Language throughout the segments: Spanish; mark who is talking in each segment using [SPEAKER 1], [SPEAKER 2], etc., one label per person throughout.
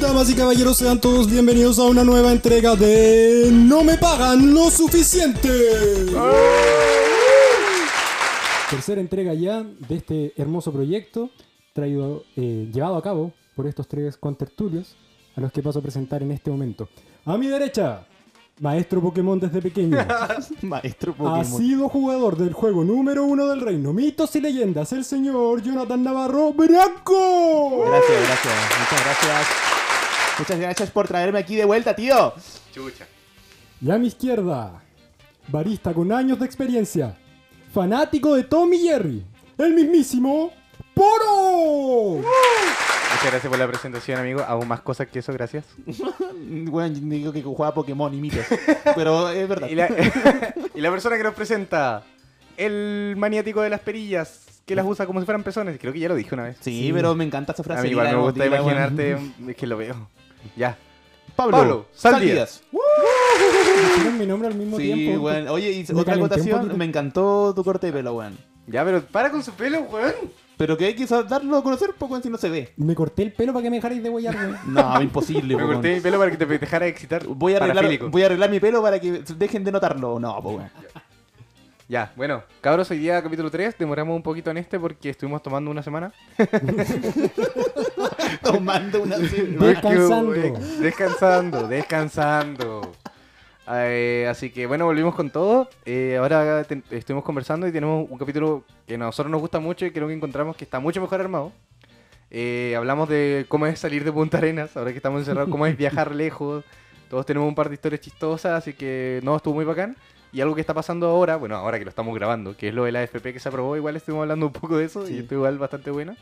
[SPEAKER 1] Damas y caballeros, sean todos bienvenidos a una nueva entrega de No me pagan lo suficiente. Tercera entrega ya de este hermoso proyecto traído, eh, llevado a cabo por estos tres contertulios a los que paso a presentar en este momento. A mi derecha, maestro Pokémon desde pequeño.
[SPEAKER 2] Maestro
[SPEAKER 1] Ha
[SPEAKER 2] Pokémon.
[SPEAKER 1] sido jugador del juego número uno del reino, mitos y leyendas, el señor Jonathan Navarro Branco.
[SPEAKER 2] Gracias, gracias. Muchas gracias. Muchas gracias por traerme aquí de vuelta, tío.
[SPEAKER 3] Chucha.
[SPEAKER 1] Y a mi izquierda, barista con años de experiencia, fanático de Tommy Jerry, el mismísimo Poro.
[SPEAKER 3] Muchas gracias por la presentación, amigo. Hago más cosas que eso, gracias.
[SPEAKER 2] Bueno, yo digo que jugaba Pokémon y mitos. Pero es verdad.
[SPEAKER 3] Y la, y la persona que nos presenta, el maniático de las perillas, que las usa como si fueran pezones. Creo que ya lo dije una vez.
[SPEAKER 2] Sí, pero me encanta esa
[SPEAKER 3] A
[SPEAKER 2] frase.
[SPEAKER 3] mí igual
[SPEAKER 2] dila,
[SPEAKER 3] me
[SPEAKER 2] no,
[SPEAKER 3] gusta
[SPEAKER 2] dila, bueno.
[SPEAKER 3] imaginarte, es que lo veo. Ya.
[SPEAKER 2] Pablo,
[SPEAKER 3] Pablo, Sal Díaz.
[SPEAKER 1] Dijeron mi nombre al mismo
[SPEAKER 2] Sí,
[SPEAKER 1] tiempo.
[SPEAKER 2] weón. Oye, y
[SPEAKER 1] Me
[SPEAKER 2] otra
[SPEAKER 1] calenté un
[SPEAKER 2] acotación.
[SPEAKER 1] poquito.
[SPEAKER 2] Me encantó tu corte de pelo, weón.
[SPEAKER 3] Ya, pero para con su pelo, weón.
[SPEAKER 2] Pero que hay que darlo a conocer un poco si no se ve.
[SPEAKER 1] Me corté el pelo para que me dejarais de huellar, güey.
[SPEAKER 2] No, imposible,
[SPEAKER 3] Me
[SPEAKER 2] weón.
[SPEAKER 3] corté mi pelo para que te dejara excitar.
[SPEAKER 2] Voy a, arreglar,
[SPEAKER 3] Parafílico.
[SPEAKER 2] voy a arreglar mi pelo para que dejen de notarlo. No, pues, weón.
[SPEAKER 3] Ya, bueno, cabros, hoy día capítulo 3. Demoramos un poquito en este porque estuvimos tomando una semana.
[SPEAKER 2] Tomando una
[SPEAKER 1] Descansando.
[SPEAKER 3] Descansando, descansando. Eh, así que bueno, volvimos con todo. Eh, ahora te- estuvimos conversando y tenemos un capítulo que a nosotros nos gusta mucho y creo que encontramos que está mucho mejor armado. Eh, hablamos de cómo es salir de Punta Arenas, ahora que estamos encerrados, cómo es viajar lejos. Todos tenemos un par de historias chistosas, así que no, estuvo muy bacán. Y algo que está pasando ahora, bueno, ahora que lo estamos grabando, que es lo de la FP que se aprobó, igual estuvimos hablando un poco de eso
[SPEAKER 2] Sí.
[SPEAKER 3] y estuvo igual bastante buena.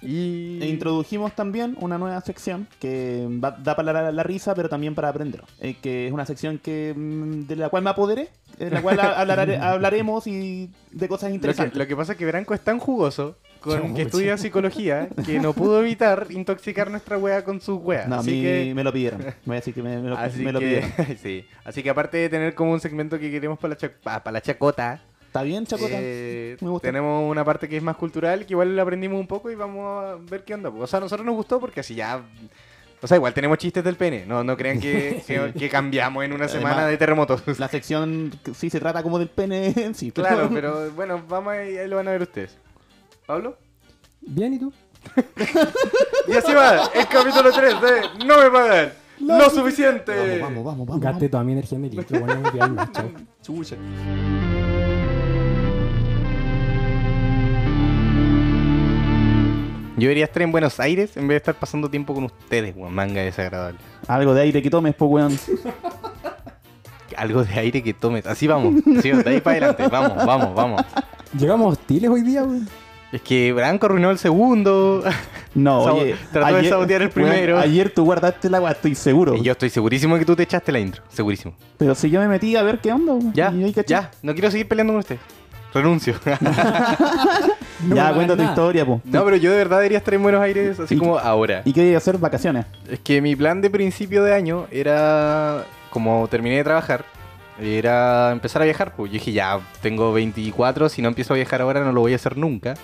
[SPEAKER 3] Y...
[SPEAKER 2] E introdujimos también una nueva sección que va- da para la, la risa, pero también para aprender. eh, que es una sección que mm, de la cual me apoderé, de la cual ha- hablaré- hablaremos y de cosas
[SPEAKER 3] Lo que,
[SPEAKER 2] interesantes.
[SPEAKER 3] lo que pasa es que Branco es tan jugoso con
[SPEAKER 1] Chucha.
[SPEAKER 3] que estudia psicología que no pudo evitar intoxicar nuestra wea con sus weas.
[SPEAKER 2] No, a
[SPEAKER 3] así
[SPEAKER 2] mí
[SPEAKER 3] que.
[SPEAKER 2] me lo pidieron. Me voy a decir que me, me lo,
[SPEAKER 3] así
[SPEAKER 2] me lo
[SPEAKER 3] que-
[SPEAKER 2] pidieron.
[SPEAKER 3] sí. Así que aparte de tener como un segmento que queremos para la, cha- pa- pa' la chacota,
[SPEAKER 2] ¿Está bien, Chacota?
[SPEAKER 3] eh,
[SPEAKER 2] me gusta.
[SPEAKER 3] tenemos una parte que es más cultural, que igual la aprendimos un poco y vamos a ver qué onda. O sea, a nosotros nos gustó porque así ya. O sea, igual tenemos chistes del pene. No, no crean que, que, que cambiamos en una
[SPEAKER 2] Además-
[SPEAKER 3] semana de terremotos.
[SPEAKER 2] La sección que sí se trata como del pene en sí. pero-
[SPEAKER 3] Claro, pero bueno, vamos ahí, ahí lo van a ver ustedes. ¿Pablo?
[SPEAKER 1] Bien, ¿y tú?
[SPEAKER 3] Y así va, el capítulo 3 de No me pagan
[SPEAKER 1] Lo
[SPEAKER 3] lo suficiente.
[SPEAKER 2] Vamos, vamos, vamos.
[SPEAKER 1] Gasté toda mi energía en el intro, güey, no me quedaron las chavas.
[SPEAKER 2] vamos. Chucha.
[SPEAKER 3] Yo debería estar en Buenos Aires en vez de estar pasando tiempo con ustedes, weón. Manga desagradable.
[SPEAKER 2] Algo de aire que tomes, po, weón.
[SPEAKER 3] Algo de aire que tomes. Así vamos, así vamos, de ahí para adelante. Vamos, vamos, vamos.
[SPEAKER 1] Llegamos hostiles hoy día, güey.
[SPEAKER 3] Es que Branco arruinó el segundo.
[SPEAKER 2] No,
[SPEAKER 3] Sabo-
[SPEAKER 2] oye.
[SPEAKER 3] trató de sabotear el
[SPEAKER 2] weón,
[SPEAKER 3] primero.
[SPEAKER 2] ayer tú guardaste el agua, estoy seguro.
[SPEAKER 3] Y yo estoy segurísimo que tú te echaste la intro. Segurísimo.
[SPEAKER 2] Pero si yo me metí a ver qué onda. weón.
[SPEAKER 3] Ya,
[SPEAKER 2] Y ahí caché.
[SPEAKER 3] ya. No quiero seguir peleando con usted. Renuncio.
[SPEAKER 1] No me
[SPEAKER 2] ya,
[SPEAKER 1] hagas
[SPEAKER 2] cuenta tu
[SPEAKER 1] nada.
[SPEAKER 2] historia, po.
[SPEAKER 3] no, pero yo de verdad debería estar en Buenos Aires así
[SPEAKER 2] ¿Y-
[SPEAKER 3] como ahora.
[SPEAKER 2] ¿Y qué hay que hacer? Vacaciones.
[SPEAKER 3] Es que mi plan de principio de año era, como terminé de trabajar, era empezar a viajar. Pues yo dije, ya, tengo 24, si no empiezo a viajar ahora no lo voy a hacer nunca.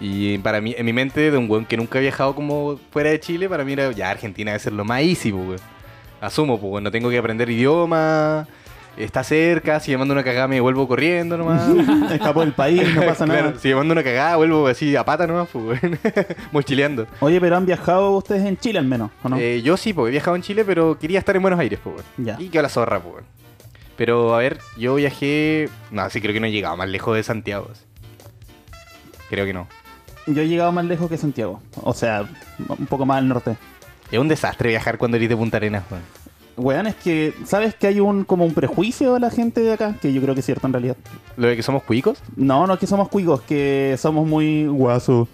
[SPEAKER 3] Y para mí, en mi mente, de un weón que nunca ha viajado como fuera de Chile, para mí era, ya, Argentina debe ser lo más easy, pues, weón. Asumo, pues, weón, no tengo que aprender idioma, está cerca, si me mando una cagada me vuelvo corriendo nomás.
[SPEAKER 2] Escapó del país, no pasa
[SPEAKER 3] Ah. Claro,
[SPEAKER 2] nada.
[SPEAKER 3] si me mando una cagada vuelvo así a pata nomás, pues, weón. mochileando.
[SPEAKER 2] Oye, pero han viajado ustedes en Chile al menos, ¿o no?
[SPEAKER 3] Eh, yo sí, porque he viajado en Chile, pero quería estar en Buenos Aires, pues. weón.
[SPEAKER 2] Ya.
[SPEAKER 3] Y que la zorra, pues. weón. Pero a ver, yo viajé. No, sí, creo que no he llegado más lejos de Santiago. así. Creo que no.
[SPEAKER 2] Yo he llegado más lejos que Santiago. O sea, un poco más al norte.
[SPEAKER 3] Es un desastre viajar cuando eres de Punta Arenas, weón.
[SPEAKER 2] Weón, es que, ¿sabes que hay un como un prejuicio de la gente de acá? Que yo creo que es cierto en realidad.
[SPEAKER 3] Lo de que somos cuicos.
[SPEAKER 2] No, no es que somos cuicos, que somos muy guasos.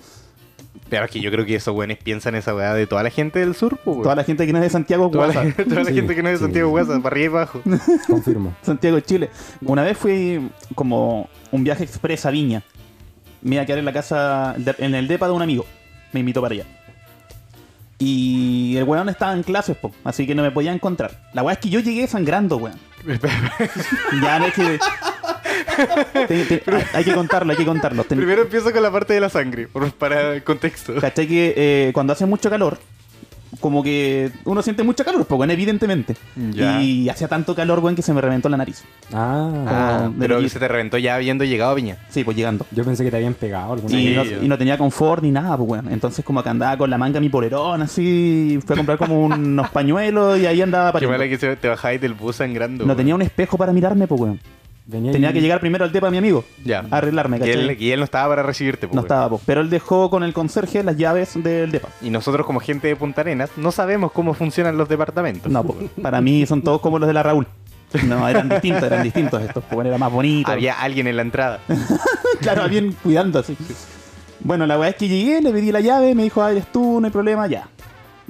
[SPEAKER 3] Pero es que yo creo que esos weones piensan esa weá de toda la gente del sur, pues. weón.
[SPEAKER 2] Toda la gente que no es de Santiago es
[SPEAKER 3] Toda la,
[SPEAKER 2] guasa.
[SPEAKER 3] toda la
[SPEAKER 1] Sí,
[SPEAKER 3] gente que no es de
[SPEAKER 1] sí.
[SPEAKER 3] Santiago, guasa, para arriba y abajo.
[SPEAKER 1] Confirmo.
[SPEAKER 2] Santiago de Chile. Una vez fui como un viaje express a Viña. Me iba a quedar en la casa, en el depa de un amigo. Me invitó para allá. Y el weón estaba en clases, po, así que no me podía encontrar. La weá es que yo llegué sangrando, weón. ya no es que. Te- te- hay, hay que contarlo, hay que contarlo. Ten-
[SPEAKER 3] Primero empiezo con la parte de la sangre, por- para el contexto.
[SPEAKER 2] ¿Cachai que eh, cuando hace mucho calor, como que uno siente mucho calor, poco, evidentemente.
[SPEAKER 3] Ya.
[SPEAKER 2] Y hacía tanto calor, weón, que se me reventó la nariz.
[SPEAKER 1] Ah,
[SPEAKER 3] Ah,
[SPEAKER 2] de
[SPEAKER 3] pero
[SPEAKER 2] lo
[SPEAKER 3] que
[SPEAKER 2] que-
[SPEAKER 3] se te reventó ya habiendo llegado a Viña.
[SPEAKER 2] Sí, pues llegando.
[SPEAKER 1] yo pensé que te habían pegado alguna
[SPEAKER 2] Y,
[SPEAKER 1] vez.
[SPEAKER 2] no,
[SPEAKER 3] yo-
[SPEAKER 2] y no tenía confort ni nada, pues, weón. Entonces, como que andaba con la manga mi polerón, así. Fui a comprar como unos pañuelos y ahí andaba
[SPEAKER 3] Qué
[SPEAKER 2] pariendo.
[SPEAKER 3] mala que se- te bajáis del bus sangrando.
[SPEAKER 2] No
[SPEAKER 3] weón.
[SPEAKER 2] tenía un espejo para mirarme, pues, weón.
[SPEAKER 1] Venía
[SPEAKER 2] Tenía
[SPEAKER 1] ahí-
[SPEAKER 2] que llegar primero al depa de mi amigo.
[SPEAKER 3] Ya.
[SPEAKER 2] A arreglarme,
[SPEAKER 3] Y
[SPEAKER 2] ¿cachai?
[SPEAKER 3] él, y él no estaba para recibirte, po,
[SPEAKER 2] No
[SPEAKER 3] weón.
[SPEAKER 2] estaba, pues. Pero él dejó con el conserje las llaves del depa.
[SPEAKER 3] Y nosotros como gente de Punta Arenas no sabemos cómo funcionan los departamentos.
[SPEAKER 2] No,
[SPEAKER 3] po,
[SPEAKER 2] pues, para mí son todos como los de la Raúl. No, eran distintos, eran distintos estos, pues, bueno, era más bonito.
[SPEAKER 3] Había alguien en la entrada.
[SPEAKER 2] Claro, bien cuidando así. Bueno, la weá es que llegué, le pedí la llave, me dijo, ah, eres tú, no hay problema, ya.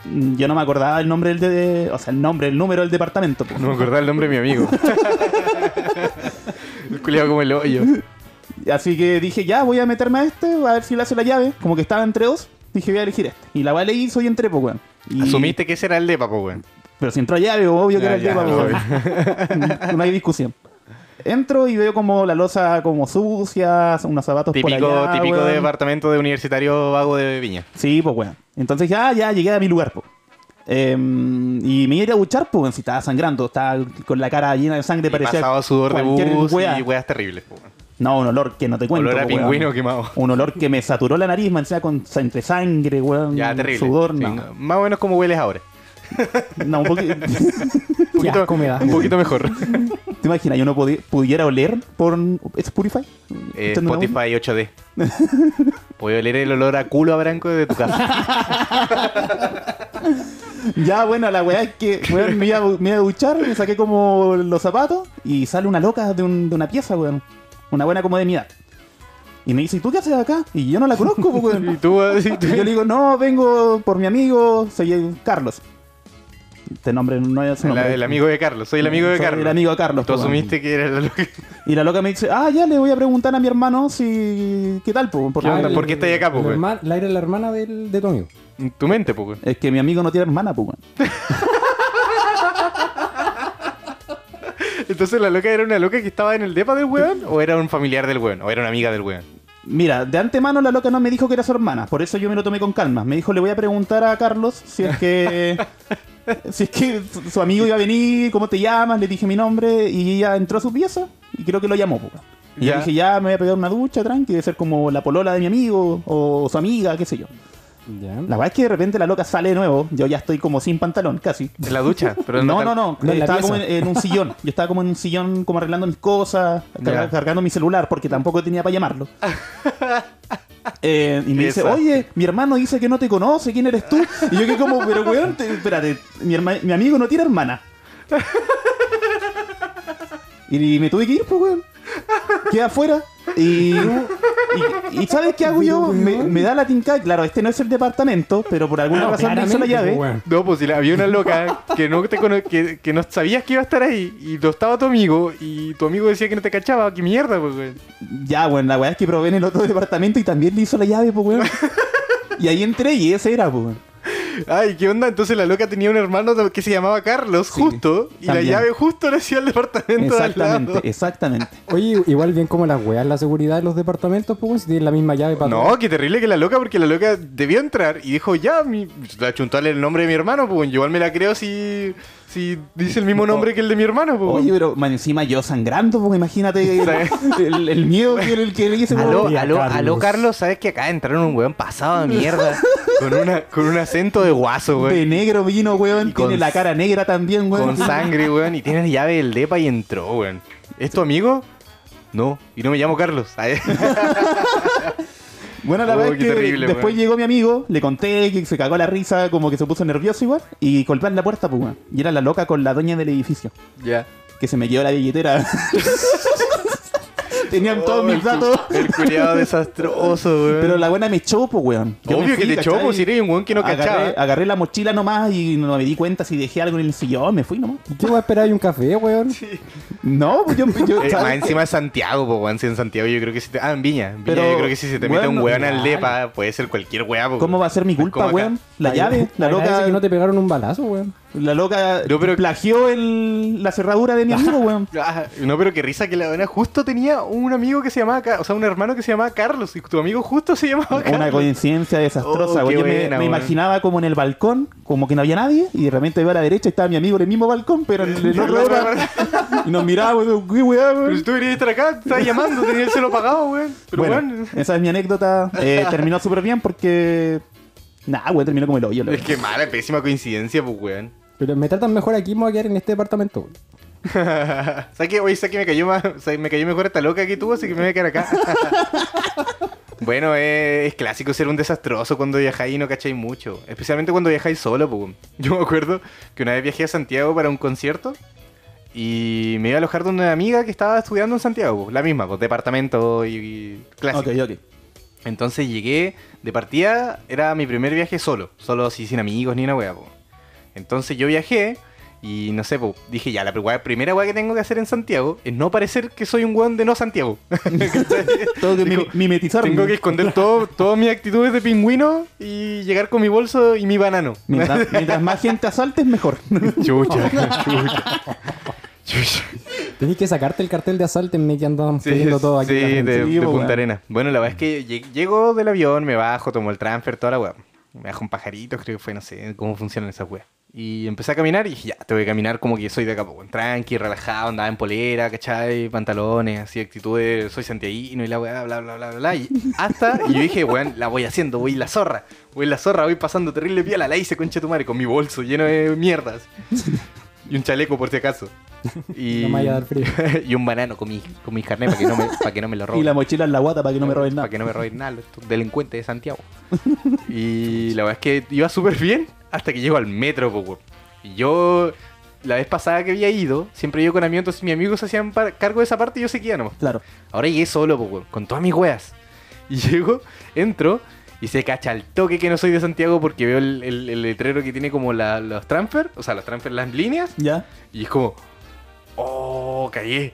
[SPEAKER 2] Mm, Yo no me acordaba el nombre del de, o sea, el nombre, el número del departamento. pues.
[SPEAKER 3] No me acordaba el nombre de mi amigo. el culiao como el hoyo.
[SPEAKER 2] Así que dije, ya, voy a meterme a este, a ver si le hace la llave. Como que estaba entre dos, dije, voy a elegir este. Y la weá le hizo y entré, pues, weón. Y-
[SPEAKER 3] Asumiste que ese era el depa, po, weón.
[SPEAKER 2] Pero si entró a llave, obvio que
[SPEAKER 3] Ya,
[SPEAKER 2] era el
[SPEAKER 3] ya,
[SPEAKER 2] depa, pues,
[SPEAKER 3] obvio.
[SPEAKER 2] weón. no hay discusión. Entro y veo como la losa como sucia, unos zapatos
[SPEAKER 3] Típico,
[SPEAKER 2] por allá,
[SPEAKER 3] típico
[SPEAKER 2] weón.
[SPEAKER 3] de departamento de universitario vago de Viña.
[SPEAKER 2] Sí, pues weón. Entonces ya, ya llegué a mi lugar, pues. Em, y me iba a ir a duchar, pues, weón, si estaba sangrando, estaba con la cara llena de sangre,
[SPEAKER 3] Y
[SPEAKER 2] parecía.
[SPEAKER 3] pasaba sudor de
[SPEAKER 2] cualquier
[SPEAKER 3] bus
[SPEAKER 2] weá.
[SPEAKER 3] y weas terribles, po, weón.
[SPEAKER 2] No, un olor que no te cuento.
[SPEAKER 3] Olor a
[SPEAKER 2] pues, weón.
[SPEAKER 3] pingüino quemado.
[SPEAKER 2] Un olor que me saturó la nariz, me encima con entre sangre, weón.
[SPEAKER 3] Ya,
[SPEAKER 2] Mm,
[SPEAKER 3] terrible.
[SPEAKER 2] Sudor,
[SPEAKER 3] Sí,
[SPEAKER 2] no.
[SPEAKER 3] Más o menos como hueles ahora.
[SPEAKER 2] No, un poquito.
[SPEAKER 1] Qué
[SPEAKER 3] Un poquito,
[SPEAKER 1] asco me da.
[SPEAKER 3] un poquito mejor.
[SPEAKER 2] ¿Te imaginas? Yo no pudi- pudiera oler por Spotify.
[SPEAKER 3] Eh,
[SPEAKER 2] Echando una
[SPEAKER 3] Spotify 8D. Puedo oler el olor a culo a branco de tu casa.
[SPEAKER 2] Ya, bueno, la weá es que weón, me, iba, a- me iba a duchar, me saqué como los zapatos y sale una loca de, un- de una pieza, weón. Una buena como de mi edad. Y me dice, ¿y tú qué haces acá? Y yo no la conozco, pues,
[SPEAKER 3] y
[SPEAKER 2] weón.
[SPEAKER 3] tú, así, tú-
[SPEAKER 2] Y yo le digo, no, vengo por mi amigo, soy Carlos. Este nombre no es su
[SPEAKER 3] el,
[SPEAKER 2] nombre.
[SPEAKER 3] el amigo de Carlos. Soy el amigo de
[SPEAKER 2] Soy
[SPEAKER 3] Carlos.
[SPEAKER 2] El amigo de Carlos.
[SPEAKER 3] Tú
[SPEAKER 2] pues, weón.
[SPEAKER 3] asumiste que era el que
[SPEAKER 2] Y la loca me dice, ah, ya le voy a preguntar a mi hermano si... ¿Qué tal, pues? Porque
[SPEAKER 3] ¿Qué onda?
[SPEAKER 1] el-
[SPEAKER 3] ¿Por qué estáis acá, po,
[SPEAKER 1] el
[SPEAKER 3] weón?
[SPEAKER 1] herma- La era la hermana del, de tu amigo.
[SPEAKER 3] En tu mente, pues, weón.
[SPEAKER 2] Es que mi amigo no tiene hermana, pues, weón.
[SPEAKER 3] Entonces la loca era una loca que estaba en el depa del weón, o era un familiar del weón, o era una amiga del weón.
[SPEAKER 2] Mira, de antemano la loca no me dijo que era su hermana, por eso yo me lo tomé con calma. Me dijo, le voy a preguntar a Carlos si es que. si es que su su amigo iba a venir, cómo te llamas, le dije mi nombre, y ella entró a su pieza y creo que lo llamó, po. Y
[SPEAKER 3] Ya.
[SPEAKER 2] yo dije, ya me voy a pegar una ducha, tranqui, debe ser como la polola de mi amigo, o su amiga, qué sé yo.
[SPEAKER 1] Ya.
[SPEAKER 2] La verdad es que de repente la loca sale de nuevo, yo ya estoy como sin pantalón, casi.
[SPEAKER 3] En la ducha, pero
[SPEAKER 2] No, no, no.
[SPEAKER 1] No, en la
[SPEAKER 2] estaba como en,
[SPEAKER 1] pieza.
[SPEAKER 2] en un sillón. Yo estaba como en un sillón, como arreglando mis cosas, carga-
[SPEAKER 3] Ya.
[SPEAKER 2] cargando mi celular, porque tampoco tenía para llamarlo. Eh, y me
[SPEAKER 3] Qué
[SPEAKER 2] dice,
[SPEAKER 3] desastre.
[SPEAKER 2] oye, mi hermano dice que no te conoce, ¿quién eres tú? Y yo que como, pero weón, te- espérate, mi, herma- mi amigo no tiene hermana. Y me tuve que ir, pues, weón. Quedé afuera. Y, y, y ¿sabes qué hago yo? Me, me da la tinca. Claro, este no es el departamento, pero por alguna
[SPEAKER 1] Ah, No,
[SPEAKER 2] razón me hizo la
[SPEAKER 1] claramente,
[SPEAKER 2] llave.
[SPEAKER 1] po, weón.
[SPEAKER 3] No, pues si la- había una loca que no te cono- que, que no sabías que iba a estar ahí y lo estaba tu amigo y tu amigo decía que no te cachaba, qué mierda, pues weón.
[SPEAKER 2] Ya, weón, la weá es que probé en el otro departamento y también le hizo la llave, pues, weón. Y ahí entré y ese era, pues, weón.
[SPEAKER 3] Ay, ¿qué onda? Entonces la loca tenía un hermano que se llamaba Carlos, justo, y la
[SPEAKER 2] también.
[SPEAKER 3] llave justo le hacía al departamento de al lado.
[SPEAKER 2] Exactamente, exactamente.
[SPEAKER 1] Oye, igual bien como las weas la seguridad de los departamentos, pues, weón, si tienen la misma llave para
[SPEAKER 3] No, qué terrible que la loca, porque la loca debió entrar y dijo, ya, mi, la chuntarle el nombre de mi hermano, pues igual me la creo si, si dice el mismo nombre que el de mi hermano, pues.
[SPEAKER 2] Oye, pero man, encima yo sangrando, pues, imagínate el, el- el miedo que, el, que le hice, pues, weón.
[SPEAKER 3] Aló,
[SPEAKER 1] Tía
[SPEAKER 3] aló,
[SPEAKER 1] Carlos.
[SPEAKER 3] aló, Carlos, ¿sabes que acá entraron un weón pasado de mierda? con, una, con un acento de guaso,
[SPEAKER 2] De
[SPEAKER 3] weón.
[SPEAKER 2] negro vino, weón.
[SPEAKER 3] Y con
[SPEAKER 2] Tiene la cara negra también, weón.
[SPEAKER 3] Con sangre, weón. Y tiene la llave del depa y entró, weón. ¿Es tu amigo? No, y no me llamo Carlos. Ay,
[SPEAKER 2] Bueno, la
[SPEAKER 3] Oh,
[SPEAKER 2] verdad
[SPEAKER 3] qué
[SPEAKER 2] es que
[SPEAKER 3] terrible,
[SPEAKER 2] después
[SPEAKER 3] weón.
[SPEAKER 2] llegó mi amigo, le conté que se cagó la risa, como que se puso nervioso igual, y golpear la puerta, pues, weón. Y era la loca con la dueña del edificio.
[SPEAKER 3] ya.
[SPEAKER 2] que se me quedó la billetera. Tenían todos
[SPEAKER 3] Oh, el
[SPEAKER 2] mis
[SPEAKER 3] cu-
[SPEAKER 2] datos.
[SPEAKER 3] El culiado desastroso, weón.
[SPEAKER 2] Pero la buena me echó, pues, weón. Yo me
[SPEAKER 3] Obvio
[SPEAKER 2] fui,
[SPEAKER 3] que te
[SPEAKER 2] ¿cachai?
[SPEAKER 3] echó, pues, si eres un weón que no
[SPEAKER 2] agarré,
[SPEAKER 3] cachaba.
[SPEAKER 2] agarré la mochila nomás y no me di cuenta si dejé algo en el sillón, me fui nomás.
[SPEAKER 1] ¿Qué voy a esperar ahí un café, weón?
[SPEAKER 2] No, pues yo... yo
[SPEAKER 3] Eh,
[SPEAKER 2] ¿sabes
[SPEAKER 3] más
[SPEAKER 2] qué?
[SPEAKER 3] encima de Santiago, pues, weón. Si en Santiago yo creo que si te. Ah, en Viña. En Viña
[SPEAKER 2] Pero,
[SPEAKER 3] yo creo que si se te
[SPEAKER 2] weón,
[SPEAKER 3] mete un
[SPEAKER 2] no-
[SPEAKER 3] weón al
[SPEAKER 1] ya.
[SPEAKER 3] depa, puede ser cualquier weá, pues,
[SPEAKER 2] ¿Cómo va a ser mi
[SPEAKER 3] No es
[SPEAKER 2] culpa,
[SPEAKER 3] como acá.
[SPEAKER 2] weón? La llave, la
[SPEAKER 1] Agradece
[SPEAKER 2] loca...
[SPEAKER 1] que no te pegaron un balazo, weón.
[SPEAKER 2] La loca
[SPEAKER 3] No, pero-
[SPEAKER 2] plagió el- la cerradura de mi amigo, weón.
[SPEAKER 3] Ah, no, pero qué risa que la buena justo tenía un amigo que se llamaba, Ca- o sea, un hermano que se llamaba Carlos y tu amigo justo se llamaba Carlos.
[SPEAKER 2] Una coincidencia desastrosa,
[SPEAKER 3] Oh,
[SPEAKER 2] güey.
[SPEAKER 3] qué
[SPEAKER 2] Yo me-
[SPEAKER 3] buena,
[SPEAKER 2] me,
[SPEAKER 3] güey.
[SPEAKER 2] imaginaba como en el balcón, como que no había nadie, y de repente iba a la derecha y estaba mi amigo en el mismo balcón, pero en el otro lado. Y nos miraba, güey, qué weá, güey.
[SPEAKER 3] Pero si tú venías estar acá, te estás llamando, tenías el celo pagado, weón. Pero
[SPEAKER 2] bueno,
[SPEAKER 3] bueno.
[SPEAKER 2] esa es mi anécdota. Eh, terminó súper bien porque. Nah, güey, terminó como el hoyo. la
[SPEAKER 3] Es
[SPEAKER 2] verdad.
[SPEAKER 3] que mala, pésima coincidencia, pues, weón.
[SPEAKER 1] Pero me tratan mejor aquí, me voy a quedar en este departamento. güey.
[SPEAKER 3] ¿Sabes qué? Oye, ¿sabes qué? Me cayó, más, o sea, me cayó mejor esta loca que tú, así que me voy a quedar acá. bueno, eh, es clásico ser un desastroso cuando viajáis y no cacháis mucho. Especialmente cuando viajáis solo, pues. Yo me acuerdo que una vez viajé a Santiago para un concierto y me iba a alojar de una amiga que estaba estudiando en Santiago, pues, la misma, pues, departamento y, y clásico.
[SPEAKER 2] Ok, ok.
[SPEAKER 3] Entonces llegué, de partida era mi primer viaje solo, solo así sin amigos ni una wea, po. Entonces yo viajé y no sé, po, dije ya, la pri- wea- primera wea que tengo que hacer en Santiago es no parecer que soy un weón de no Santiago.
[SPEAKER 2] Tengo que
[SPEAKER 3] Digo,
[SPEAKER 2] mim- mimetizarme.
[SPEAKER 3] tengo que esconder todo- todas mis actitudes de pingüino y llegar con mi bolso y mi banano.
[SPEAKER 2] Mientras, mientras más gente asaltes, mejor.
[SPEAKER 3] Chucha, chucha. Chucha.
[SPEAKER 1] Tenés que sacarte el cartel de asaltenme que andan
[SPEAKER 3] Sí,
[SPEAKER 1] poniendo todo aquí.
[SPEAKER 3] sí,
[SPEAKER 1] la
[SPEAKER 3] de,
[SPEAKER 1] gente. pues,
[SPEAKER 2] Sí,
[SPEAKER 3] de
[SPEAKER 2] po,
[SPEAKER 3] Punta
[SPEAKER 2] weón.
[SPEAKER 3] Arena. Bueno, la verdad es que lleg- llego del avión, me bajo, tomo el transfer, toda la weá. Me bajo un pajarito, creo que fue, no sé cómo funcionan esas weas. Y empecé a caminar y dije, ya, tengo que caminar como que soy de acá, po, weón. tranqui, relajado, andaba en polera, ¿cachai? Pantalones, así, actitudes, soy santiaguino y la weá, bla, bla, bla, bla, bla. Y hasta, y yo dije, weón, la voy haciendo, voy la zorra, voy la zorra, voy pasando terrible piola, la hice, concha tu madre, con mi bolso lleno de mierdas. Y un chaleco, por si acaso. Y...
[SPEAKER 1] No me vaya a dar frío.
[SPEAKER 3] y un banano con mi, con mi carnet para que no me, para que no me lo roben.
[SPEAKER 2] y la mochila en la guata para que no me roben nada.
[SPEAKER 3] Para que no me roben nada, estos delincuentes de Santiago. y la verdad es que iba súper bien hasta que llego al metro, po, weón. Y yo, la vez pasada que había ido, siempre yo con amigos, entonces mis amigos se hacían par- cargo de esa parte y yo seguía nomás.
[SPEAKER 2] Claro.
[SPEAKER 3] Ahora llegué solo, po, weón, con todas mis weas. Y llego, entro y se cacha al toque que no soy de Santiago porque veo el, el- el letrero que tiene como la- los transfer, o sea, los transfer, las líneas,
[SPEAKER 2] Ya.
[SPEAKER 3] y es como, oh, caí.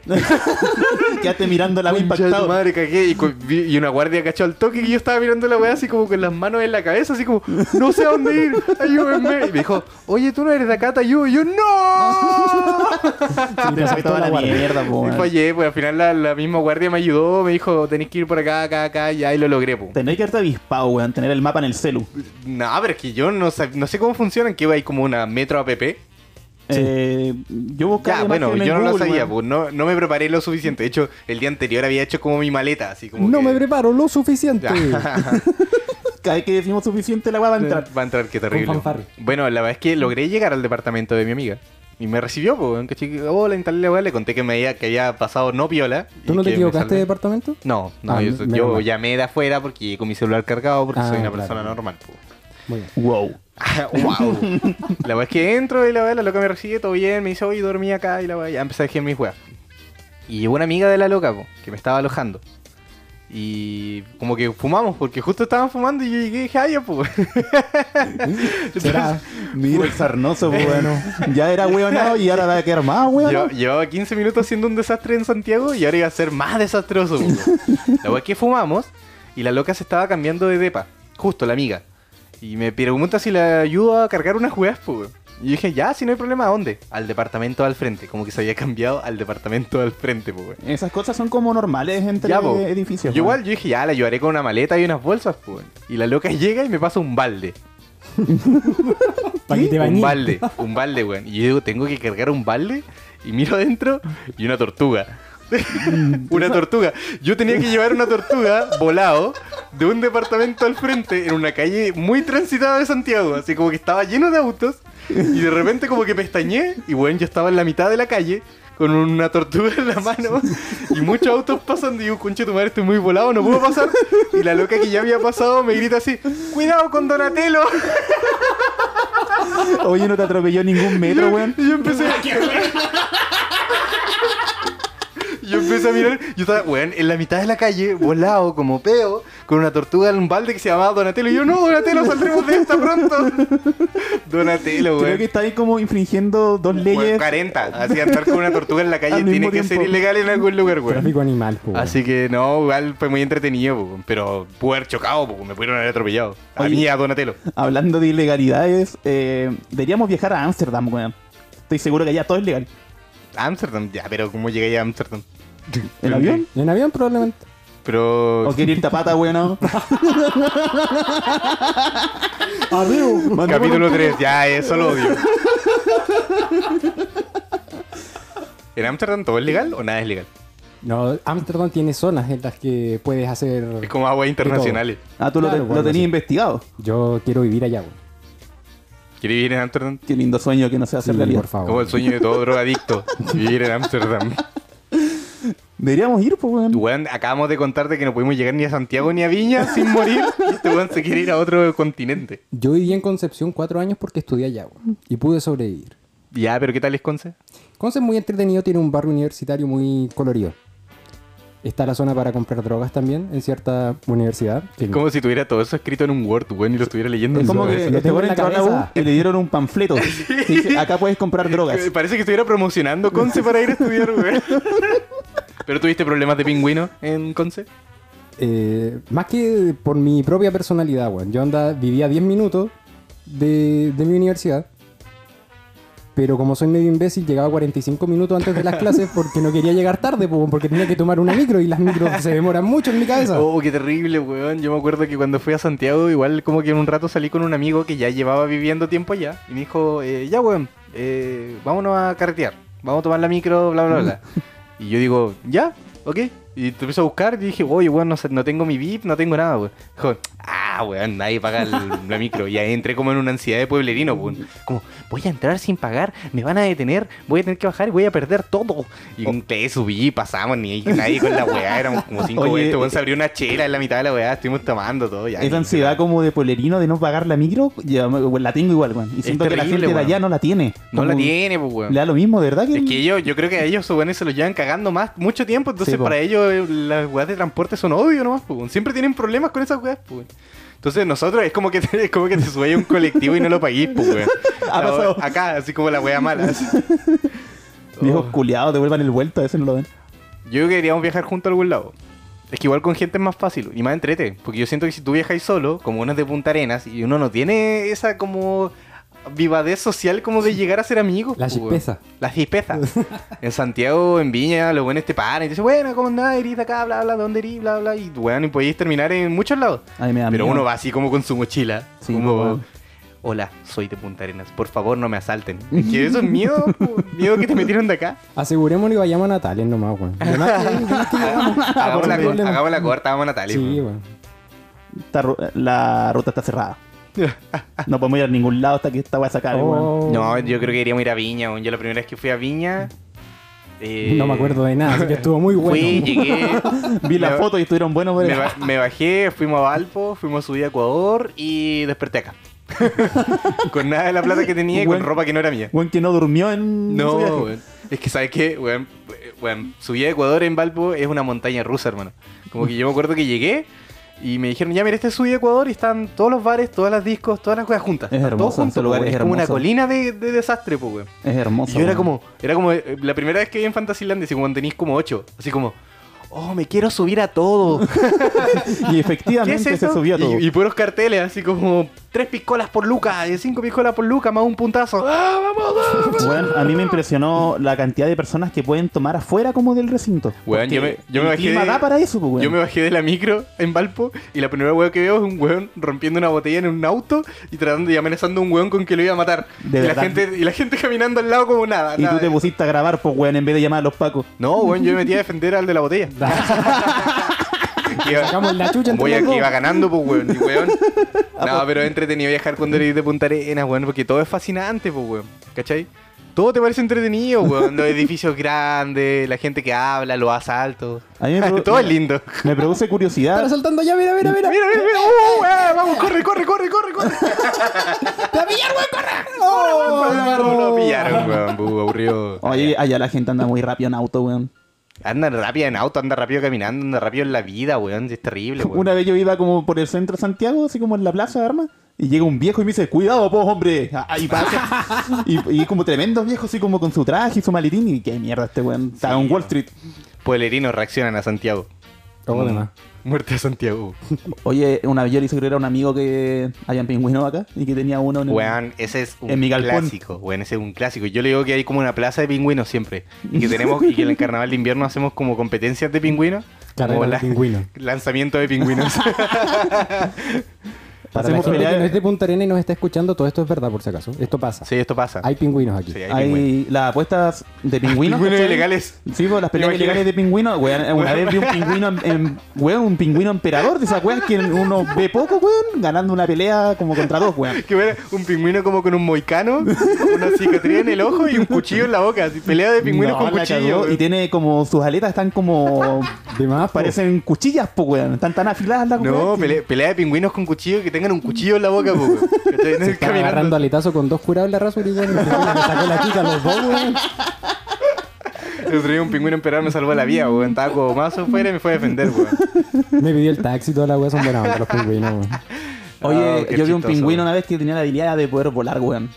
[SPEAKER 2] Quedaste mirándola bien
[SPEAKER 3] Concha de tu
[SPEAKER 2] impactado.
[SPEAKER 3] madre, cagué. Y, cu- vi- y una guardia cachó al toque que yo estaba mirando la weá así como con las manos en la cabeza, así como, no sé a dónde ir, ayúdenme. Y me dijo, oye, tú no eres de acá, te ayudo. Y yo, no.
[SPEAKER 2] Sí, te sacó
[SPEAKER 1] toda la
[SPEAKER 2] la
[SPEAKER 1] guardia.
[SPEAKER 2] mierda, po,
[SPEAKER 3] y
[SPEAKER 2] weón.
[SPEAKER 3] fallé, pues al final la, la misma guardia me ayudó, me dijo, tenés que ir por acá, acá, acá, y ahí lo logré, po.
[SPEAKER 2] Tener que haberte avispado, weón. Tener el mapa en el celu.
[SPEAKER 3] No, pero es que yo no, sab- no sé cómo funcionan, que hay como una metro app.
[SPEAKER 2] Eh, yo buscaba.
[SPEAKER 3] Ya, bueno,
[SPEAKER 2] imágenes
[SPEAKER 3] yo no
[SPEAKER 2] en
[SPEAKER 3] lo
[SPEAKER 2] Google,
[SPEAKER 3] sabía,
[SPEAKER 2] weón.
[SPEAKER 3] pues no, no me preparé lo suficiente. De hecho, el día anterior había hecho como mi maleta, así como.
[SPEAKER 1] No
[SPEAKER 3] que-
[SPEAKER 1] me preparo lo suficiente.
[SPEAKER 3] Ya. pues.
[SPEAKER 2] Cada vez que decimos suficiente, la weá va a entrar.
[SPEAKER 3] Va a entrar, qué terrible.
[SPEAKER 1] Con fanfarria.
[SPEAKER 3] Bueno, la verdad es que logré llegar al departamento de mi amiga. Y me recibió, pues, caché, hola, instalé la weá, le conté que me había, que había pasado no viola.
[SPEAKER 1] ¿Tú
[SPEAKER 3] y
[SPEAKER 1] no te
[SPEAKER 3] que me
[SPEAKER 1] equivocaste
[SPEAKER 3] salvé.
[SPEAKER 1] de departamento?
[SPEAKER 3] No, no,
[SPEAKER 1] Ah,
[SPEAKER 3] yo,
[SPEAKER 1] menos
[SPEAKER 3] yo
[SPEAKER 1] mal.
[SPEAKER 3] llamé de afuera porque llegué con mi celular cargado porque
[SPEAKER 1] Ah,
[SPEAKER 3] soy una
[SPEAKER 1] claro.
[SPEAKER 3] persona normal. po.
[SPEAKER 1] Muy bien.
[SPEAKER 2] Wow.
[SPEAKER 3] wow. La verdad es que entro y la weá, la loca me recibe, todo bien, me dice, oye, dormí acá y la weá, ya empecé a dejar mis weas. Y llegó una amiga de la loca, po, que me estaba alojando. Y como que fumamos, porque justo estaban fumando y yo llegué y dije, ay, ya, po.
[SPEAKER 1] Será.
[SPEAKER 2] Mira el sarnoso, pues, bueno. Ya era weonado y ahora va a quedar más weón.
[SPEAKER 3] Lleva- llevaba 15 minutos haciendo un desastre en Santiago y ahora iba a ser más desastroso. po. la wea es que fumamos y la loca se estaba cambiando de depa, justo la amiga. Y me pregunta si le ayudo a cargar unas weas, pues. Y yo dije, ya, si no hay problema, ¿a dónde? Al departamento al frente. Como que se había cambiado al departamento al frente, pues.
[SPEAKER 2] Esas cosas son como normales entre
[SPEAKER 3] Ya, po.
[SPEAKER 2] edificios.
[SPEAKER 3] Yo
[SPEAKER 2] weón.
[SPEAKER 3] igual, yo dije, ya, la ayudaré con una maleta y unas bolsas, pues. Y la loca llega y me pasa un balde.
[SPEAKER 1] Para que te
[SPEAKER 3] Un
[SPEAKER 1] bañes.
[SPEAKER 3] balde, un balde, weón. Y yo digo, tengo que cargar un balde. Y miro adentro y una tortuga. una tortuga. Yo tenía que llevar una tortuga volado de un departamento al frente en una calle muy transitada de Santiago. Así como que estaba lleno de autos. Y de repente como que pestañé y bueno, yo estaba en la mitad de la calle con una tortuga en la mano y muchos autos pasan. Digo, conche tu madre, estoy muy volado, no puedo pasar. Y la loca que ya había pasado me grita así, cuidado con Donatello.
[SPEAKER 2] Oye, no te atropelló ningún metro,
[SPEAKER 3] yo-
[SPEAKER 2] weón.
[SPEAKER 3] Y yo empecé. Yo empecé a mirar, yo estaba, weón, en la mitad de la calle, volado como peo, con una tortuga en un balde que se llamaba Donatello. Y yo, no, Donatello, saldremos de esta pronto. Donatello,
[SPEAKER 2] Creo
[SPEAKER 3] weón.
[SPEAKER 2] que está ahí como infringiendo dos
[SPEAKER 3] Weón,
[SPEAKER 2] leyes.
[SPEAKER 3] 40, así andar con una tortuga en la calle
[SPEAKER 2] Al
[SPEAKER 3] tiene
[SPEAKER 2] mismo
[SPEAKER 3] que ser
[SPEAKER 2] tiempo.
[SPEAKER 3] ilegal en algún lugar, weón.
[SPEAKER 1] pues,
[SPEAKER 3] Ah,
[SPEAKER 1] Tráfico animal, po, weón.
[SPEAKER 3] Así que no, igual fue muy entretenido, po, pero pude haber chocado, po, me pudieron haber atropellado. A
[SPEAKER 2] Oye.
[SPEAKER 3] mí, a Donatello.
[SPEAKER 2] Hablando de ilegalidades, eh, deberíamos viajar a Ámsterdam, weón. Estoy seguro que allá todo es legal.
[SPEAKER 3] Ámsterdam, ya, pero ¿cómo llegué a Ámsterdam?
[SPEAKER 2] ¿En avión?
[SPEAKER 1] En avión probablemente.
[SPEAKER 3] Pero.
[SPEAKER 2] ¿O quiere ir tapata, weón?
[SPEAKER 1] Arriba.
[SPEAKER 2] Mandémonos-
[SPEAKER 3] Capítulo 3, ya, eso lo odio. ¿En Ámsterdam todo es legal o nada es legal?
[SPEAKER 1] No, Amsterdam tiene zonas en las que puedes hacer.
[SPEAKER 3] Es como aguas internacionales.
[SPEAKER 2] Ah, tú lo
[SPEAKER 1] Claro,
[SPEAKER 2] te- lo,
[SPEAKER 1] bueno,
[SPEAKER 2] tenías
[SPEAKER 1] sí.
[SPEAKER 2] investigado.
[SPEAKER 1] Yo quiero vivir allá, weón.
[SPEAKER 3] ¿Quieres vivir en Ámsterdam?
[SPEAKER 2] Qué lindo sueño que no se hace
[SPEAKER 1] Sí,
[SPEAKER 2] realidad.
[SPEAKER 1] por favor.
[SPEAKER 3] Como el sueño de todo drogadicto, vivir en Ámsterdam.
[SPEAKER 2] Deberíamos ir, pues, weón.
[SPEAKER 3] Weón, acabamos de contarte que no pudimos llegar ni a Santiago ni a Viña sin morir. Y este weón se quiere ir a otro continente.
[SPEAKER 1] Yo viví en Concepción cuatro años porque estudié allá, weón, y pude sobrevivir.
[SPEAKER 3] Ya, pero ¿qué tal es Conce?
[SPEAKER 1] Concepción es muy entretenido, tiene un barrio universitario muy colorido. Está la zona para comprar drogas también en cierta universidad. que-
[SPEAKER 3] Es como si tuviera todo eso escrito en un Word, weón, y lo estuviera leyendo.
[SPEAKER 2] Es
[SPEAKER 3] en
[SPEAKER 2] como
[SPEAKER 3] su
[SPEAKER 1] Lo-
[SPEAKER 2] que
[SPEAKER 1] lo
[SPEAKER 2] este
[SPEAKER 1] tengo
[SPEAKER 2] weón
[SPEAKER 1] en la
[SPEAKER 2] entró a la U
[SPEAKER 1] cabeza.
[SPEAKER 2] y le dieron un panfleto. Y dice, acá puedes comprar drogas.
[SPEAKER 3] cabeza. Eh, Parece que estuviera promocionando Conce para ir a estudiar, weón. ¿Pero tuviste problemas de pingüino en Conce?
[SPEAKER 1] Eh, más que por mi propia personalidad, weón. Yo andaba, vivía 10 minutos de, de mi universidad. Pero como soy medio imbécil, llegaba 45 minutos antes de las clases porque no quería llegar tarde, po, porque tenía que tomar una micro y las micros se demoran mucho en mi cabeza.
[SPEAKER 3] Oh, qué terrible, weón. Yo me acuerdo que cuando fui a Santiago, igual como que en un rato salí con un amigo que ya llevaba viviendo tiempo allá. Y me dijo, eh, ya, weón, eh, vámonos a carretear. Vamos a tomar la micro, bla, bla, bla. y yo digo, ya, ok. Y te empiezo a buscar y dije, oye, weón, no, sé- no tengo mi VIP, no tengo nada, weón. Dijo, ah, weón, nadie paga el- la micro. Y ahí entré como en una ansiedad de pueblerino, weón. Como, voy a entrar sin pagar, me van a detener, voy a tener que bajar y voy a perder todo. Y un te subí, pasamos, ni nadie con la weá, éramos como cinco
[SPEAKER 2] Oye,
[SPEAKER 3] weones, este weón se abrió una chela en la mitad de la weá, estuvimos tomando todo ya.
[SPEAKER 2] Esa ansiedad como de polerino de no pagar la micro, ya, weón, la tengo igual, weón. Y siento que la gente
[SPEAKER 3] terrible,
[SPEAKER 2] de
[SPEAKER 3] weón.
[SPEAKER 2] allá no la tiene.
[SPEAKER 3] No la
[SPEAKER 2] Como-
[SPEAKER 3] tiene, pues
[SPEAKER 2] Le
[SPEAKER 3] weón.
[SPEAKER 2] da lo mismo, de verdad que.
[SPEAKER 3] Es que ellos, yo creo que a ellos esos weones se los llevan cagando más mucho tiempo, entonces
[SPEAKER 1] Sí, po.
[SPEAKER 3] para ellos eh, las weas de transporte son obvio nomás, pues weón. Siempre tienen problemas con esas weas, pues weón. Entonces nosotros es como que te, es como que te subáis a un colectivo y no lo paguís, pues weón.
[SPEAKER 2] Ha
[SPEAKER 3] La-
[SPEAKER 2] pasado.
[SPEAKER 3] Acá, así como la wea mala. así.
[SPEAKER 2] Viejos
[SPEAKER 3] Oh.
[SPEAKER 2] culiados, devuelvan el vuelto, a veces no lo ven.
[SPEAKER 3] Yo creo que deberíamos viajar juntos a algún lado. Es que igual con gente es más fácil y más entrete. Porque yo siento que si tú viajas solo, como uno es de Punta Arenas, y uno no tiene esa como vivadez social como de llegar a ser amigos.
[SPEAKER 1] La
[SPEAKER 3] po, weón.
[SPEAKER 1] chispeza.
[SPEAKER 3] La chispeza. en Santiago, en Viña, los buenos te paran y te dicen, bueno, ¿cómo andás? ¿Erís de acá? Bla, bla, ¿dónde erís? Bla, bla. Y bueno, y podéis terminar en muchos lados.
[SPEAKER 2] Ay, me da
[SPEAKER 3] Pero
[SPEAKER 2] miedo.
[SPEAKER 3] uno va así como con su mochila.
[SPEAKER 2] Sí,
[SPEAKER 3] como,
[SPEAKER 2] weón.
[SPEAKER 3] hola, soy de Punta Arenas. Por favor, no me asalten. Es que eso es miedo, po, miedo que te metieron de acá.
[SPEAKER 1] Asegurémonos y vayamos a Natales nomás, weón. De más que- de más que llegamos.
[SPEAKER 3] Hagamos la,
[SPEAKER 1] Ah, por
[SPEAKER 3] cor-
[SPEAKER 1] problema.
[SPEAKER 3] hagamos la corta, vamos a Natalia.
[SPEAKER 1] Sí,
[SPEAKER 3] po.
[SPEAKER 1] weón.
[SPEAKER 2] Está ru- la ruta está cerrada. No podemos ir a ningún lado hasta que esta weá se acabe, weón.
[SPEAKER 1] Oh,
[SPEAKER 3] No, yo creo que iríamos a ir a Viña. weón. Yo la primera vez que fui a Viña. eh,
[SPEAKER 1] no me acuerdo de nada, así que estuvo muy bueno.
[SPEAKER 3] Fui, llegué.
[SPEAKER 2] Vi la
[SPEAKER 3] me-
[SPEAKER 2] foto y estuvieron buenos,
[SPEAKER 3] Me,
[SPEAKER 2] weón.
[SPEAKER 3] ba- me bajé, fuimos a Valpo, fuimos a subir a Ecuador y desperté acá. con nada de la plata que tenía y con
[SPEAKER 2] Weón.
[SPEAKER 3] ropa que no era mía.
[SPEAKER 2] Weón que no durmió en.
[SPEAKER 3] No,
[SPEAKER 2] su viaje.
[SPEAKER 3] weón. es que sabes qué, weón, Eh, weón, subí a Ecuador en Valpo es una montaña rusa, hermano. Como que yo me acuerdo que llegué y me dijeron, ya mira, este es subí a Ecuador y están todos los bares, todas las discos, todas las cosas juntas.
[SPEAKER 2] Es
[SPEAKER 3] Están todos
[SPEAKER 2] hermoso,
[SPEAKER 3] juntos,
[SPEAKER 2] ese
[SPEAKER 3] po,
[SPEAKER 2] lugar
[SPEAKER 3] weón.
[SPEAKER 2] es
[SPEAKER 3] es como una
[SPEAKER 2] hermoso.
[SPEAKER 3] colina de, de desastre, pues, weón.
[SPEAKER 2] Es hermoso.
[SPEAKER 3] Y yo era
[SPEAKER 2] weón.
[SPEAKER 3] como, era como eh, la primera vez que vi en Fantasyland, así cuando tenéis como ocho, así como, oh, me quiero subir a todo.
[SPEAKER 2] Y
[SPEAKER 3] ¿Qué
[SPEAKER 2] efectivamente
[SPEAKER 3] es eso?
[SPEAKER 2] se subió todo.
[SPEAKER 3] Y, y puros carteles, así como, tres piscolas por lucas, eh, cinco piscolas por lucas, más un puntazo. ¡Ah, vamos, vamos!
[SPEAKER 2] Weón, a mí me impresionó la cantidad de personas que pueden tomar afuera como del recinto.
[SPEAKER 3] Weón, yo
[SPEAKER 2] Porque
[SPEAKER 3] me- yo me
[SPEAKER 2] el
[SPEAKER 3] bajé
[SPEAKER 2] clima
[SPEAKER 3] de-
[SPEAKER 2] da para eso, pues, weón.
[SPEAKER 3] Yo me bajé de la micro en Valpo y la primera weón que veo es un weón rompiendo una botella en un auto y tratando y amenazando a un weón con que lo iba a matar.
[SPEAKER 2] De
[SPEAKER 3] y, la
[SPEAKER 2] verdad.
[SPEAKER 3] gente, y la gente caminando al lado como nada.
[SPEAKER 2] Y tú
[SPEAKER 3] nada.
[SPEAKER 2] te pusiste a grabar, pues, weón, en vez de llamar a los pacos.
[SPEAKER 3] No, weón, yo me metí a defender al de la botella. Iba-
[SPEAKER 1] Sacamos la chucha entre
[SPEAKER 3] Voy a,
[SPEAKER 1] los dos.
[SPEAKER 3] iba ganando, pues, weón. y weón. No, pero es entretenido viajar cuando eres de Punta Arenas, weón, porque todo es fascinante, pues, weón. ¿Cachai? Todo te parece entretenido, weón. Los edificios grandes, la gente que habla, los asaltos.
[SPEAKER 2] A mí me produ-
[SPEAKER 3] todo es lindo.
[SPEAKER 2] Me produce
[SPEAKER 1] Están
[SPEAKER 2] curiosidad.
[SPEAKER 1] saltando ya, mira, mira, mira.
[SPEAKER 3] Mira, mira, mira. ¡Uh, eh! Vamos, corre, corre, corre, corre, corre.
[SPEAKER 1] ¡Te va a pillar, weón, corre!
[SPEAKER 3] Oh. No lo pillaron, weón. bu, aburrido.
[SPEAKER 2] Oye, allá la gente anda muy rápido en auto, weón.
[SPEAKER 3] Anda rápido en auto, anda rápido caminando, anda rápido en la vida, weón. Es terrible, weón.
[SPEAKER 2] Una vez yo iba como por el centro de Santiago, así como en la plaza de armas, y llega un viejo y me dice, cuidado vos, hombre. Ah, Y, pasa. y, y como tremendo viejo, así como con su traje y su maletín, y qué mierda este weón. Está en Wall Street.
[SPEAKER 3] Pueblerinos reaccionan a Santiago.
[SPEAKER 1] Todo demás.
[SPEAKER 3] Muerte a Santiago.
[SPEAKER 2] Oye, una vez yo le hice creer a un amigo que había en pingüino acá, y que tenía uno en el-
[SPEAKER 3] Weón, ese es un
[SPEAKER 2] En mi galpón.
[SPEAKER 3] clásico, weón, ese es un clásico. Yo le digo que hay como una plaza de pingüinos siempre. Y que tenemos, y que en el carnaval de invierno hacemos como competencias de pingüinos.
[SPEAKER 1] Carrera
[SPEAKER 3] Como
[SPEAKER 1] de pingüinos.
[SPEAKER 3] Lanzamiento de pingüinos.
[SPEAKER 2] Para
[SPEAKER 1] Hacemos
[SPEAKER 2] la gente
[SPEAKER 1] pelea que
[SPEAKER 2] que no
[SPEAKER 1] no
[SPEAKER 2] es
[SPEAKER 1] de Punta Arena y nos está escuchando, todo esto es verdad por si acaso. Esto pasa.
[SPEAKER 3] sí, esto pasa.
[SPEAKER 1] Hay pingüinos aquí.
[SPEAKER 3] Sí, hay pingüinos.
[SPEAKER 2] Hay las apuestas de pingüinos.
[SPEAKER 3] Pingüinos
[SPEAKER 2] ¿cachai?
[SPEAKER 3] ilegales.
[SPEAKER 2] Sí, pues las peleas
[SPEAKER 3] Imagínate.
[SPEAKER 2] ilegales de pingüinos. Weón, una vez vi un pingüino, en, en- weón, un pingüino emperador de esas weas que uno ve poco, weón, ganando una pelea como contra dos, weón.
[SPEAKER 3] Que ver un pingüino como con un moicano, una cicatriz en el ojo y un cuchillo en la boca. Así, pelea de
[SPEAKER 2] No,
[SPEAKER 3] pingüinos con
[SPEAKER 2] la
[SPEAKER 3] cuchillo.
[SPEAKER 2] cagó.
[SPEAKER 3] weón.
[SPEAKER 2] Y tiene como sus aletas están como.
[SPEAKER 1] De más, pues, po.
[SPEAKER 2] parecen cuchillas, po, weón. Están tan afiladas las
[SPEAKER 3] No,
[SPEAKER 2] weas que-
[SPEAKER 3] pelea, pelea de pingüinos con cuchillo que tengan un cuchillo en la boca, po, weón. ¿Cachai?
[SPEAKER 1] Se estaba
[SPEAKER 3] Caminando.
[SPEAKER 1] agarrando aletazo con dos curados en la raza, y bueno, me sacó la chica los dos, weón.
[SPEAKER 3] El otro día un pingüino emperador me salvó la vida, weón. Estaba como más afuera y me fue a defender, weón.
[SPEAKER 1] Me pidió el taxi, toda la weá son buenas onda los pingüinos, weón.
[SPEAKER 3] Ah,
[SPEAKER 2] Oye,
[SPEAKER 3] qué
[SPEAKER 2] yo vi un
[SPEAKER 3] chistoso.
[SPEAKER 2] pingüino una vez que tenía la habilidad de poder volar, weón.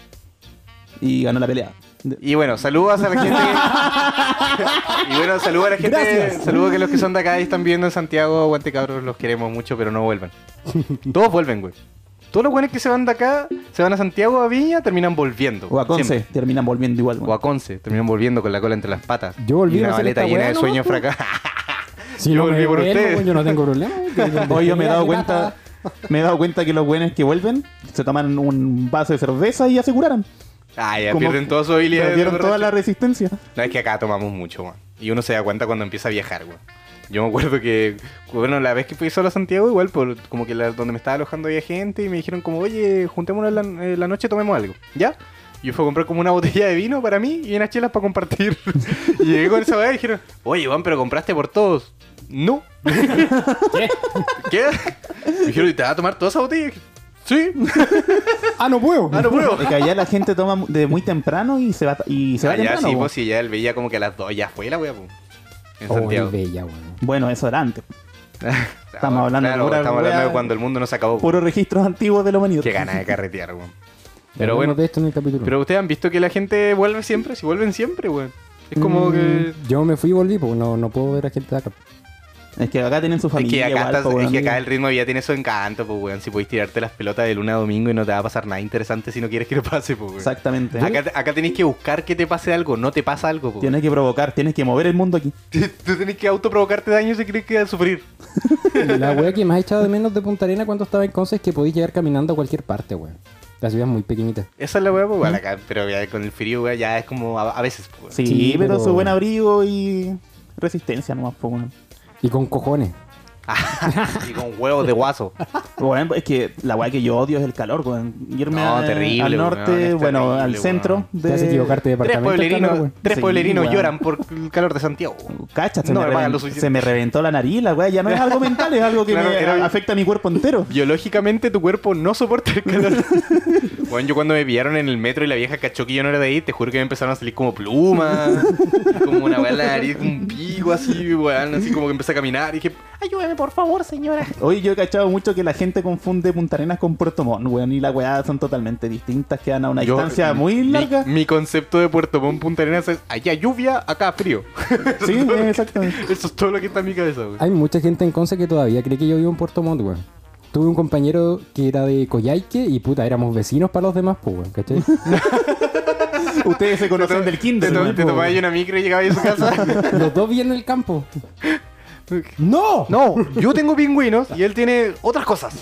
[SPEAKER 2] Y ganó la pelea. De-
[SPEAKER 3] Y bueno, saludos a la gente. que- y bueno, saludos a la gente.
[SPEAKER 1] Gracias.
[SPEAKER 3] Saludos que los que son de acá y están viviendo en Santiago. Aguante, cabros, los queremos mucho, pero no vuelvan. Todos vuelven, güey. Todos los buenos que se van de acá, se van a Santiago, a Viña, terminan volviendo.
[SPEAKER 2] O a Conce,
[SPEAKER 3] Siempre.
[SPEAKER 2] terminan volviendo igual, weón.
[SPEAKER 3] O a Conce, terminan volviendo con la cola entre las patas.
[SPEAKER 1] Yo volví
[SPEAKER 3] Y
[SPEAKER 1] a
[SPEAKER 3] una
[SPEAKER 1] hacer
[SPEAKER 3] maleta
[SPEAKER 1] esta
[SPEAKER 3] llena
[SPEAKER 1] weá
[SPEAKER 3] de sueños
[SPEAKER 1] nomás,
[SPEAKER 3] fracasados.
[SPEAKER 1] Si
[SPEAKER 3] Yo
[SPEAKER 1] no me
[SPEAKER 3] volví por
[SPEAKER 1] vuelvo,
[SPEAKER 3] ustedes.
[SPEAKER 1] weón, yo no tengo problema. weón.
[SPEAKER 2] Hoy yo me he dado
[SPEAKER 1] Mi
[SPEAKER 2] cuenta,
[SPEAKER 1] pata.
[SPEAKER 2] me he dado cuenta que los buenos que vuelven se toman un vaso de cerveza y aseguraron.
[SPEAKER 3] Ah, ya
[SPEAKER 2] Como-
[SPEAKER 3] pierden toda su habilidad. de
[SPEAKER 2] Perdieron
[SPEAKER 3] borracho.
[SPEAKER 2] toda la resistencia.
[SPEAKER 3] No, es que acá tomamos mucho, weón. Y uno se da cuenta cuando empieza a viajar, weón. Yo me acuerdo que, bueno, la vez que fui solo a Santiago, igual, por, como que la- donde me estaba alojando había gente y me dijeron como, oye, juntémonos la, eh, la noche, tomemos algo, ¿ya? Y yo fui a comprar como una botella de vino para mí y unas chelas para compartir. y llegué con esa weá y dijeron, oye, Juan, pero compraste por todos. No. ¿Qué? Me dijeron, ¿y te vas a tomar toda esa botella? Y dije, Sí.
[SPEAKER 1] Ah, no puedo.
[SPEAKER 3] Ah, no puedo.
[SPEAKER 2] Es que allá la gente toma mu- de muy temprano y se va, y se va
[SPEAKER 3] Ah, ya,
[SPEAKER 2] temprano.
[SPEAKER 3] sí,
[SPEAKER 2] po.
[SPEAKER 3] pues sí, ya él veía como que a las dos ya fue la weá, pues. En
[SPEAKER 1] Oh,
[SPEAKER 3] Santiago.
[SPEAKER 1] es bella, weón.
[SPEAKER 2] Bueno, eso era antes. Estamos hablando de
[SPEAKER 3] Claro,
[SPEAKER 2] pura
[SPEAKER 3] estamos hablando
[SPEAKER 2] weá.
[SPEAKER 3] de cuando el mundo no se acabó.
[SPEAKER 2] Puros registros antiguos de la humanidad.
[SPEAKER 3] Qué ganas de carretear, weón. Pero
[SPEAKER 1] Hablemos
[SPEAKER 3] bueno,
[SPEAKER 1] de esto en el capítulo.
[SPEAKER 3] pero ustedes han visto que la gente vuelve siempre, si vuelven siempre, weón. Es
[SPEAKER 2] Mm,
[SPEAKER 3] como que.
[SPEAKER 1] Mm, Yo me fui y volví, porque no, no puedo ver a gente de acá.
[SPEAKER 2] Es que acá tienen su
[SPEAKER 3] Es que,
[SPEAKER 2] familia.
[SPEAKER 3] acá
[SPEAKER 2] igual,
[SPEAKER 3] estás-
[SPEAKER 2] po,
[SPEAKER 3] es que
[SPEAKER 2] weón.
[SPEAKER 3] acá el ritmo ya tiene su encanto, pues, weón. Si podéis tirarte las pelotas de luna a domingo y no te va a pasar nada interesante si no quieres que te pase, pues, weón.
[SPEAKER 2] Exactamente.
[SPEAKER 3] Acá, acá tenéis que buscar que te pase algo, no te pasa algo, pues.
[SPEAKER 2] Tienes que provocar, tienes que mover el mundo aquí.
[SPEAKER 3] weón. Tú tenés que autoprovocarte daño si crees que vas a sufrir.
[SPEAKER 1] La weá que más he echado de menos de Punta Arena cuando estaba en Conce es que podéis llegar caminando a cualquier parte, weón. La ciudad es muy pequeñita.
[SPEAKER 3] Esa es la weá, pues, weón. acá, pero ya con el frío, weón, ya es como a, a veces, pues, weón.
[SPEAKER 2] Sí,
[SPEAKER 1] Sí,
[SPEAKER 2] pero...
[SPEAKER 1] pero-
[SPEAKER 2] su buen abrigo y resistencia nomás. po, weón.
[SPEAKER 1] Y con cojones.
[SPEAKER 3] y con huevos de guaso.
[SPEAKER 2] Bueno, es que la weá que yo odio es el calor, weón. Irme
[SPEAKER 3] No,
[SPEAKER 2] a-
[SPEAKER 3] terrible,
[SPEAKER 2] al
[SPEAKER 3] weón,
[SPEAKER 2] norte,
[SPEAKER 3] es
[SPEAKER 2] bueno,
[SPEAKER 3] terrible,
[SPEAKER 2] al
[SPEAKER 3] weón.
[SPEAKER 2] centro.
[SPEAKER 1] Te hace equivocarte de
[SPEAKER 3] Tres
[SPEAKER 1] departamento. el
[SPEAKER 3] pueblerinos,
[SPEAKER 1] calor, weón.
[SPEAKER 3] tres
[SPEAKER 2] Sí,
[SPEAKER 3] pueblerinos
[SPEAKER 2] weón.
[SPEAKER 3] lloran por el calor de Santiago.
[SPEAKER 2] Cacha, se,
[SPEAKER 3] No
[SPEAKER 2] me
[SPEAKER 3] me pagan
[SPEAKER 2] reven-
[SPEAKER 3] lo suficiente.
[SPEAKER 2] se me reventó la nariz, la weá. Ya no es algo mental, es algo que
[SPEAKER 3] Claro,
[SPEAKER 2] me
[SPEAKER 3] era-
[SPEAKER 2] afecta a mi cuerpo entero.
[SPEAKER 3] Biológicamente tu cuerpo no soporta el calor. bueno, yo cuando me pillaron en el metro y la vieja cachó que yo no era de ahí, te juro que me empezaron a salir como plumas, como una bala de nariz, un pico así, weón, así como que empecé a caminar y dije, ayúdame por favor, señora.
[SPEAKER 2] Hoy yo he cachado mucho que la gente confunde Punta Arenas con Puerto Montt, weón. Y las weas son totalmente distintas, quedan a una
[SPEAKER 3] Yo-
[SPEAKER 2] distancia muy
[SPEAKER 3] mi-
[SPEAKER 2] larga.
[SPEAKER 3] Mi, concepto de Puerto Montt, Punta Arenas es allá lluvia, acá frío.
[SPEAKER 2] Sí, exactamente.
[SPEAKER 3] Eso es todo lo que está en mi cabeza, weón.
[SPEAKER 1] Hay mucha gente en Conce que todavía cree que yo vivo en Puerto Montt, weón. Tuve un compañero que era de Coyhaique y puta, éramos vecinos para los demás, pues, weón, ¿cachai?
[SPEAKER 2] Ustedes se conocen del kinder,
[SPEAKER 3] Te, to-
[SPEAKER 2] weón, pues.
[SPEAKER 3] te
[SPEAKER 2] po,
[SPEAKER 3] tomabas
[SPEAKER 2] weón.
[SPEAKER 3] una micro y llegabas a su casa.
[SPEAKER 1] los dos vivían en el campo. ¡No!
[SPEAKER 3] No, yo tengo pingüinos y él tiene otras cosas.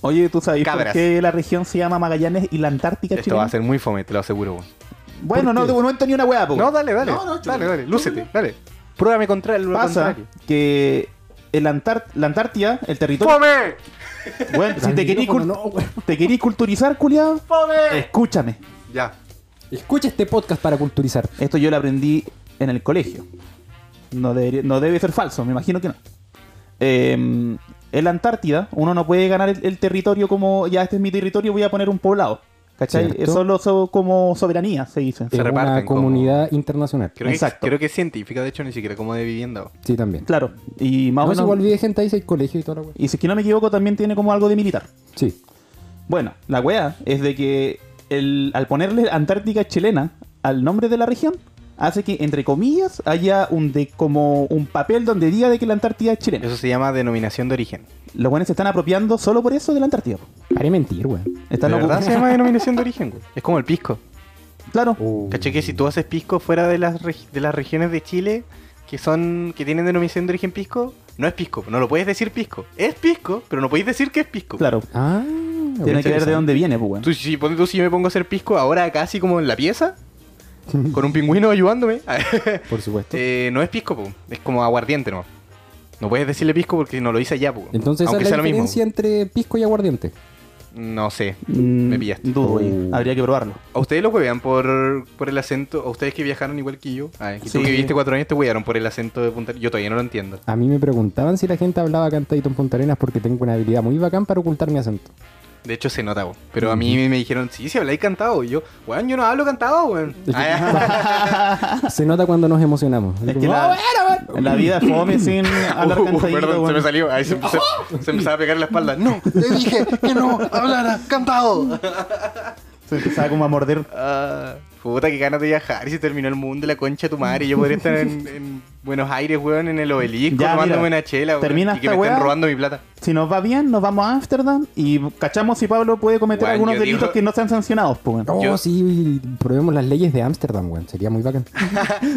[SPEAKER 2] Oye, ¿tú sabes por
[SPEAKER 3] Cabras.
[SPEAKER 2] qué la región se llama Magallanes y la Antártica,
[SPEAKER 3] Esto
[SPEAKER 2] chilena?
[SPEAKER 3] va a ser muy fome, te lo aseguro. weón.
[SPEAKER 2] Bueno,
[SPEAKER 1] ¿Por
[SPEAKER 2] no,
[SPEAKER 1] qué?
[SPEAKER 2] de momento ni una weá, po.
[SPEAKER 3] No, dale, dale.
[SPEAKER 2] No, no, chulo.
[SPEAKER 3] dale, dale. Lúcete, dale. Pruébame contra lo
[SPEAKER 2] Pasa
[SPEAKER 3] contrario.
[SPEAKER 2] que el Antar- la Antártida, el territorio...
[SPEAKER 3] ¡Fome!
[SPEAKER 2] Weón, si te querís cult-
[SPEAKER 1] No, weón.
[SPEAKER 2] te querís culturizar, culiado,
[SPEAKER 3] ¡Fome!
[SPEAKER 2] escúchame.
[SPEAKER 3] Eh, Ya.
[SPEAKER 1] Escucha este podcast para culturizar.
[SPEAKER 2] Esto yo lo aprendí en el colegio. No, debería- no debe ser falso, me imagino que no. Eh, en la Antártida, uno no puede ganar el, el territorio como ya este es mi territorio, voy a poner un poblado. ¿Cachai?
[SPEAKER 1] Cierto.
[SPEAKER 2] Es solo so- como soberanía, se dice.
[SPEAKER 3] Sí.
[SPEAKER 1] en una
[SPEAKER 3] reparten como-
[SPEAKER 1] comunidad internacional.
[SPEAKER 3] Creo que,
[SPEAKER 2] Exacto.
[SPEAKER 3] creo que es científica, de hecho, ni siquiera como de vivienda.
[SPEAKER 1] Sí, también.
[SPEAKER 2] Claro. Y más
[SPEAKER 1] No,
[SPEAKER 2] o
[SPEAKER 1] si
[SPEAKER 2] menos.
[SPEAKER 1] igual vive gente ahí, si hay colegio y toda la wea.
[SPEAKER 2] Y si es que no me equivoco, también tiene como algo de militar.
[SPEAKER 1] Sí.
[SPEAKER 2] Bueno, la wea es de que el- al ponerle Antártica chilena al nombre de la región, hace que, entre comillas, haya un de, como un papel donde diga de que la Antártida es chilena.
[SPEAKER 3] Eso se llama denominación de origen.
[SPEAKER 2] Los buenos se están apropiando solo por eso de la Antártida. po.
[SPEAKER 1] Haré mentir, weón.
[SPEAKER 2] Están
[SPEAKER 3] ¿De
[SPEAKER 2] ocup-
[SPEAKER 3] verdad se llama denominación de origen? Uh. güey? Es como el pisco.
[SPEAKER 2] Claro.
[SPEAKER 3] Oh. ¿Caché que si tú haces pisco fuera de las, regi- de las regiones de Chile que son que tienen denominación de origen pisco, no es pisco. No lo puedes decir pisco. Es pisco, pero no podéis decir que es pisco.
[SPEAKER 2] Claro.
[SPEAKER 1] Ah,
[SPEAKER 2] Tiene que ver de dónde viene, pues, weón.
[SPEAKER 3] Tú, si, ponte tú, si yo me pongo a hacer pisco ahora casi como en la pieza, con un pingüino ayudándome,
[SPEAKER 1] por supuesto.
[SPEAKER 3] eh, no es pisco, po. es como aguardiente, ¿no? No puedes decirle pisco porque no lo hice allá, po.
[SPEAKER 1] Entonces, esa
[SPEAKER 3] aunque
[SPEAKER 1] es
[SPEAKER 3] sea
[SPEAKER 1] la
[SPEAKER 3] lo mismo.
[SPEAKER 1] diferencia entre pisco y aguardiente.
[SPEAKER 3] No sé.
[SPEAKER 2] Mm,
[SPEAKER 3] Me pillaste.
[SPEAKER 2] Dudo, oye.
[SPEAKER 1] Oh.
[SPEAKER 2] Habría que probarlo.
[SPEAKER 3] ¿A ustedes lo huevean por, por el acento? ¿A ustedes que viajaron igual que yo? Ay, y tú
[SPEAKER 2] Sí.
[SPEAKER 3] que viviste cuatro años te huevearon por el acento de Punta Arenas. Yo todavía no lo entiendo.
[SPEAKER 1] A mí me preguntaban si la gente hablaba cantadito en Punta Arenas porque tengo una habilidad muy bacán para ocultar mi acento.
[SPEAKER 3] De hecho, se nota, po. Pero a mí me dijeron, sí, si habláis cantado. Y yo, weón, yo no hablo cantado, weón. Ah, Ay,
[SPEAKER 2] Ah.
[SPEAKER 1] Se nota cuando nos emocionamos. Así
[SPEAKER 2] Es que
[SPEAKER 1] como,
[SPEAKER 2] la, la vida es fome sin hablar
[SPEAKER 3] uh,
[SPEAKER 2] cantadito,
[SPEAKER 3] Perdón, se me
[SPEAKER 2] weón.
[SPEAKER 3] salió. Ahí se, se- se empezaba a pegar en la espalda. No, te dije que no hablara cantado.
[SPEAKER 2] Se empezaba como a morder.
[SPEAKER 3] Ah, puta, qué ganas de viajar. Y se terminó el mundo, la concha de tu madre. Yo podría estar en, en Buenos Aires, weón, en el obelisco,
[SPEAKER 2] Ya,
[SPEAKER 3] tomándome
[SPEAKER 2] mira,
[SPEAKER 3] una chela, weón.
[SPEAKER 2] termina
[SPEAKER 3] y que
[SPEAKER 2] esta
[SPEAKER 3] me estén
[SPEAKER 2] weá.
[SPEAKER 3] robando mi plata.
[SPEAKER 2] Si nos va bien, nos vamos a Ámsterdam y cachamos si Pablo puede cometer
[SPEAKER 3] Weón,
[SPEAKER 2] algunos
[SPEAKER 3] yo digo-
[SPEAKER 2] delitos que no sean sancionados, pues, weón.
[SPEAKER 1] Oh,
[SPEAKER 3] Yo-
[SPEAKER 1] sí, probemos las leyes de Ámsterdam, weón. Sería muy bacán.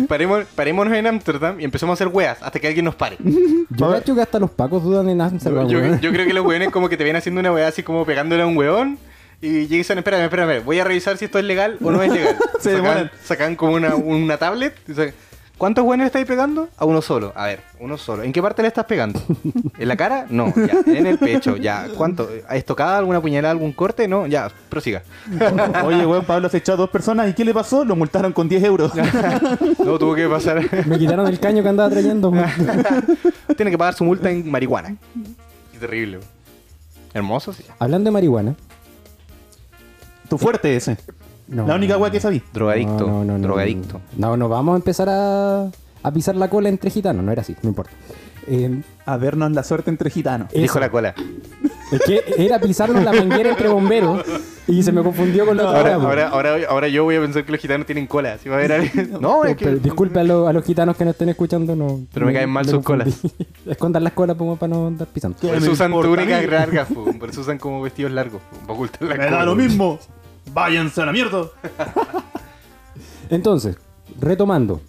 [SPEAKER 3] Paremos, parémonos en Amsterdam y empezamos a hacer weas hasta que alguien nos pare.
[SPEAKER 1] Yo cacho que hasta los pacos dudan en Ámsterdam,
[SPEAKER 3] Yo, yo-
[SPEAKER 1] weón.
[SPEAKER 3] yo creo que los weones como que te vienen haciendo una wea así como pegándole a un weón. Y llegan, espérame, espérame, voy a revisar si esto es legal o no es legal.
[SPEAKER 2] Se
[SPEAKER 3] sacan,
[SPEAKER 2] demoran.
[SPEAKER 3] sacan como una, una tablet. y sacan, ¿Cuántos weones le estáis pegando? A uno solo. A ver, uno solo. ¿En qué parte le estás pegando? ¿En la cara? No, ya. ¿En el pecho? Ya. ¿Cuánto? ¿Estocada? ¿Alguna puñalada? ¿Algún corte? No, ya. Prosiga.
[SPEAKER 2] Oye, weón, Pablo se echó a dos personas y ¿qué le pasó? Lo multaron con 10 euros.
[SPEAKER 3] No, tuvo que pasar.
[SPEAKER 1] Me quitaron el caño que andaba trayendo, weón.
[SPEAKER 3] Tiene que pagar su multa en marihuana. Qué terrible. weón. Hermoso, sí.
[SPEAKER 1] Hablando de marihuana.
[SPEAKER 2] tu fuerte ese.
[SPEAKER 1] no,
[SPEAKER 2] la única weá que sabí.
[SPEAKER 1] No,
[SPEAKER 3] Drogadicto.
[SPEAKER 1] no, no, no,
[SPEAKER 3] drogadicto.
[SPEAKER 1] No, no, vamos a empezar a, a pisar la cola entre gitanos. No era así, no importa. Eh,
[SPEAKER 2] A vernos la suerte entre gitanos.
[SPEAKER 1] eso.
[SPEAKER 3] Dijo la cola.
[SPEAKER 1] Es que era pisarnos la manguera entre bomberos y se me confundió con la otra. weá,
[SPEAKER 3] Ahora,
[SPEAKER 1] weón.
[SPEAKER 3] ahora, ahora, ahora yo voy a pensar que los gitanos tienen cola. así va a haber alguien- No, es
[SPEAKER 1] Pero- pero
[SPEAKER 3] que.
[SPEAKER 1] disculpe a, lo- a los gitanos que no estén escuchando, no.
[SPEAKER 3] Pero me
[SPEAKER 1] no-
[SPEAKER 3] caen mal
[SPEAKER 1] me
[SPEAKER 3] sus
[SPEAKER 1] confundí. Escondan las colas como para no andar pisando.
[SPEAKER 3] Por
[SPEAKER 2] ¿Qué
[SPEAKER 3] eso
[SPEAKER 2] me
[SPEAKER 3] usan
[SPEAKER 2] importa a
[SPEAKER 3] túnicas
[SPEAKER 2] mí?
[SPEAKER 3] largas, po, por eso usan como vestidos largos, po, para ocultar la
[SPEAKER 2] Me
[SPEAKER 3] cola.
[SPEAKER 2] da lo mismo. Váyanse a la mierda.
[SPEAKER 1] Entonces, retomando.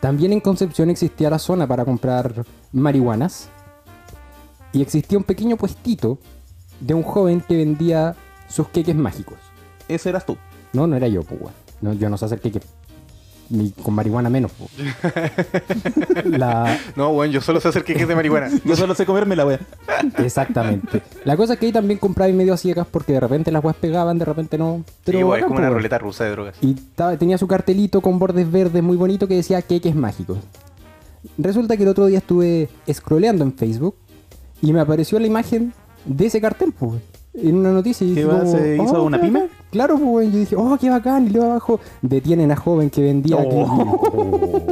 [SPEAKER 1] También en Concepción existía la zona para comprar marihuanas. Y existía un pequeño puestito de un joven que vendía sus queques mágicos.
[SPEAKER 2] Ese eras tú.
[SPEAKER 1] No, no era yo, pues, weón. No, yo no sé hacer queques. Ni con marihuana menos, pues. La,
[SPEAKER 3] No, bueno, yo solo sé hacer queques de marihuana.
[SPEAKER 2] Yo solo sé comerme la weá.
[SPEAKER 1] Exactamente. La cosa es que ahí también compraba y medio a ciegas porque de repente las weas pegaban, de repente no. Pero
[SPEAKER 3] Sí, po, es
[SPEAKER 1] bacán,
[SPEAKER 3] como una
[SPEAKER 1] po,
[SPEAKER 3] ruleta rusa de drogas.
[SPEAKER 1] Y ta- tenía su cartelito con bordes verdes muy bonito que decía queques mágicos. Resulta que el otro día estuve scrolleando en Facebook y me apareció la imagen de ese cartel, pues. En una noticia y
[SPEAKER 2] ¿Qué
[SPEAKER 1] dije
[SPEAKER 2] va?
[SPEAKER 1] como, "Oh,
[SPEAKER 2] ¿Se hizo una
[SPEAKER 1] qué
[SPEAKER 2] pyme?
[SPEAKER 1] bacán". Claro, pues yo dije, oh, qué bacán. Y luego abajo detienen a joven que vendía.
[SPEAKER 2] Oh.
[SPEAKER 1] queques".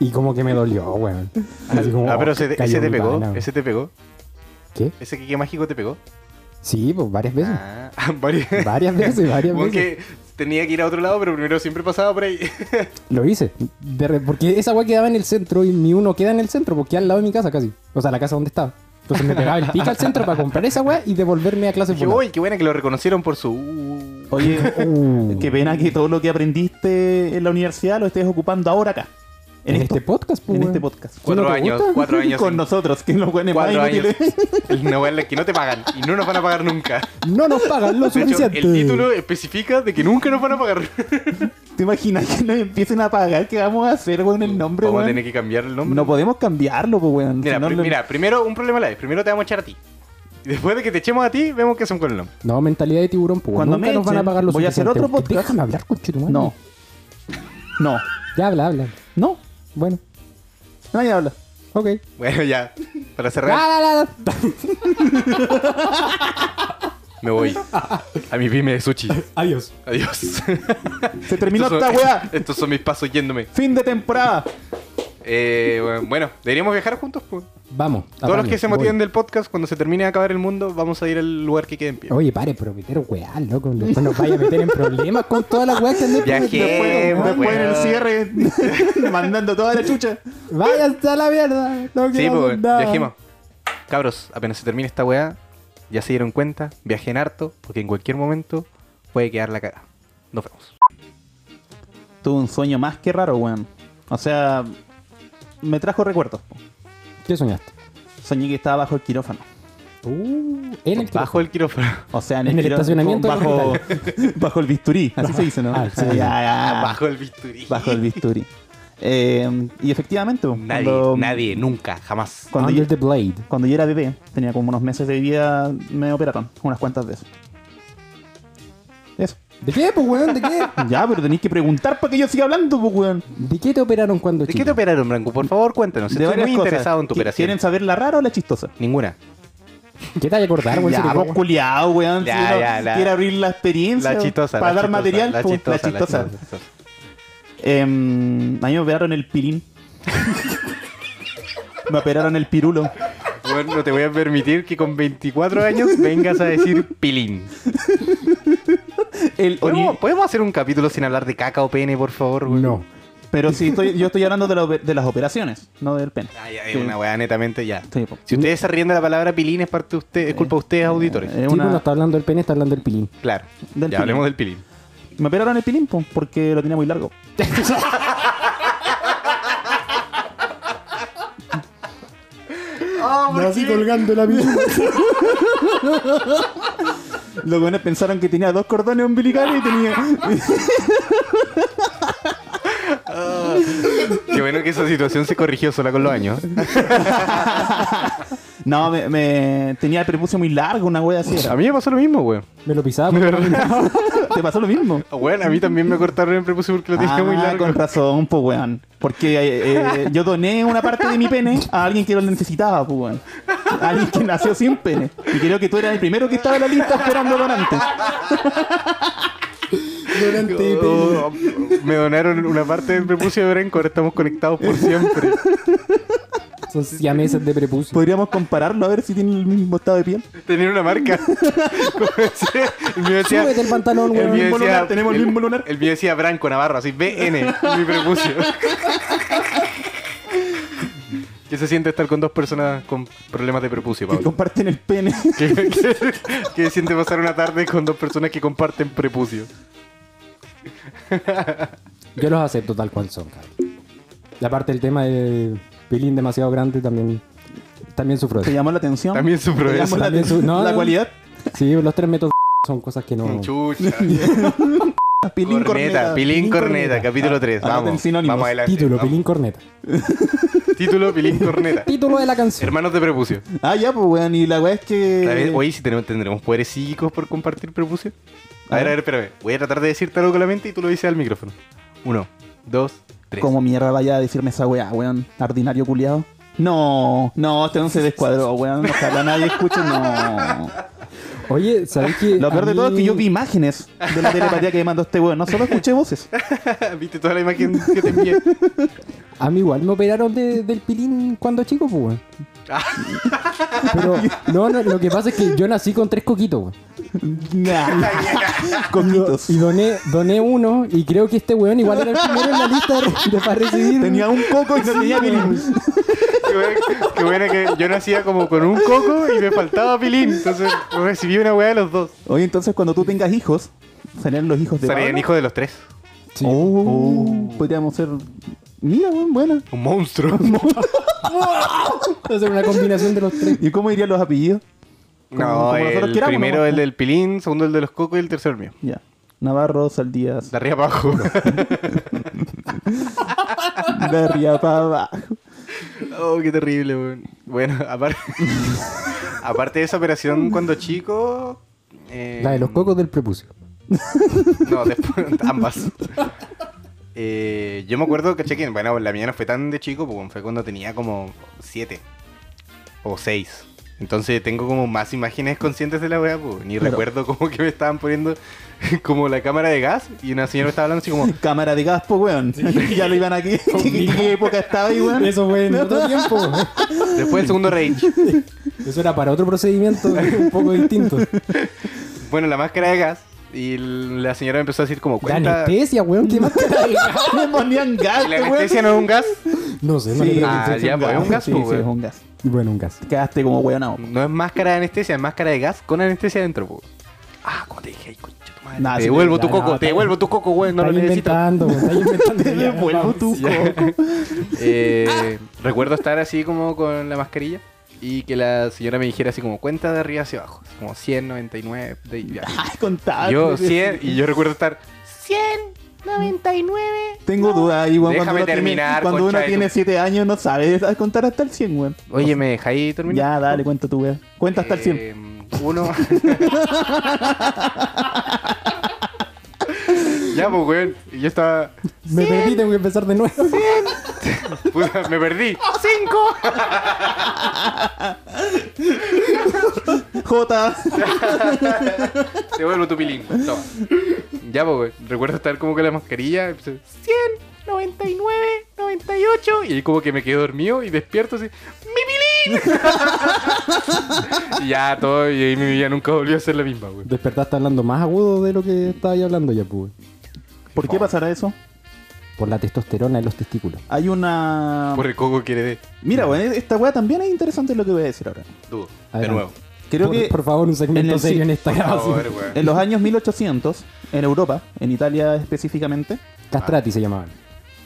[SPEAKER 1] Y como que me dolió, weón. Así como,
[SPEAKER 3] Ah, pero
[SPEAKER 1] oh,
[SPEAKER 3] ese, te-
[SPEAKER 1] cayó
[SPEAKER 3] ese te
[SPEAKER 1] mi
[SPEAKER 3] pegó,
[SPEAKER 1] pana, weón.
[SPEAKER 3] ese te pegó,
[SPEAKER 1] ¿Qué?
[SPEAKER 3] ese queque mágico te pegó.
[SPEAKER 1] Sí, pues varias veces.
[SPEAKER 3] Ah, varias
[SPEAKER 1] Varias veces, varias
[SPEAKER 3] Como
[SPEAKER 1] veces.
[SPEAKER 3] que tenía que ir a otro lado, pero primero siempre pasaba por ahí.
[SPEAKER 1] Lo hice. De re- Porque esa weá quedaba en el centro y mi uno queda en el centro porque al lado de mi casa casi. O sea, la casa donde estaba. Entonces me pegaba el pica al centro para comprar esa weá y devolverme a clase
[SPEAKER 3] Dije,
[SPEAKER 1] por
[SPEAKER 3] uy, qué buena que lo reconocieron por su...
[SPEAKER 2] Oye,
[SPEAKER 1] Uh.
[SPEAKER 2] qué pena que todo lo que aprendiste en la universidad lo estés ocupando ahora acá.
[SPEAKER 1] En,
[SPEAKER 2] esto.
[SPEAKER 1] este podcast, pues,
[SPEAKER 2] En
[SPEAKER 1] weón.
[SPEAKER 2] este podcast.
[SPEAKER 1] ¿Sí no
[SPEAKER 3] Cuatro
[SPEAKER 1] te
[SPEAKER 3] años,
[SPEAKER 1] gusta?
[SPEAKER 3] cuatro años.
[SPEAKER 2] Con
[SPEAKER 3] sin-
[SPEAKER 2] nosotros, que los buenos más
[SPEAKER 3] Cuatro años.
[SPEAKER 2] inútiles.
[SPEAKER 3] El novela que no te pagan y no nos van a pagar nunca.
[SPEAKER 1] No nos pagan lo
[SPEAKER 3] De hecho,
[SPEAKER 1] suficiente.
[SPEAKER 3] el título especifica de que nunca nos van a pagar.
[SPEAKER 2] ¿Te imaginas que nos empiecen a pagar? ¿Qué vamos a hacer con el nombre,
[SPEAKER 3] Vamos a
[SPEAKER 2] weón?
[SPEAKER 3] tener que cambiar el nombre.
[SPEAKER 2] No podemos cambiarlo, pues, weón.
[SPEAKER 3] mira,
[SPEAKER 2] Si no,
[SPEAKER 3] pri-
[SPEAKER 2] lo-
[SPEAKER 3] mira, primero un problema live. Primero te vamos a echar a ti. Y después de que te echemos a ti, vemos qué hacemos con el nombre.
[SPEAKER 1] No, mentalidad de tiburón, pues.
[SPEAKER 2] Cuando
[SPEAKER 1] Nunca
[SPEAKER 2] me
[SPEAKER 1] nos van a
[SPEAKER 2] echen,
[SPEAKER 1] pagar lo
[SPEAKER 2] voy a hacer
[SPEAKER 1] suficiente.
[SPEAKER 2] otro podcast.
[SPEAKER 1] Déjame hablar con
[SPEAKER 2] No. No.
[SPEAKER 1] Ya habla, habla.
[SPEAKER 2] No.
[SPEAKER 1] Bueno,
[SPEAKER 2] Nadie habla.
[SPEAKER 1] ok.
[SPEAKER 3] Bueno, ya. Para cerrar.
[SPEAKER 1] Ah, la, la, la.
[SPEAKER 3] Me voy. A mi pyme de sushi.
[SPEAKER 1] Adiós.
[SPEAKER 3] Adiós.
[SPEAKER 2] Se terminó
[SPEAKER 3] Estos
[SPEAKER 2] esta
[SPEAKER 3] son-
[SPEAKER 2] weá.
[SPEAKER 3] Estos son mis pasos yéndome.
[SPEAKER 2] Fin de temporada.
[SPEAKER 3] Eh, bueno, bueno, deberíamos viajar juntos. pues.
[SPEAKER 1] Vamos.
[SPEAKER 3] Todos los
[SPEAKER 1] apaño,
[SPEAKER 3] que se motiven
[SPEAKER 1] voy.
[SPEAKER 3] del podcast, cuando se termine de acabar el mundo, vamos a ir al lugar que quede en pie.
[SPEAKER 1] Oye, pare, pero meter weá, loco. Después nos vaya a meter en problemas con todas las weas que andé
[SPEAKER 3] Viajé. Eh,
[SPEAKER 2] después
[SPEAKER 3] weón.
[SPEAKER 2] después en el cierre, mandando toda la chucha.
[SPEAKER 1] Vaya hasta la mierda. No
[SPEAKER 3] Sí,
[SPEAKER 1] quiero
[SPEAKER 3] pues,
[SPEAKER 1] hacer nada.
[SPEAKER 3] viajemos. Cabros, apenas se termine esta weá, ya se dieron cuenta, viajen harto, porque en cualquier momento puede quedar la cagada. Nos vemos.
[SPEAKER 2] Tuve un sueño más que raro, weón. O sea, me trajo recuerdos. po.
[SPEAKER 1] ¿Qué soñaste?
[SPEAKER 2] Soñé que estaba bajo el quirófano.
[SPEAKER 1] Uh, en el
[SPEAKER 3] Bajo el quirófano.
[SPEAKER 2] O sea, en,
[SPEAKER 1] En el
[SPEAKER 2] quiró-
[SPEAKER 1] estacionamiento del
[SPEAKER 2] Bajo, bajo el bisturí, así se dice, ¿no?
[SPEAKER 1] Ah, sí.
[SPEAKER 2] Ah, ya, ya.
[SPEAKER 3] Bajo el bisturí.
[SPEAKER 2] Bajo el bisturí. Eh, y efectivamente,
[SPEAKER 3] Nadie,
[SPEAKER 2] cuando,
[SPEAKER 3] nadie, nunca, jamás.
[SPEAKER 2] Cuando
[SPEAKER 1] Under
[SPEAKER 2] yo,
[SPEAKER 1] the Blade.
[SPEAKER 2] cuando yo era bebé, tenía como unos meses de vida, me operaron unas cuantas veces. Eso.
[SPEAKER 1] ¿De qué, pues, weón? ¿De qué?
[SPEAKER 2] Ya, pero tenéis que preguntar para que yo siga hablando, pues, weón.
[SPEAKER 1] ¿De qué te operaron cuando
[SPEAKER 3] ¿De
[SPEAKER 1] chico?
[SPEAKER 3] qué te operaron, Branco? Por favor, cuéntanos.
[SPEAKER 2] De
[SPEAKER 3] Estoy
[SPEAKER 2] varias
[SPEAKER 3] muy
[SPEAKER 2] cosas.
[SPEAKER 3] interesado en tu
[SPEAKER 2] ¿Qui-
[SPEAKER 3] operación.
[SPEAKER 2] ¿Quieren saber la rara o la chistosa?
[SPEAKER 3] Ninguna.
[SPEAKER 1] ¿Qué te hay que acordar, weón?
[SPEAKER 2] ya,
[SPEAKER 1] Si te-
[SPEAKER 2] vos culiao, weón.
[SPEAKER 3] pues, Ya,
[SPEAKER 2] si uno
[SPEAKER 3] ya, la-
[SPEAKER 2] quiere abrir la experiencia.
[SPEAKER 3] La chistosa.
[SPEAKER 2] Para
[SPEAKER 3] la
[SPEAKER 2] dar
[SPEAKER 3] chistosa,
[SPEAKER 2] material,
[SPEAKER 3] La
[SPEAKER 2] pues,
[SPEAKER 3] chistosa.
[SPEAKER 2] la chistosa.
[SPEAKER 3] la chistosa.
[SPEAKER 2] Em, a mí me operaron el pirín. me operaron el pirulo.
[SPEAKER 3] Bueno, no te voy a permitir que con 24 años vengas a decir pilín.
[SPEAKER 2] El ori-
[SPEAKER 3] ¿Podemos, podemos hacer un capítulo sin hablar de caca o pene, por favor? güey?
[SPEAKER 1] No.
[SPEAKER 2] Pero sí, estoy, yo estoy hablando de, la ope- de las operaciones, no del pene.
[SPEAKER 3] Ah, ya, es
[SPEAKER 2] Sí.
[SPEAKER 3] una weá, netamente ya.
[SPEAKER 2] Sí, po.
[SPEAKER 3] Si ustedes se ríen de la palabra pilín, es, parte de usted, es culpa de ustedes, auditores.
[SPEAKER 2] Eh,
[SPEAKER 1] Sí,
[SPEAKER 2] una-
[SPEAKER 1] pues, no está hablando del pene, está hablando del pilín.
[SPEAKER 3] claro.
[SPEAKER 2] del
[SPEAKER 3] ya hablemos
[SPEAKER 2] pilín.
[SPEAKER 3] del pilín.
[SPEAKER 2] Me operaron el pilín po, porque lo tenía muy largo.
[SPEAKER 1] Así colgando la vida.
[SPEAKER 2] Los buenos pensaron que tenía dos cordones umbilicales y tenía.
[SPEAKER 3] Qué bueno que esa situación se corrigió sola con los años.
[SPEAKER 2] no, me, me- tenía el prepucio muy largo, una wea así.
[SPEAKER 3] A
[SPEAKER 2] era.
[SPEAKER 3] mí me pasó lo mismo, weón.
[SPEAKER 1] Me lo pisaba.
[SPEAKER 3] De
[SPEAKER 1] porque-
[SPEAKER 3] verdad.
[SPEAKER 2] ¿Te pasó lo mismo?
[SPEAKER 3] Bueno, Ah, a mí también me cortaron el prepucio porque lo tenía
[SPEAKER 2] Ah,
[SPEAKER 3] muy largo.
[SPEAKER 2] con razón, pues weón. Porque eh, eh, yo doné una parte de mi pene a alguien que lo necesitaba, pues weón. A alguien que nació sin pene. Y creo que tú eras el primero que estaba en la lista esperando donante.
[SPEAKER 3] Oh, me donaron una parte del prepucio de Brenco, ahora estamos conectados por siempre.
[SPEAKER 1] Son siameses de prepucio.
[SPEAKER 2] Podríamos compararlo a ver si tiene el mismo estado de piel.
[SPEAKER 3] Tenían una marca. Como decía- el mío decía-
[SPEAKER 1] Súbete el pantalón,
[SPEAKER 3] el
[SPEAKER 1] weón.
[SPEAKER 3] mío
[SPEAKER 2] mismo
[SPEAKER 3] decía-
[SPEAKER 2] lunar, tenemos el mismo lunar.
[SPEAKER 3] El mío decía Branco Navarro, así BN, mi prepucio. ¿Qué se siente estar con dos personas con problemas de prepucio,
[SPEAKER 2] Que
[SPEAKER 3] Pablo?
[SPEAKER 2] comparten el pene.
[SPEAKER 3] ¿Qué, qué- qué se siente pasar una tarde con dos personas que comparten prepucio?
[SPEAKER 1] Yo los acepto tal cual son, cabrón. Y aparte el tema de pilín demasiado grande también, también sufro de
[SPEAKER 2] Te
[SPEAKER 1] eso.
[SPEAKER 2] llamó la atención.
[SPEAKER 3] También sufro
[SPEAKER 2] Te
[SPEAKER 3] de
[SPEAKER 2] llamó
[SPEAKER 3] eso.
[SPEAKER 2] la
[SPEAKER 1] También su-
[SPEAKER 2] atención.
[SPEAKER 1] no,
[SPEAKER 2] la
[SPEAKER 1] no.
[SPEAKER 2] cualidad.
[SPEAKER 1] Sí, los tres métodos son cosas que no...
[SPEAKER 3] Chucha.
[SPEAKER 2] Pilín corneta.
[SPEAKER 3] Corneta, Pilín Corneta, capítulo 3.
[SPEAKER 2] anoten
[SPEAKER 3] Vamos.
[SPEAKER 2] sinónimos.
[SPEAKER 3] Vamos adelante.
[SPEAKER 1] Título,
[SPEAKER 3] vamos.
[SPEAKER 1] pilín corneta.
[SPEAKER 3] Título Pilín Corneta.
[SPEAKER 1] Título de la canción.
[SPEAKER 3] Hermanos de prepucio.
[SPEAKER 2] Ah, ya, pues weón. Y la weá es que.
[SPEAKER 3] A ver, Oye, si tenemos, tendremos poderes psíquicos por compartir prepucio. A
[SPEAKER 2] A ver.
[SPEAKER 3] ver, a ver, espérame. Voy a tratar de decirte algo con la mente y tú lo dices al micrófono. Uno, dos, tres.
[SPEAKER 2] ¿Cómo mierda vaya a decirme esa weá, weón? Ordinario culiado. No, no, este no se descuadró, weón. Ojalá nadie escuche, no.
[SPEAKER 1] Oye, ¿sabes qué?
[SPEAKER 2] Lo peor
[SPEAKER 1] A
[SPEAKER 2] de todo es
[SPEAKER 1] mí-
[SPEAKER 2] que yo vi imágenes de la telepatía que me mandó este weón. No solo escuché voces.
[SPEAKER 3] ¿Viste toda la imagen que te envié?
[SPEAKER 1] A mí igual me operaron de- del pilín cuando chico, pues, weón. Pero, no, no, lo que pasa es que yo nací con tres coquitos, weón.
[SPEAKER 2] Nah. Coquitos.
[SPEAKER 1] Y doné, doné uno y creo que este weón igual era el primero en la lista de, de- para recibir.
[SPEAKER 2] Tenía un coco y no tenía pilín.
[SPEAKER 3] Qué bueno, qué bueno que yo nacía como con un coco y me faltaba Pilín. Entonces recibí una weá de los dos.
[SPEAKER 2] Oye, entonces cuando tú tengas hijos, ¿serían los hijos de
[SPEAKER 3] Serían
[SPEAKER 2] Pablo?
[SPEAKER 3] hijos de los tres.
[SPEAKER 1] Sí.
[SPEAKER 2] Oh, podríamos ser... Mira, weón, buena.
[SPEAKER 3] Un monstruo.
[SPEAKER 1] Entonces, una combinación de los tres.
[SPEAKER 2] ¿Y cómo irían los apellidos?
[SPEAKER 3] No,
[SPEAKER 2] como nosotros
[SPEAKER 3] el
[SPEAKER 2] queramos,
[SPEAKER 3] primero
[SPEAKER 2] nomás.
[SPEAKER 3] el del Pilín, segundo el de los cocos y el tercero el mío.
[SPEAKER 2] Ya. Navarro, Saldías,
[SPEAKER 3] De arriba abajo.
[SPEAKER 2] Darria, para abajo.
[SPEAKER 3] Oh, qué terrible, weón. Bueno, aparte, aparte de esa operación cuando chico... eh,
[SPEAKER 1] La de los cocos del prepucio.
[SPEAKER 3] No, después, ambas. Eh, yo me acuerdo, caché que, bueno, la mía no fue tan de chico, pues, fue cuando tenía como 7 o 6. Entonces tengo como más imágenes conscientes de la weá, pues. Ni
[SPEAKER 2] Claro.
[SPEAKER 3] recuerdo como que me estaban poniendo como la cámara de gas y una señora estaba hablando así como,
[SPEAKER 2] Cámara de gas, po, weón. ya lo iban aquí. ¿Qué, qué- qué época estaba ahí, weón?
[SPEAKER 1] Eso fue en otro tiempo.
[SPEAKER 3] después del segundo rage.
[SPEAKER 1] Eso era para otro procedimiento un poco distinto.
[SPEAKER 3] Bueno, la máscara de gas. Y la señora empezó a decir como,
[SPEAKER 1] La
[SPEAKER 3] cuenta... ¿Y
[SPEAKER 1] anestesia, weón, ¿qué más te da?
[SPEAKER 2] Me ponían gas,
[SPEAKER 3] la
[SPEAKER 2] weón.
[SPEAKER 3] anestesia no es un gas?
[SPEAKER 1] No sé, no
[SPEAKER 2] Sí,
[SPEAKER 1] le creo.
[SPEAKER 3] Ah,
[SPEAKER 2] sí,
[SPEAKER 3] ya, pues, es un gas,
[SPEAKER 2] Sí,
[SPEAKER 3] po,
[SPEAKER 2] sí,
[SPEAKER 3] weón. Mm.
[SPEAKER 2] es un gas.
[SPEAKER 1] Bueno, un gas.
[SPEAKER 2] Quedaste como weonado.
[SPEAKER 3] No es máscara de anestesia, es máscara de gas con anestesia dentro, po. Ah, como te dije, ay, concha tu madre.
[SPEAKER 2] Nah,
[SPEAKER 3] te
[SPEAKER 2] sí,
[SPEAKER 3] devuelvo
[SPEAKER 2] ya,
[SPEAKER 3] tu
[SPEAKER 2] no,
[SPEAKER 3] coco, te
[SPEAKER 2] está-
[SPEAKER 3] devuelvo tu coco, güey, no lo
[SPEAKER 1] Estás
[SPEAKER 3] necesito.
[SPEAKER 1] inventando, weón, estás inventando.
[SPEAKER 2] Te
[SPEAKER 1] Ya,
[SPEAKER 2] devuelvo
[SPEAKER 1] vamos.
[SPEAKER 2] tu
[SPEAKER 3] Ya.
[SPEAKER 2] coco.
[SPEAKER 3] Eh, recuerdo estar así como con la mascarilla y que la señora me dijera así como cuenta de arriba hacia abajo, así como 199. De, ya.
[SPEAKER 2] Ay, contaba.
[SPEAKER 3] Y yo eh, 100 y yo recuerdo estar
[SPEAKER 4] 199.
[SPEAKER 2] Tengo duda ahí, weón.
[SPEAKER 3] Déjame
[SPEAKER 2] cuando uno
[SPEAKER 3] terminar,
[SPEAKER 2] Tiene, cuando uno
[SPEAKER 3] concha de
[SPEAKER 2] tiene
[SPEAKER 3] tu-
[SPEAKER 2] 7 años no sabe contar hasta el 100, weón.
[SPEAKER 3] Oye, ¿me dejáis terminar?
[SPEAKER 2] Ya, dale, cuenta tú, weón. Cuenta hasta el 100.
[SPEAKER 3] Eh, Uno. ya, pues, weón. Y Yo estaba.
[SPEAKER 1] Me perdí, tengo que empezar de nuevo.
[SPEAKER 3] Puta, me perdí.
[SPEAKER 4] Cinco.
[SPEAKER 2] J.
[SPEAKER 3] Te vuelvo tu pilín. Toma. Ya, pues, weón. Recuerdo estar como con la mascarilla. y pues,
[SPEAKER 4] 99. 98.
[SPEAKER 3] Y como que me quedé dormido y despierto así, ¡Mi pilín! y ya, todo, y ahí mi vida nunca volvió a ser la misma, güey.
[SPEAKER 1] Despertaste hablando más agudo de lo que estaba ahí hablando ya, pues. weón.
[SPEAKER 2] ¿Por qué pasará eso?
[SPEAKER 1] Por la testosterona en los testículos.
[SPEAKER 2] Hay una.
[SPEAKER 3] Por el coco quiere de.
[SPEAKER 2] Mira, weón, esta weá también es interesante lo que voy a decir ahora.
[SPEAKER 3] Dudo. De
[SPEAKER 1] Adelante.
[SPEAKER 3] nuevo.
[SPEAKER 2] Creo
[SPEAKER 1] por,
[SPEAKER 2] que
[SPEAKER 1] por favor, un segmento
[SPEAKER 2] en el
[SPEAKER 1] serio
[SPEAKER 2] Ah, sí-
[SPEAKER 1] en esta
[SPEAKER 3] Por
[SPEAKER 1] grabación.
[SPEAKER 3] favor, güey.
[SPEAKER 2] en los años 1800, en Europa, en Italia específicamente,
[SPEAKER 1] Castrati se llamaban.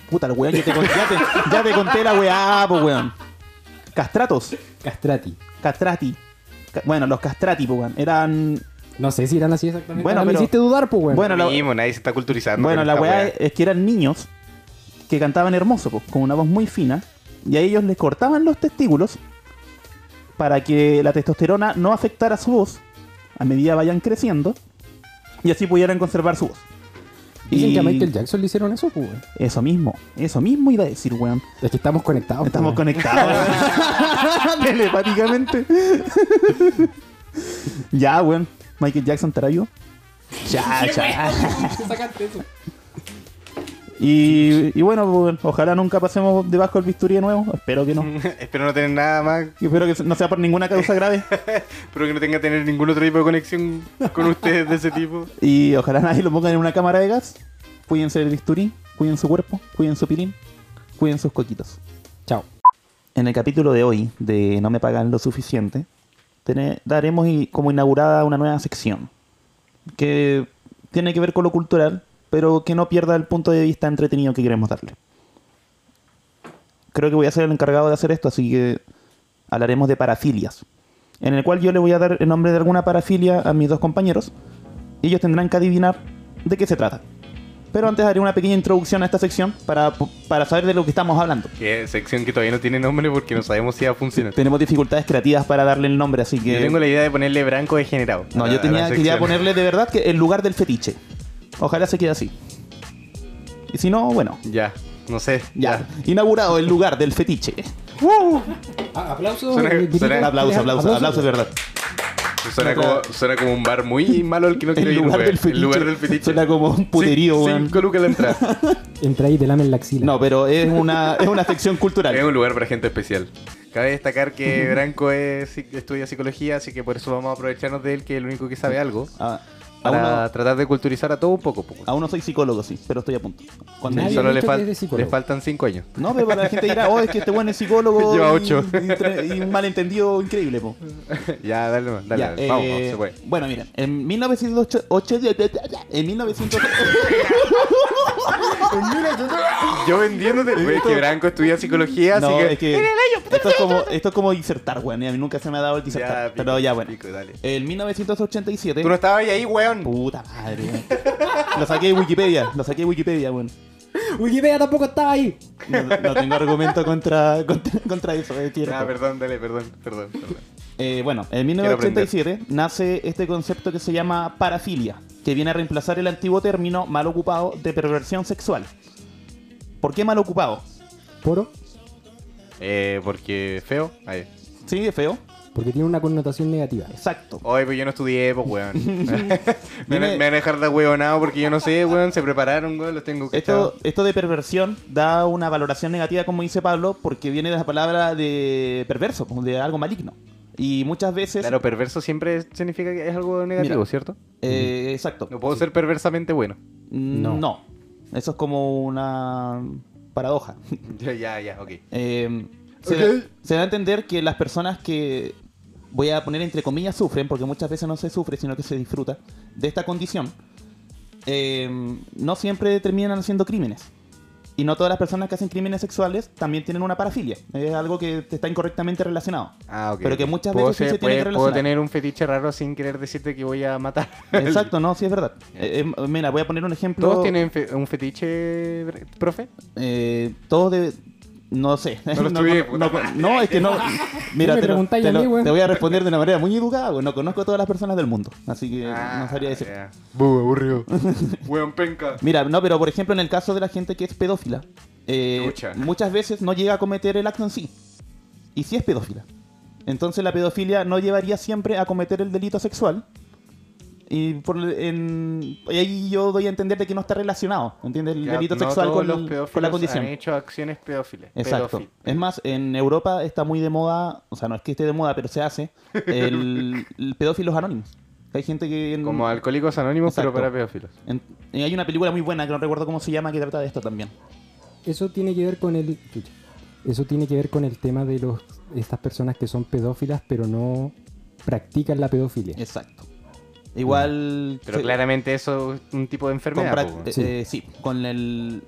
[SPEAKER 2] puta, el weón, yo te con- ya, te, ya te conté la weá, po, weón. Castratos,
[SPEAKER 1] Castrati.
[SPEAKER 2] castrati. Ca- bueno, los castrati, po, weón, eran.
[SPEAKER 1] No sé si eran así exactamente.
[SPEAKER 2] Bueno,
[SPEAKER 1] Ahora me
[SPEAKER 2] pero-
[SPEAKER 1] hiciste dudar, pues, weón.
[SPEAKER 2] Bueno, la-
[SPEAKER 3] Mismo, nadie se está culturizando.
[SPEAKER 2] Bueno,
[SPEAKER 3] con
[SPEAKER 2] la
[SPEAKER 3] esta
[SPEAKER 2] weá es que eran niños que cantaban hermoso, po, con una voz muy fina, y a ellos les cortaban los testículos para que la testosterona no afectara su voz a medida vayan creciendo y así pudieran conservar su voz.
[SPEAKER 1] Dicen
[SPEAKER 2] y-
[SPEAKER 1] que a Michael Jackson le hicieron eso, pues, weón.
[SPEAKER 2] Eso mismo, eso mismo iba a decir, weón.
[SPEAKER 1] Es que estamos conectados.
[SPEAKER 2] Estamos
[SPEAKER 1] Ah, pues, weón.
[SPEAKER 2] conectados telepáticamente. ya, weón. Michael Jackson estará vivo. Ya, ya. Y, y bueno, weón, ojalá nunca pasemos debajo del bisturí de nuevo. Espero que no.
[SPEAKER 3] weá. Espero no tener nada más.
[SPEAKER 2] Y Espero que no sea por ninguna causa grave.
[SPEAKER 3] Espero que no tenga que tener ningún otro tipo de conexión con ustedes de ese tipo.
[SPEAKER 2] Y ojalá nadie lo ponga en una cámara de gas. Cuídense del bisturí, cuiden su cuerpo, cuiden su pilín, cuiden sus coquitos.
[SPEAKER 1] Chao.
[SPEAKER 2] En el capítulo de hoy de No me pagan lo suficiente, tene- daremos i- como inaugurada una nueva sección que tiene que ver con lo cultural, pero que no pierda el punto de vista entretenido que queremos darle. Creo que voy a ser el encargado de hacer esto, así que hablaremos de parafilias, en el cual yo le voy a dar el nombre de alguna parafilia a mis dos compañeros y ellos tendrán que adivinar de qué se trata. Pero antes haré una pequeña introducción a esta sección para, para saber de lo que estamos hablando.
[SPEAKER 3] Que es sección que todavía no tiene nombre porque no sabemos si va a funcionar.
[SPEAKER 2] Tenemos dificultades creativas para darle el nombre, así que.
[SPEAKER 3] Yo tengo la idea de ponerle branco degenerado.
[SPEAKER 2] No,
[SPEAKER 3] a la-
[SPEAKER 2] yo
[SPEAKER 3] a
[SPEAKER 2] tenía,
[SPEAKER 3] la
[SPEAKER 2] quería
[SPEAKER 3] sección.
[SPEAKER 2] ponerle de verdad que el lugar del fetiche. Ojalá se quede así. Y si no, bueno,
[SPEAKER 3] Ya, no sé.
[SPEAKER 2] ya. Inaugurado el lugar del fetiche.
[SPEAKER 3] Eh,
[SPEAKER 1] aplausos.
[SPEAKER 3] Suena- grititos. suena-
[SPEAKER 2] Aplauso, aplauso, aplauso de verdad.
[SPEAKER 3] Suena, como, suena como un bar muy malo al que no quiero
[SPEAKER 2] El
[SPEAKER 3] ir,
[SPEAKER 2] lugar,
[SPEAKER 3] weón.
[SPEAKER 2] del fetiche.
[SPEAKER 3] El lugar del fetiche.
[SPEAKER 2] Suena como un puterío,
[SPEAKER 3] Cin-
[SPEAKER 2] weón.
[SPEAKER 3] Cinco lucas la entrada.
[SPEAKER 1] Entra ahí, te lamen la axila.
[SPEAKER 2] No, pero es una, es una sección
[SPEAKER 3] Es
[SPEAKER 2] cultural.
[SPEAKER 3] un lugar para gente especial. Cabe destacar que Branco es, psi- estudia psicología, así que por eso vamos a aprovecharnos de él, que es el único que sabe algo.
[SPEAKER 2] A, a
[SPEAKER 3] Para
[SPEAKER 2] uno,
[SPEAKER 3] tratar de culturizar a todo un poco. poco.
[SPEAKER 2] Ah, aún no soy psicólogo, sí, pero estoy a punto. Cuando-
[SPEAKER 1] Nadie
[SPEAKER 3] Solo
[SPEAKER 1] ha
[SPEAKER 3] le,
[SPEAKER 1] dicho
[SPEAKER 3] fal-
[SPEAKER 1] que es de psicólogo.
[SPEAKER 3] le faltan cinco años.
[SPEAKER 2] No, pero para la gente dirá, oh, es que este bueno es psicólogo.
[SPEAKER 3] Lleva
[SPEAKER 2] y-
[SPEAKER 3] ocho.
[SPEAKER 2] Y, tre- y un malentendido increíble, po.
[SPEAKER 3] ya, dale, nomás, dale.
[SPEAKER 2] Ya,
[SPEAKER 3] dale. Vamos,
[SPEAKER 2] eh,
[SPEAKER 3] se puede.
[SPEAKER 2] Bueno, miren, en 1908... ocho- En 1900...
[SPEAKER 3] Yo vendiéndote, güey,
[SPEAKER 2] Esto-
[SPEAKER 3] que Branco estudia psicología,
[SPEAKER 2] No,
[SPEAKER 3] así que.
[SPEAKER 2] es que esto, es como, esto es como disertar, weón. y A mí nunca se me ha dado el disertar.
[SPEAKER 3] Ya, pico,
[SPEAKER 2] pero ya, bueno.
[SPEAKER 3] pico, dale.
[SPEAKER 2] En 1987...
[SPEAKER 3] Tú no estabas ahí, weón.
[SPEAKER 2] Puta madre, weón. Lo saqué de Wikipedia. Lo saqué de Wikipedia, weón.
[SPEAKER 1] Wikipedia tampoco estaba ahí.
[SPEAKER 2] No, no tengo argumento contra, contra, contra eso. es cierto.
[SPEAKER 3] Ah, perdón, dale, perdón, perdón, perdón.
[SPEAKER 2] Eh, bueno, en
[SPEAKER 3] Quiero aprender.
[SPEAKER 2] 1987 nace este concepto que se llama parafilia, que viene a reemplazar el antiguo término mal ocupado de perversión sexual. ¿Por qué mal ocupado?
[SPEAKER 1] Poro,
[SPEAKER 3] Eh, porque feo. Ahí.
[SPEAKER 2] Sí, es feo.
[SPEAKER 1] porque tiene una connotación negativa.
[SPEAKER 2] Exacto.
[SPEAKER 3] Oye, pues yo no estudié, pues, weón. me, van a- me van a dejar de hueonado porque yo no sé, weón. Se prepararon, weón. Los tengo que
[SPEAKER 2] Esto, esto de perversión da una valoración negativa, como dice Pablo, porque viene de la palabra de perverso, pues, de algo maligno. Y muchas veces...
[SPEAKER 3] Claro, perverso siempre significa que es algo negativo,
[SPEAKER 2] Mira.
[SPEAKER 3] ¿cierto?
[SPEAKER 2] eh, exacto.
[SPEAKER 3] No puedo
[SPEAKER 2] Sí.
[SPEAKER 3] ser perversamente bueno.
[SPEAKER 2] No.
[SPEAKER 1] No.
[SPEAKER 2] Eso es como una paradoja.
[SPEAKER 3] Ya, ya, ya, ok.
[SPEAKER 2] Eh, se,
[SPEAKER 3] Ok.
[SPEAKER 2] se da a entender que las personas que, voy a poner entre comillas, sufren, porque muchas veces no se sufre, sino que se disfruta de esta condición, eh, no siempre terminan haciendo crímenes. Y no todas las personas que hacen crímenes sexuales también tienen una parafilia. Es algo que está incorrectamente relacionado.
[SPEAKER 3] Ah, ok.
[SPEAKER 2] Pero que muchas
[SPEAKER 3] Puedo
[SPEAKER 2] veces sí
[SPEAKER 3] ser-
[SPEAKER 2] se tiene que
[SPEAKER 3] puede- Puedo
[SPEAKER 2] relacionar.
[SPEAKER 3] tener un fetiche raro sin querer decirte que voy a matar.
[SPEAKER 2] Exacto, no, sí es verdad. Eh, eh, mira, voy a poner un ejemplo.
[SPEAKER 3] ¿Todos tienen fe- un fetiche, bre- profe?
[SPEAKER 2] Eh, todos de... No sé.
[SPEAKER 3] No lo estudié,
[SPEAKER 2] no,
[SPEAKER 3] puta
[SPEAKER 2] no,
[SPEAKER 3] madre.
[SPEAKER 2] no, es que no... Mira,
[SPEAKER 1] me
[SPEAKER 2] te, lo-
[SPEAKER 1] preguntáis
[SPEAKER 2] te
[SPEAKER 1] a
[SPEAKER 2] lo-
[SPEAKER 1] mí, weón?
[SPEAKER 2] te voy a responder de una manera muy educada, weón. No conozco a todas las personas del mundo, así que no sabría decir.
[SPEAKER 3] Ah, ya. Bu, aburrido. Weón penca.
[SPEAKER 2] Mira, no, pero por ejemplo, en el caso de la gente que es pedófila, eh,
[SPEAKER 3] Chucha.
[SPEAKER 2] muchas veces no llega a cometer el acto en sí. Y sí es pedófila. Entonces la pedofilia no llevaría siempre a cometer el delito sexual. Y, por, en, y ahí yo doy a entender de que no está relacionado, ¿entiendes? El
[SPEAKER 3] Ya,
[SPEAKER 2] delito
[SPEAKER 3] no
[SPEAKER 2] sexual
[SPEAKER 3] todos
[SPEAKER 2] con,
[SPEAKER 3] los
[SPEAKER 2] el- con la
[SPEAKER 3] pedófilos
[SPEAKER 2] condición.
[SPEAKER 3] Han hecho acciones pedófilas.
[SPEAKER 2] Exacto.
[SPEAKER 3] Pedófil-
[SPEAKER 2] Es más, en Europa está muy de moda, o sea, no es que esté de moda, pero se hace, el, el pedófilos anónimos. Hay gente que... en-
[SPEAKER 3] Como alcohólicos anónimos,
[SPEAKER 2] Mm, Exacto.
[SPEAKER 3] pero para pedófilos.
[SPEAKER 2] en- y hay una película muy buena, que no recuerdo cómo se llama, que trata de esto también.
[SPEAKER 1] Eso tiene que ver con el. chucha. Eso tiene que ver con el tema de los estas personas que son pedófilas pero no practican la pedofilia.
[SPEAKER 2] Exacto. Igual...
[SPEAKER 3] Pero
[SPEAKER 2] se-
[SPEAKER 3] claramente eso es un tipo de
[SPEAKER 2] con
[SPEAKER 3] enfermedad.
[SPEAKER 2] prac-
[SPEAKER 3] po,
[SPEAKER 2] eh,
[SPEAKER 1] Sí.
[SPEAKER 2] eh, sí. con el...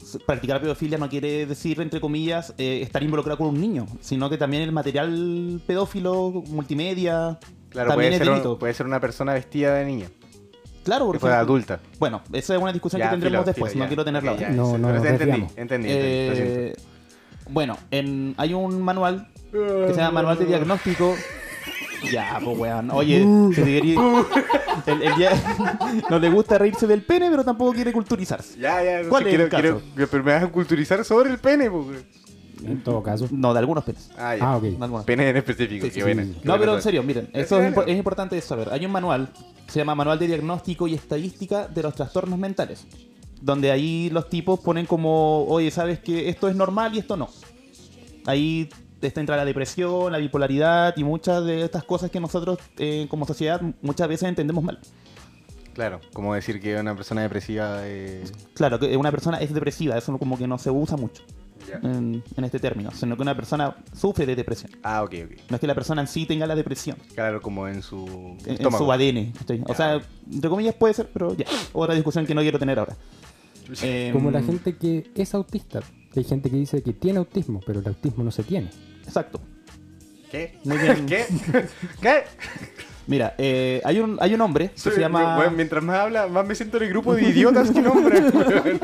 [SPEAKER 2] s- Practicar pedofilia no quiere decir, entre comillas, eh, estar involucrado con un niño, sino que también el material pedófilo, multimedia,
[SPEAKER 3] Claro,
[SPEAKER 2] también
[SPEAKER 3] puede
[SPEAKER 2] es
[SPEAKER 3] ser,
[SPEAKER 2] delito.
[SPEAKER 3] un- puede ser una persona vestida de niña.
[SPEAKER 2] Claro,
[SPEAKER 3] Que
[SPEAKER 2] porque...
[SPEAKER 3] fuera adulta.
[SPEAKER 2] Bueno, esa es una discusión
[SPEAKER 3] Ya,
[SPEAKER 2] que tendremos
[SPEAKER 3] filo,
[SPEAKER 2] después,
[SPEAKER 3] filo,
[SPEAKER 2] no
[SPEAKER 3] ya.
[SPEAKER 2] quiero tenerla
[SPEAKER 3] Ok,
[SPEAKER 2] ahora.
[SPEAKER 3] ya,
[SPEAKER 1] No,
[SPEAKER 3] sí,
[SPEAKER 1] no,
[SPEAKER 3] pero
[SPEAKER 1] nos
[SPEAKER 3] entendí,
[SPEAKER 1] desviamos.
[SPEAKER 3] entendí, entendí, lo siento.
[SPEAKER 2] Eh, bueno, en, hay un manual que se llama Manual de Diagnóstico. Ya, pues weón. Oye, se debería- el, el día- no le gusta reírse del pene, pero tampoco quiere culturizarse.
[SPEAKER 3] Ya, ya, no
[SPEAKER 2] ¿Cuál
[SPEAKER 3] sé,
[SPEAKER 2] es el
[SPEAKER 3] quiero, quiero- pero me vas a culturizar sobre el pene, po, güey.
[SPEAKER 1] En todo caso.
[SPEAKER 2] No, de algunos penes.
[SPEAKER 3] Ah, ya.
[SPEAKER 1] Ah, ok.
[SPEAKER 2] De algunos.
[SPEAKER 3] Pene en específico,
[SPEAKER 2] Sí,
[SPEAKER 3] qué
[SPEAKER 2] sí,
[SPEAKER 3] buena.
[SPEAKER 1] sí.
[SPEAKER 3] qué
[SPEAKER 2] No,
[SPEAKER 3] buena
[SPEAKER 2] pero en
[SPEAKER 3] cosa.
[SPEAKER 2] serio, miren,
[SPEAKER 3] Es
[SPEAKER 2] eso es,
[SPEAKER 3] serio.
[SPEAKER 2] impo- es importante saber. Hay un manual, se llama Manual de Diagnóstico y Estadística de los Trastornos Mentales, donde ahí los tipos ponen como, oye, sabes que esto es normal y esto no. Ahí está entra la depresión, la bipolaridad y muchas de estas cosas que nosotros eh, como sociedad muchas veces entendemos mal.
[SPEAKER 3] Claro, como decir que una persona depresiva. eh,
[SPEAKER 2] Claro, que una persona es depresiva, eso como que no se usa mucho
[SPEAKER 3] ya.
[SPEAKER 2] en, en este término, sino que una persona sufre de depresión.
[SPEAKER 3] Ah, ok, ok.
[SPEAKER 2] No es que la persona en sí tenga la depresión.
[SPEAKER 3] Claro, como en su.
[SPEAKER 2] en, en
[SPEAKER 3] estómago.
[SPEAKER 2] su ADN. ¿cachai? O sea, entre comillas puede ser, pero ya. Otra discusión que no quiero tener ahora. Eh,
[SPEAKER 1] Como la gente que es autista. Hay gente que dice que tiene autismo, pero el autismo no se tiene.
[SPEAKER 2] Exacto.
[SPEAKER 3] ¿Qué?
[SPEAKER 2] Muy bien.
[SPEAKER 3] ¿Qué? ¿Qué?
[SPEAKER 2] Mira, eh, hay, un, hay un hombre que se
[SPEAKER 3] Soy-
[SPEAKER 2] llama...
[SPEAKER 3] Bueno, mientras más habla, más me siento en el grupo de idiotas que nombran. weón.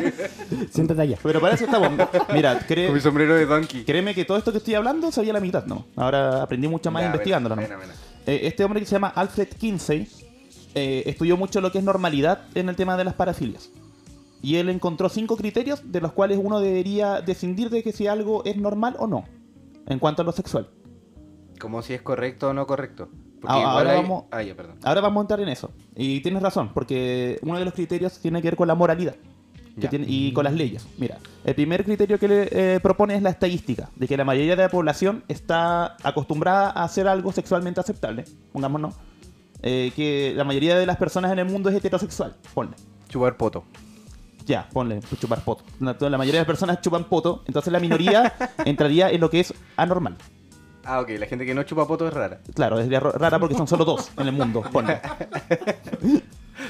[SPEAKER 1] Siéntate allá.
[SPEAKER 2] Pero para eso estamos. Mira, cre-
[SPEAKER 3] Con mi sombrero de donkey.
[SPEAKER 2] créeme que todo esto que estoy hablando sabía la mitad, ¿no? Ahora aprendí mucho más
[SPEAKER 3] Ya,
[SPEAKER 2] investigándolo, ¿no?
[SPEAKER 3] buena, buena, buena.
[SPEAKER 2] Eh, este hombre que se llama Alfred Kinsey eh, estudió mucho lo que es normalidad en el tema de las parafilias. Y él encontró cinco criterios de los cuales uno debería decidir de que si algo es normal o no en cuanto a lo sexual.
[SPEAKER 3] Como si es correcto o no correcto. Porque
[SPEAKER 2] Ah,
[SPEAKER 3] igual
[SPEAKER 2] ahora
[SPEAKER 3] hay-
[SPEAKER 2] vamos-
[SPEAKER 3] Ah, ya, perdón.
[SPEAKER 2] Ahora vamos a entrar en eso. Y tienes razón, porque uno de los criterios tiene que ver con la moralidad que
[SPEAKER 3] Ya.
[SPEAKER 2] tiene- y con las leyes. Mira, el primer criterio que le eh, propone es la estadística, de que la mayoría de la población está acostumbrada a hacer algo sexualmente aceptable, pongámonos, eh, que la mayoría de las personas en el mundo es heterosexual, ponle.
[SPEAKER 3] Chupar poto.
[SPEAKER 2] Ya, ponle, pues, chupar poto. La la mayoría de las personas chupan poto, entonces la minoría entraría en lo que es anormal.
[SPEAKER 3] Ah, ok, la gente que no chupa poto es rara.
[SPEAKER 2] Claro, es rara porque son solo dos en el mundo, ponle.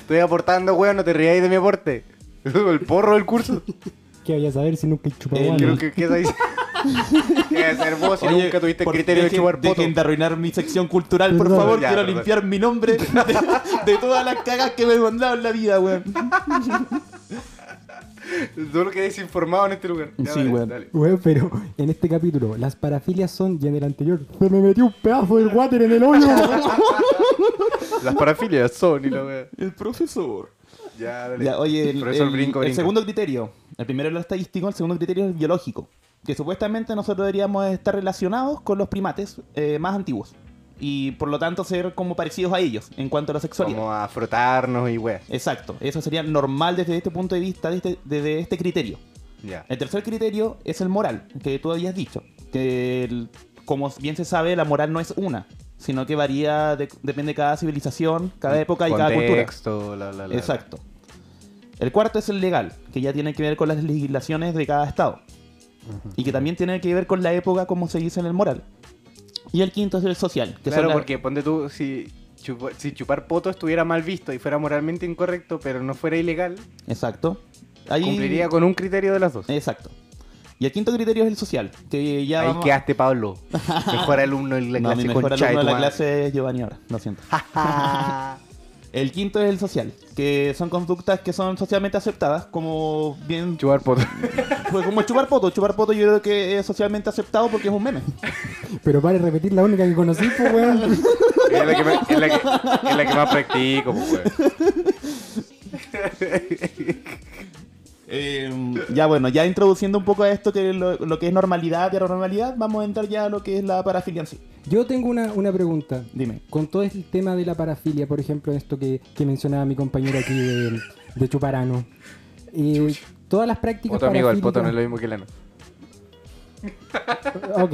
[SPEAKER 3] Estoy aportando, weón, no te ríais de mi aporte. El porro del curso.
[SPEAKER 1] ¿Qué voy a saber si nunca he chupado
[SPEAKER 2] Eh,
[SPEAKER 1] algo?
[SPEAKER 3] Creo que ¿qué sabéis? ¿Qué vas a hacer vos si
[SPEAKER 2] Oye,
[SPEAKER 3] nunca tuviste el
[SPEAKER 2] por-
[SPEAKER 3] criterio de
[SPEAKER 2] dejen-
[SPEAKER 3] chupar poto?
[SPEAKER 2] Dejen de arruinar mi sección cultural, por
[SPEAKER 1] Perdón.
[SPEAKER 2] favor.
[SPEAKER 3] Ya,
[SPEAKER 2] Quiero
[SPEAKER 3] perdón.
[SPEAKER 2] limpiar mi nombre de, de todas las cagas que me he mandado en la vida, weón.
[SPEAKER 3] Solo quedé desinformado en este lugar.
[SPEAKER 2] Sí,
[SPEAKER 3] dale,
[SPEAKER 2] weón.
[SPEAKER 3] dale.
[SPEAKER 1] Güey, pero en este capítulo, las parafilias son, y en el anterior, se me metió un pedazo del water en el hoyo.
[SPEAKER 3] Las parafilias son y la weón.
[SPEAKER 2] El profesor.
[SPEAKER 3] Ya, dale.
[SPEAKER 2] Ya, oye, el,
[SPEAKER 3] Profesor
[SPEAKER 2] el-
[SPEAKER 3] brinco,
[SPEAKER 2] el
[SPEAKER 3] brinco.
[SPEAKER 2] segundo criterio, el primero es lo estadístico, el segundo criterio es biológico. Que supuestamente nosotros deberíamos estar relacionados con los primates eh, más antiguos. y por lo tanto ser como parecidos a ellos en cuanto a la sexualidad.
[SPEAKER 3] Como a frotarnos y weas.
[SPEAKER 2] Exacto, eso sería normal desde este punto de vista, desde, desde este criterio.
[SPEAKER 3] Ya.
[SPEAKER 2] El tercer criterio es el moral, que tú habías dicho. Que el- como bien se sabe, la moral no es una, sino que varía, de- depende de cada civilización, cada época y cada cultura.
[SPEAKER 3] Contexto, la, la, la, la.
[SPEAKER 2] Exacto. El cuarto es el legal, que ya tiene que ver con las legislaciones de cada estado. Y que también tiene que ver con la época, como se dice en el moral. Y el quinto es el social. Que son
[SPEAKER 3] Claro,
[SPEAKER 2] las-
[SPEAKER 3] porque ponte tú, si, chupa- si chupar poto estuviera mal visto y fuera moralmente incorrecto, pero no fuera ilegal,
[SPEAKER 2] Exacto. Ahí... Eh,
[SPEAKER 3] cumpliría con un criterio de las dos.
[SPEAKER 2] Exacto. Y el quinto criterio es el social, que ya...
[SPEAKER 3] Ahí
[SPEAKER 2] vamos-
[SPEAKER 3] quedaste, Pablo. Mejor alumno en la
[SPEAKER 2] No, mi
[SPEAKER 3] clase
[SPEAKER 2] mejor
[SPEAKER 3] concha
[SPEAKER 2] alumno de
[SPEAKER 3] tu
[SPEAKER 2] la
[SPEAKER 3] madre.
[SPEAKER 2] clase es Giovanni ahora, lo siento. el quinto es el social, que son conductas que son socialmente aceptadas, como bien...
[SPEAKER 3] Chupar poto.
[SPEAKER 2] Pues como chupar poto. Chupar poto yo creo que es socialmente aceptado porque es un meme.
[SPEAKER 1] Pero para repetir la única que conocí, pues, weón.
[SPEAKER 3] es, la que me- es la que- es la que más practico, pues, weón. Eh,
[SPEAKER 2] Ya bueno, ya introduciendo un poco a esto que lo, lo que es normalidad y anormalidad, vamos a entrar ya a lo que es la parafilia en sí.
[SPEAKER 1] Yo tengo una, una pregunta.
[SPEAKER 2] Dime.
[SPEAKER 1] Con todo el tema de la parafilia, por ejemplo, esto que, que mencionaba mi compañero aquí de, de Chuparano. Eh, todas las prácticas
[SPEAKER 3] Otro amigo, el poto no es lo
[SPEAKER 1] parafílicas-
[SPEAKER 3] mismo que el ano.
[SPEAKER 1] Ok.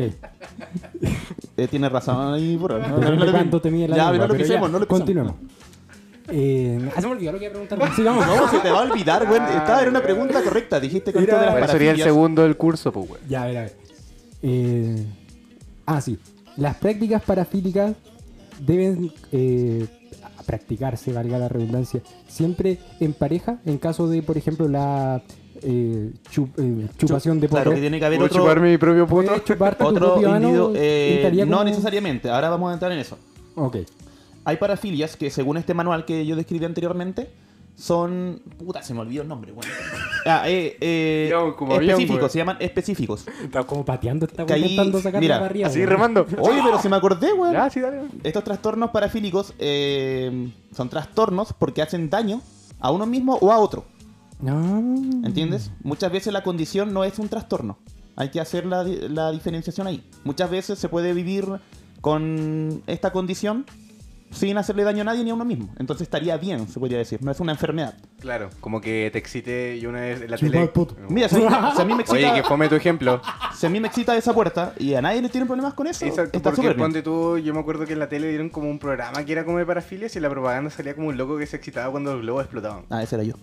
[SPEAKER 2] Eh, tienes razón ahí, bro. No,
[SPEAKER 1] Depende
[SPEAKER 2] no, no,
[SPEAKER 1] cuánto te mide la
[SPEAKER 2] Ya,
[SPEAKER 1] lengua,
[SPEAKER 2] pero no lo
[SPEAKER 1] pero ya,
[SPEAKER 2] pisemos, no lo pisemos.
[SPEAKER 1] Continuemos. Eh, ah, se me olvidó lo que iba a preguntar. Sigamos.
[SPEAKER 2] No, se te va a olvidar, güey. Estaba, era una pregunta correcta. Dijiste que esto de las
[SPEAKER 3] Por eso Ah, sería el
[SPEAKER 2] parafilias-
[SPEAKER 3] segundo del curso, pues, weón.
[SPEAKER 1] Ya, a ver, a ver. Eh, ah, sí. Las prácticas parafílicas deben eh, practicarse, valga la redundancia, siempre en pareja, en caso de, por ejemplo, la eh, chu- eh, chupación de
[SPEAKER 2] Claro,
[SPEAKER 1] poto.
[SPEAKER 2] que tiene que haber
[SPEAKER 3] ¿Puedo
[SPEAKER 2] otro, Eh,
[SPEAKER 3] chupar mi propio poto?
[SPEAKER 1] Puedes chuparte Eh, tu
[SPEAKER 2] otro
[SPEAKER 1] propio ano,
[SPEAKER 2] individuo. eh,
[SPEAKER 1] estaría
[SPEAKER 2] no
[SPEAKER 1] como-
[SPEAKER 2] necesariamente, ahora vamos a entrar en eso.
[SPEAKER 1] Ok.
[SPEAKER 2] Hay parafilias que, según este manual que yo describí anteriormente, son. Puta, se me olvidó el nombre, bueno. Ah, eh, eh,
[SPEAKER 3] Ya, como avión,
[SPEAKER 2] específicos,
[SPEAKER 3] güey.
[SPEAKER 2] se llaman específicos.
[SPEAKER 1] Estaba como pateando, estaba
[SPEAKER 2] Que ahí-
[SPEAKER 1] intentando sacar
[SPEAKER 2] mira,
[SPEAKER 1] la barriga.
[SPEAKER 3] Así
[SPEAKER 1] weón.
[SPEAKER 3] remando. Oh,
[SPEAKER 2] Oye, pero se me acordé, weón.
[SPEAKER 3] Ya, sí, dale.
[SPEAKER 2] Estos trastornos parafílicos eh, son trastornos porque hacen daño a uno mismo o a otro.
[SPEAKER 1] No.
[SPEAKER 2] ¿Entiendes? Muchas veces la condición no es un trastorno. Hay que hacer la, di- la diferenciación ahí. Muchas veces se puede vivir con esta condición sin hacerle daño a nadie ni a uno mismo. Entonces estaría bien, se podría decir. No es una enfermedad.
[SPEAKER 3] Claro, como que te excité y una vez en la
[SPEAKER 1] Chupar
[SPEAKER 3] tele.
[SPEAKER 1] poto.
[SPEAKER 2] Mira, si a, mí, si a mí me
[SPEAKER 3] Oye,
[SPEAKER 2] excita,
[SPEAKER 3] que fome tu ejemplo.
[SPEAKER 2] si a mí me excita esa puerta y a nadie le tiene problemas con eso,
[SPEAKER 3] Exacto,
[SPEAKER 2] está
[SPEAKER 3] porque
[SPEAKER 2] súper bien.
[SPEAKER 3] ponte tú, yo me acuerdo que en la tele dieron como un programa que era como de parafilias y la propaganda salía como un loco que se excitaba cuando los globos explotaban.
[SPEAKER 2] Ah, ese era yo.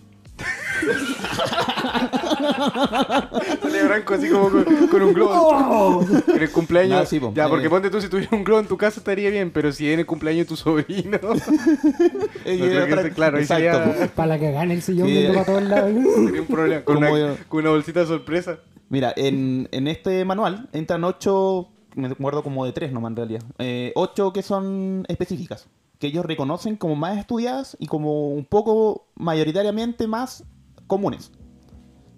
[SPEAKER 3] Salía Branco así como con, con un
[SPEAKER 2] Oh,
[SPEAKER 3] globo. En el cumpleaños.
[SPEAKER 2] No, sí, po.
[SPEAKER 3] ya, porque
[SPEAKER 2] Eh.
[SPEAKER 3] ponte tú, si tuviera un globo en tu casa estaría bien, pero si en el cumpleaños de tu sobrino.
[SPEAKER 2] Eh,
[SPEAKER 3] No creo que
[SPEAKER 2] otra-
[SPEAKER 3] sea- claro, ahí
[SPEAKER 2] Exacto.
[SPEAKER 3] sería-
[SPEAKER 1] Para la cagada en el sillón
[SPEAKER 2] Sí.
[SPEAKER 1] viendo para todos lados.
[SPEAKER 3] Sería un problema. Con
[SPEAKER 2] Como
[SPEAKER 3] una,
[SPEAKER 2] yo.
[SPEAKER 3] con una bolsita de sorpresa.
[SPEAKER 2] Mira, en, en este manual entran ocho, me acuerdo como de tres nomás en realidad, eh, ocho que son específicas, que ellos reconocen como más estudiadas y como un poco mayoritariamente más comunes,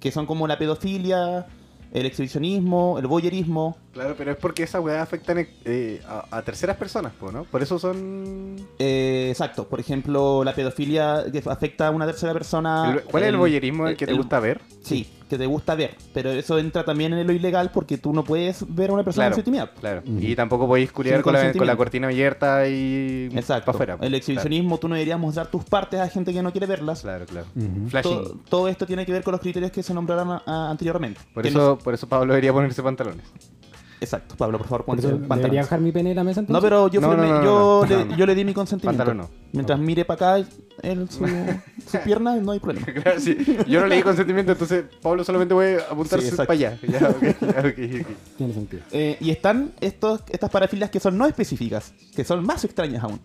[SPEAKER 2] que son como la pedofilia, el exhibicionismo, el voyerismo.
[SPEAKER 3] Claro, pero es porque esas weas afectan eh, a, a terceras personas, po, ¿no? Por eso son.
[SPEAKER 2] eh, exacto, por ejemplo, la pedofilia que afecta a una tercera persona.
[SPEAKER 3] El- ¿Cuál es el boyerismo el que te
[SPEAKER 2] Ah, el-
[SPEAKER 3] gusta ver?
[SPEAKER 2] Sí, que te gusta ver, pero eso entra también en lo ilegal porque tú no puedes ver a una persona en su intimidad.
[SPEAKER 3] claro.
[SPEAKER 1] Ujú.
[SPEAKER 3] Y tampoco podéis culiar
[SPEAKER 2] Sin
[SPEAKER 3] con la, con la
[SPEAKER 2] consentimiento.
[SPEAKER 3] cortina abierta y.
[SPEAKER 2] Exacto.
[SPEAKER 3] pa' afuera, pues. po.
[SPEAKER 2] el exhibicionismo, tú no deberías mostrar tus partes a gente que no quiere verlas.
[SPEAKER 3] Claro, claro. claro.
[SPEAKER 1] Ujú.
[SPEAKER 3] Flashing.
[SPEAKER 2] Todo, todo esto tiene que ver con los criterios que se nombraron a- a- anteriormente.
[SPEAKER 3] Por
[SPEAKER 2] Que
[SPEAKER 3] eso, por eso Pablo debería ponerse pantalones.
[SPEAKER 2] no- Exacto, Pablo, por favor,
[SPEAKER 1] Por
[SPEAKER 2] ponte
[SPEAKER 1] eso
[SPEAKER 2] pantalones.
[SPEAKER 1] debería bajar mi pene de la mesa
[SPEAKER 2] No,
[SPEAKER 1] entonces.
[SPEAKER 2] pero yo,
[SPEAKER 3] No,
[SPEAKER 2] firmé-
[SPEAKER 3] no, no,
[SPEAKER 2] yo,
[SPEAKER 3] no, no,
[SPEAKER 2] le,
[SPEAKER 3] no, no.
[SPEAKER 2] yo le di mi consentimiento.
[SPEAKER 3] Pantalón
[SPEAKER 2] Mientras mire para acá él, su, su pierna, no hay problema.
[SPEAKER 3] Claro, sí. Yo no leí consentimiento, entonces Pablo solamente voy a apuntarse
[SPEAKER 2] Sí,
[SPEAKER 3] para
[SPEAKER 2] exacto.
[SPEAKER 3] allá. Ya, ok, ya, ok, ok.
[SPEAKER 1] Tiene sentido.
[SPEAKER 2] Eh, y están estos, estas parafilias que son no específicas, que son más extrañas aún.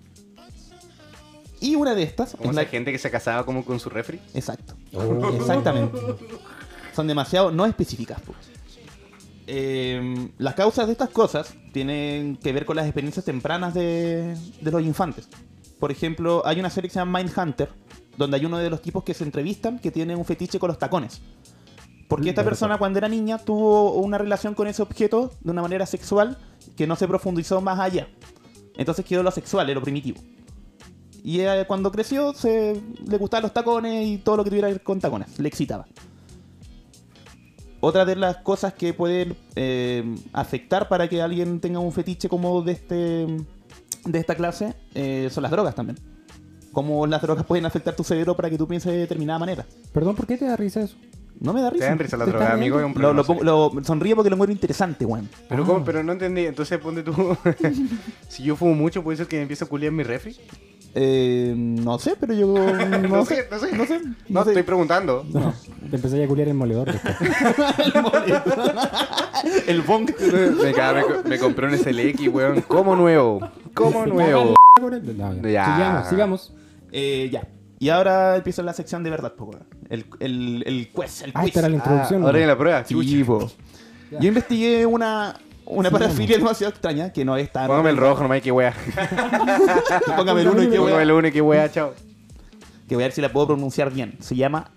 [SPEAKER 2] Y una de estas
[SPEAKER 3] Como
[SPEAKER 2] es
[SPEAKER 3] esa
[SPEAKER 2] la
[SPEAKER 3] gente que se casaba como con su refri.
[SPEAKER 2] Exacto. Exactamente. Son demasiado no específicas. pues. Eh, las causas de estas cosas tienen que ver con las experiencias tempranas de, de los infantes. Por ejemplo, hay una serie que se llama Mindhunter, donde hay uno de los tipos que se entrevistan que tiene un fetiche con los tacones. Porque esta
[SPEAKER 1] Verdad.
[SPEAKER 2] persona cuando era niña tuvo una relación con ese objeto de una manera sexual que no se profundizó más allá. Entonces quedó lo sexual, eh, lo primitivo. Y eh, cuando creció se le gustaban los tacones y todo lo que tuviera que ver con tacones, le excitaba. Otra de las cosas que pueden eh, afectar para que alguien tenga un fetiche como de este de esta clase eh, son las drogas también. Cómo las drogas pueden afectar tu cerebro para que tú pienses de determinada manera.
[SPEAKER 1] Perdón, ¿por qué te da risa eso?
[SPEAKER 2] No me da
[SPEAKER 3] Te
[SPEAKER 2] risa.
[SPEAKER 3] dan risa las
[SPEAKER 1] ¿Te
[SPEAKER 3] drogas,
[SPEAKER 1] está
[SPEAKER 3] amigo.
[SPEAKER 1] riendo?
[SPEAKER 3] es un
[SPEAKER 2] Lo,
[SPEAKER 3] problema
[SPEAKER 2] lo pongo-
[SPEAKER 3] serio.
[SPEAKER 2] lo- sonríe porque lo encuentro interesante, weón.
[SPEAKER 3] pero, ¿cómo? pero no entendí. Entonces ponte tú. si yo fumo mucho, puede ser que me empiece a culiar en mi refri.
[SPEAKER 2] Eh, no sé, pero yo. No,
[SPEAKER 3] No
[SPEAKER 2] sé,
[SPEAKER 3] sé, no sé.
[SPEAKER 2] No sé.
[SPEAKER 3] No,
[SPEAKER 2] no sé.
[SPEAKER 3] estoy preguntando.
[SPEAKER 1] No, te empecé a culiar el moledor. después.
[SPEAKER 2] El bong.
[SPEAKER 3] me, cago, me co- me compré un SLX, weón. Como nuevo. Como nuevo. Ah,
[SPEAKER 1] Con el- no,
[SPEAKER 3] Ya.
[SPEAKER 1] Sigamos, sigamos.
[SPEAKER 2] Eh, ya. Y ahora empieza la sección de verdad, po, weón. El, el, el quest, el
[SPEAKER 1] Ah,
[SPEAKER 2] quiz.
[SPEAKER 1] esta era la introducción.
[SPEAKER 3] Ah, ahora
[SPEAKER 1] ¿no?
[SPEAKER 3] en la prueba.
[SPEAKER 2] Sí,
[SPEAKER 3] chucha.
[SPEAKER 2] po. Yo investigué una, una
[SPEAKER 1] Sí,
[SPEAKER 2] parafilia demasiado extraña que no es tan.
[SPEAKER 3] Póngame el rojo nomás, que wea. Ah,
[SPEAKER 2] Póngame el uno y qué
[SPEAKER 3] Póngame
[SPEAKER 2] weá.
[SPEAKER 3] el uno y que wea, chao.
[SPEAKER 2] Que voy a ver si la puedo pronunciar bien. Se llama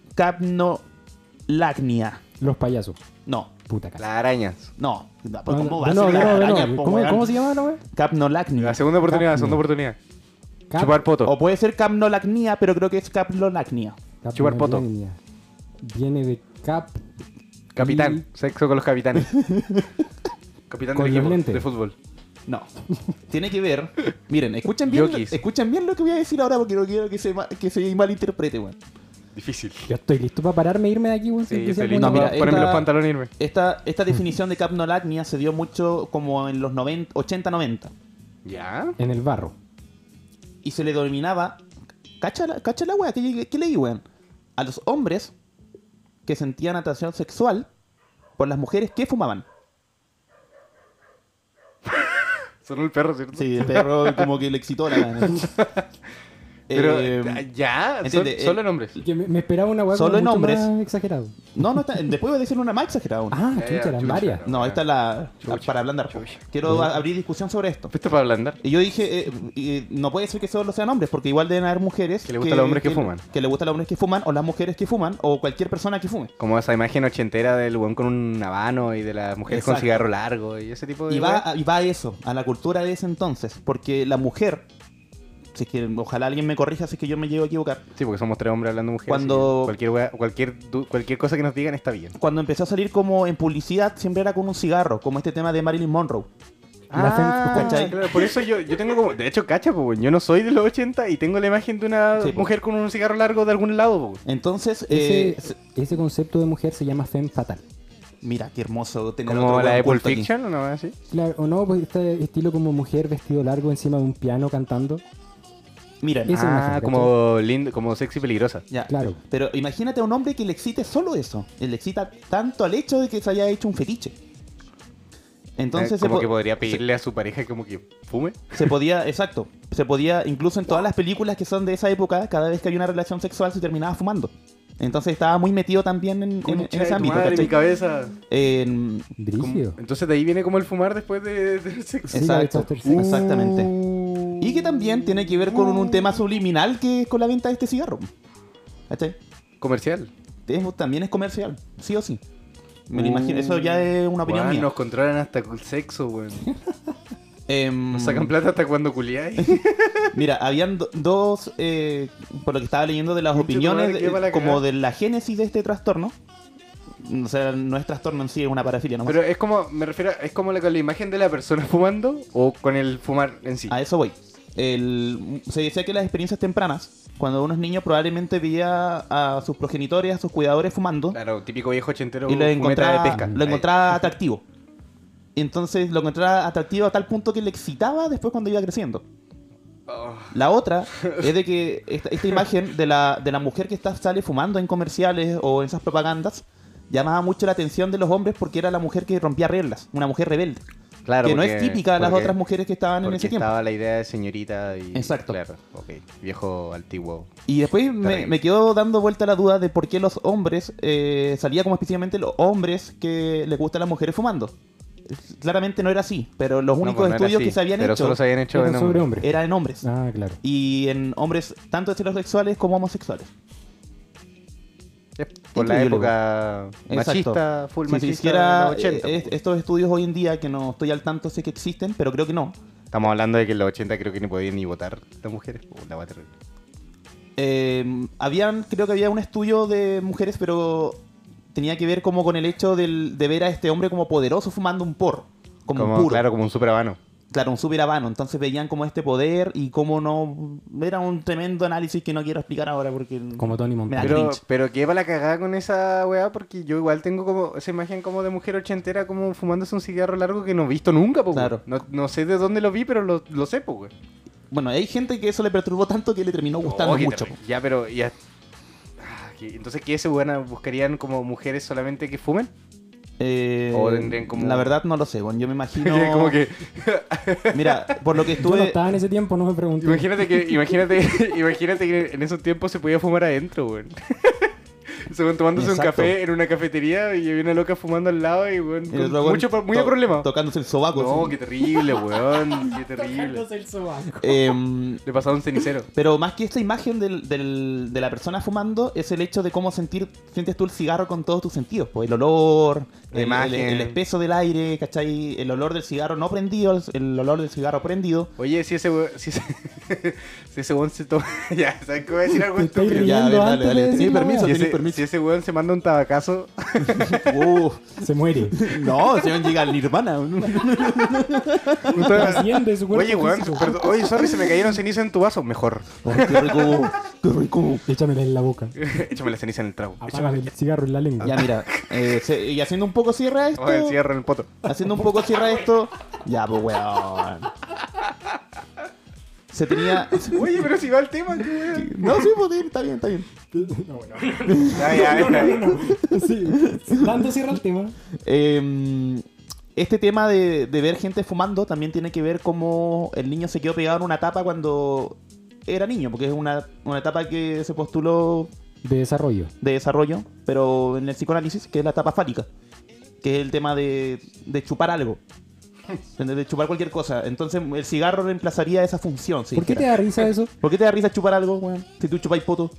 [SPEAKER 2] Capnolacnia.
[SPEAKER 1] Los payasos.
[SPEAKER 2] No,
[SPEAKER 1] Puta cara.
[SPEAKER 3] Las arañas.
[SPEAKER 2] no.
[SPEAKER 1] No,
[SPEAKER 2] ¿Cómo va a
[SPEAKER 1] no,
[SPEAKER 2] ser
[SPEAKER 1] no,
[SPEAKER 2] la
[SPEAKER 1] no,
[SPEAKER 2] araña,
[SPEAKER 1] no.
[SPEAKER 2] po,
[SPEAKER 1] ¿Cómo,
[SPEAKER 2] weón?
[SPEAKER 1] ¿Cómo se llama la wea?
[SPEAKER 2] Capnolacnia.
[SPEAKER 3] La segunda oportunidad,
[SPEAKER 1] Capno.
[SPEAKER 3] segunda oportunidad.
[SPEAKER 1] Cap-
[SPEAKER 3] Chupar poto.
[SPEAKER 2] O puede ser Capnolacnia, pero creo que es Capnolacnia.
[SPEAKER 3] chupar poto.
[SPEAKER 1] Capnolacnia. Viene de cap.
[SPEAKER 3] Capitán. Sexo con los capitanes. Capitán
[SPEAKER 1] Con
[SPEAKER 3] del
[SPEAKER 1] los
[SPEAKER 3] equipo
[SPEAKER 1] lentes.
[SPEAKER 3] de fútbol.
[SPEAKER 2] No. Tiene que ver. Miren, escuchen bien, lo,
[SPEAKER 3] Yokis.
[SPEAKER 2] escuchen bien lo que voy a decir ahora porque no quiero que se, ma- que se malinterprete, weón.
[SPEAKER 3] Difícil.
[SPEAKER 1] Yo estoy listo para pararme e irme de aquí, weón.
[SPEAKER 3] Sí,
[SPEAKER 1] sin que sea
[SPEAKER 3] estoy listo.
[SPEAKER 1] bueno.
[SPEAKER 2] mira,
[SPEAKER 3] para Ponerme
[SPEAKER 2] esta-
[SPEAKER 3] los pantalones y irme.
[SPEAKER 2] Esta, esta definición de capnolacnia se dio mucho como en los 90, 80-90.
[SPEAKER 3] ¿Ya?
[SPEAKER 1] En el barro.
[SPEAKER 2] Y se le dominaba. Cacha la, cacha la weá, ¿qué, qué leí, weón? A los hombres que sentían atracción sexual por las mujeres que fumaban.
[SPEAKER 3] Solo el perro, ¿cierto?
[SPEAKER 2] Sí, el perro como que le excitó la weá.
[SPEAKER 3] Pero, ah,
[SPEAKER 2] Eh,
[SPEAKER 3] ¿ya? Sol-
[SPEAKER 2] entiende, eh,
[SPEAKER 3] Solo en hombres.
[SPEAKER 1] Que me, me esperaba una wea
[SPEAKER 2] Solo en
[SPEAKER 1] mucho
[SPEAKER 2] hombres.
[SPEAKER 1] más exagerado.
[SPEAKER 2] no, no está. Después voy a decir una más exagerada. aún.
[SPEAKER 1] Ah,
[SPEAKER 3] Ya, ya,
[SPEAKER 1] chucha, las
[SPEAKER 3] chucha.
[SPEAKER 1] varias.
[SPEAKER 2] No, esta es la, la-
[SPEAKER 3] Chucha,
[SPEAKER 2] para ablandar.
[SPEAKER 3] chucha.
[SPEAKER 2] Quiero a- abrir discusión sobre esto.
[SPEAKER 3] ¿Viste para ablandar?
[SPEAKER 2] Y yo dije, eh, eh, no puede ser que solo sean hombres, porque igual deben haber mujeres
[SPEAKER 3] Que le gustan los hombres que fuman.
[SPEAKER 2] Que le gustan los hombres que fuman, o las mujeres que fuman, o cualquier persona que fume.
[SPEAKER 3] Como esa imagen ochentera del weón con un habano y de las mujeres con
[SPEAKER 2] Exacto.
[SPEAKER 3] cigarro largo y ese tipo de.
[SPEAKER 2] Y va,
[SPEAKER 3] weas.
[SPEAKER 2] a, y va a eso, a la cultura de ese entonces, porque la mujer, si es que, ojalá alguien me corrija si es que yo me llego a equivocar,
[SPEAKER 3] Sí, porque somos tres hombres hablando mujeres.
[SPEAKER 2] Cuando-
[SPEAKER 3] así que Cualquier, wea- cualquier, du- cualquier cosa que nos digan está bien.
[SPEAKER 2] cuando empezó a salir como en publicidad, siempre era con un cigarro, como este tema de Marilyn Monroe.
[SPEAKER 1] La
[SPEAKER 3] Ah,
[SPEAKER 1] Fem-
[SPEAKER 2] ¿cachai?
[SPEAKER 3] claro, por eso yo, yo tengo como. De hecho, cacha, pues, yo no soy de los 80 y tengo la imagen de una
[SPEAKER 2] Sí, po.
[SPEAKER 3] mujer con un cigarro largo de algún lado, pues.
[SPEAKER 2] Entonces, eh,
[SPEAKER 1] Ese,
[SPEAKER 2] se-
[SPEAKER 1] ese concepto de mujer se llama femme fatal.
[SPEAKER 2] mira, qué hermoso tener
[SPEAKER 3] Como
[SPEAKER 2] otro
[SPEAKER 3] la
[SPEAKER 2] buen
[SPEAKER 3] de Pulp
[SPEAKER 2] culto aquí.
[SPEAKER 3] Fiction o no así.
[SPEAKER 1] Claro, o no, pues este estilo como mujer vestido largo encima de un piano cantando.
[SPEAKER 2] Miren, ah,
[SPEAKER 1] Esa
[SPEAKER 3] ah,
[SPEAKER 1] imagen,
[SPEAKER 3] como lindo, como sexy peligrosa.
[SPEAKER 2] Ya.
[SPEAKER 1] Claro.
[SPEAKER 2] Pero imagínate a un hombre que le excite solo eso. Él le excita tanto al hecho de que se haya hecho un fetiche. Entonces
[SPEAKER 3] Eh, como
[SPEAKER 2] se, po-
[SPEAKER 3] que podría pedirle a su pareja como que fume.
[SPEAKER 2] se podía, exacto, se podía, incluso en todas las películas que son de esa época, cada vez que había una relación sexual se terminaba fumando. Entonces estaba muy metido también en, en- en
[SPEAKER 3] Concha de
[SPEAKER 2] ese
[SPEAKER 3] tu
[SPEAKER 2] ámbito.
[SPEAKER 3] madre, mi
[SPEAKER 2] ¿cachai?
[SPEAKER 3] cabeza.
[SPEAKER 2] En-
[SPEAKER 3] Como-
[SPEAKER 1] Brígido.
[SPEAKER 3] entonces de ahí viene como el fumar después de, del sexo.
[SPEAKER 1] Sí, la de
[SPEAKER 2] exacto,
[SPEAKER 1] Chester Sexton.
[SPEAKER 2] exactamente.
[SPEAKER 3] Uh.
[SPEAKER 2] Y que también tiene que ver con un, un tema subliminal que es con la venta de este cigarro. ¿Cachai?
[SPEAKER 3] Comercial.
[SPEAKER 2] Es- también es comercial, sí o sí. Me lo imagino, eso ya es una opinión
[SPEAKER 3] Weón,
[SPEAKER 2] mía.
[SPEAKER 3] nos controlan hasta el sexo, weón.
[SPEAKER 2] Em,
[SPEAKER 3] Nos sacan plata hasta cuando culiáis.
[SPEAKER 2] Mira, habían do- dos, eh, por lo que estaba leyendo de las
[SPEAKER 3] Conche tu
[SPEAKER 2] opiniones,
[SPEAKER 3] madre, qué
[SPEAKER 2] eh,
[SPEAKER 3] mala
[SPEAKER 2] como
[SPEAKER 3] cagada.
[SPEAKER 2] de la génesis de este trastorno. O sea, no es trastorno en sí, es una parafilia nomás.
[SPEAKER 3] Pero es como, me refiero, a- es como la, con la imagen de la persona fumando o con el fumar en sí.
[SPEAKER 2] A eso voy. El- se decía que las experiencias tempranas, cuando unos niños probablemente veía a sus progenitores, a sus cuidadores fumando,
[SPEAKER 3] Claro, típico viejo ochentero
[SPEAKER 2] y lo
[SPEAKER 3] fumeta
[SPEAKER 2] encontraba,
[SPEAKER 3] de pesca.
[SPEAKER 2] lo
[SPEAKER 3] Ahí.
[SPEAKER 2] encontraba atractivo. Entonces lo encontraba atractivo a tal punto que le excitaba después cuando iba creciendo.
[SPEAKER 3] Oh,
[SPEAKER 2] La otra es de que esta, esta imagen de la, de la mujer que está, sale fumando en comerciales o en esas propagandas llamaba mucho la atención de los hombres porque era la mujer que rompía reglas, una mujer rebelde,
[SPEAKER 3] claro,
[SPEAKER 2] que no
[SPEAKER 3] porque-
[SPEAKER 2] es típica de las
[SPEAKER 3] porque-
[SPEAKER 2] otras mujeres que estaban en
[SPEAKER 3] porque
[SPEAKER 2] ese tiempo.
[SPEAKER 3] estaba la idea de señorita y...
[SPEAKER 2] Exacto.
[SPEAKER 3] Claro, ok. Viejo antiguo. pues
[SPEAKER 2] Y después me,
[SPEAKER 3] Terrible.
[SPEAKER 2] me quedó dando vuelta la duda de por qué los hombres, eh, salía como específicamente los hombres que les gustan las mujeres fumando. Claramente no era así, pero los
[SPEAKER 3] No,
[SPEAKER 2] únicos
[SPEAKER 3] pues no era
[SPEAKER 2] estudios
[SPEAKER 3] así,
[SPEAKER 2] que se habían
[SPEAKER 3] Pero
[SPEAKER 2] hecho
[SPEAKER 3] solo se habían hecho
[SPEAKER 1] Era
[SPEAKER 3] en
[SPEAKER 1] sobre
[SPEAKER 3] hombres.
[SPEAKER 1] hombre.
[SPEAKER 2] eran en hombres.
[SPEAKER 1] Ah, claro.
[SPEAKER 2] Y en hombres tanto heterosexuales como homosexuales.
[SPEAKER 3] Yep, Por la
[SPEAKER 2] Increíble,
[SPEAKER 3] época machista, full
[SPEAKER 2] Si se
[SPEAKER 3] machista
[SPEAKER 2] hiciera
[SPEAKER 3] de los pues. 80.
[SPEAKER 2] eh, est- estos estudios hoy en día, que no estoy al tanto, sé que existen, pero creo que no.
[SPEAKER 3] Estamos hablando de que en los 80 creo que ni podían ni votar las mujeres. Oh, la wea terrible.
[SPEAKER 2] Eh, habían, creo que había un estudio de mujeres, pero tenía que ver como con el hecho del- de ver a este hombre como poderoso fumando un porro. Como,
[SPEAKER 3] Como,
[SPEAKER 2] puro.
[SPEAKER 3] claro, como un super habano.
[SPEAKER 2] claro, un super habano. Entonces veían como este poder y cómo no. Era un tremendo análisis que no quiero explicar ahora porque.
[SPEAKER 1] Como Tony Montana.
[SPEAKER 2] da
[SPEAKER 3] Pero,
[SPEAKER 2] cringe.
[SPEAKER 3] pero qué para la cagada con esa weá, porque yo igual tengo como esa imagen como de mujer ochentera como fumándose un cigarro largo que no he visto nunca, pues.
[SPEAKER 2] Claro.
[SPEAKER 3] No, no sé de dónde lo vi, pero lo, lo sé, pues, güey.
[SPEAKER 2] Bueno, hay gente que eso le perturbó tanto que le terminó gustando
[SPEAKER 3] Oh, qué
[SPEAKER 2] mucho.
[SPEAKER 3] terrible. Ya, pero ya. Ah, que- Entonces, ¿qué se weón, buscarían como mujeres solamente que fumen?
[SPEAKER 2] Eh,
[SPEAKER 3] O tendrían como-
[SPEAKER 2] La verdad no lo sé, bueno, yo me imagino.
[SPEAKER 3] Que como que,
[SPEAKER 2] Mira, por lo que
[SPEAKER 1] Yo no
[SPEAKER 2] estuve.
[SPEAKER 1] estaba en ese tiempo, no me pregunté.
[SPEAKER 3] imagínate que, imagínate, imagínate que en esos tiempos se podía fumar adentro, weón. Según tomándose un
[SPEAKER 2] Exacto.
[SPEAKER 3] café en una cafetería y había una loca fumando al lado y, weón,
[SPEAKER 2] el
[SPEAKER 3] con
[SPEAKER 2] dragón
[SPEAKER 3] mucho, pro- muy
[SPEAKER 2] to-
[SPEAKER 3] problema.
[SPEAKER 2] Tocándose el sobaco.
[SPEAKER 3] No,
[SPEAKER 2] así.
[SPEAKER 3] qué terrible, weón. Qué terrible.
[SPEAKER 1] Tocándose el sobaco.
[SPEAKER 2] Em,
[SPEAKER 3] Le pasaba un cenicero.
[SPEAKER 2] Pero más que esta imagen del- del- de la persona fumando, es el hecho de cómo sentir, sientes tú el cigarro con todos tus sentidos. Pues el olor,
[SPEAKER 3] La
[SPEAKER 2] el,
[SPEAKER 3] imagen.
[SPEAKER 2] el- el espeso del aire, ¿cachai? El olor del cigarro no prendido, el, el olor del cigarro prendido.
[SPEAKER 3] Oye, si ese weón. Si ese, si ese weón se toma. Ya, ¿sabes qué voy a decir algo
[SPEAKER 1] Te estoy
[SPEAKER 3] estúpido?
[SPEAKER 2] Ya,
[SPEAKER 1] riendo
[SPEAKER 2] dale,
[SPEAKER 1] antes
[SPEAKER 2] dale,
[SPEAKER 1] de
[SPEAKER 2] tenés
[SPEAKER 1] decir la
[SPEAKER 2] permiso.
[SPEAKER 1] wea.
[SPEAKER 3] Si
[SPEAKER 2] Tienes
[SPEAKER 3] ese,
[SPEAKER 2] permiso.
[SPEAKER 3] si ese weón se manda un tabacazo,
[SPEAKER 2] Uf,
[SPEAKER 1] Se muere.
[SPEAKER 2] uh, no, se van a llegar nirvana.
[SPEAKER 3] un tabacazo-
[SPEAKER 1] Asciende su cuerpo
[SPEAKER 3] Oye, weón,
[SPEAKER 1] físico.
[SPEAKER 3] perdón. oye, sorry, se me cayeron cenizas en tu vaso. Mejor.
[SPEAKER 2] Oh, qué rico, qué rico.
[SPEAKER 1] Échamela en la boca.
[SPEAKER 3] Échame la ceniza en el trago.
[SPEAKER 1] Apágame el cigarro en la lengua.
[SPEAKER 2] Ya mira, eh, se- y haciendo un poco cierra esto.
[SPEAKER 3] Oye, cierra en el poto.
[SPEAKER 2] Haciendo un poco cierra esto. Ya, pues weón. Se tenía.
[SPEAKER 3] Oye, pero si va el tema, qué weón.
[SPEAKER 2] No, sí, pues, está bien, está bien.
[SPEAKER 1] No, bueno.
[SPEAKER 3] Ya, ya, ya.
[SPEAKER 1] Sí. Dando cierra el tema.
[SPEAKER 2] Eh, este tema de, de ver gente fumando también tiene que ver cómo el niño se quedó pegado en una etapa cuando era niño, porque es una, una etapa que se postuló
[SPEAKER 1] De desarrollo.
[SPEAKER 2] de desarrollo, pero en el psicoanálisis, que es la etapa fálica, que es el tema de, de chupar algo. De de chupar cualquier cosa. Entonces el cigarro reemplazaría esa función. si
[SPEAKER 1] ¿Por qué te
[SPEAKER 2] dijera.
[SPEAKER 1] da risa eso?
[SPEAKER 2] ¿Por qué te da risa chupar algo, weón? Si tú chupáis poto.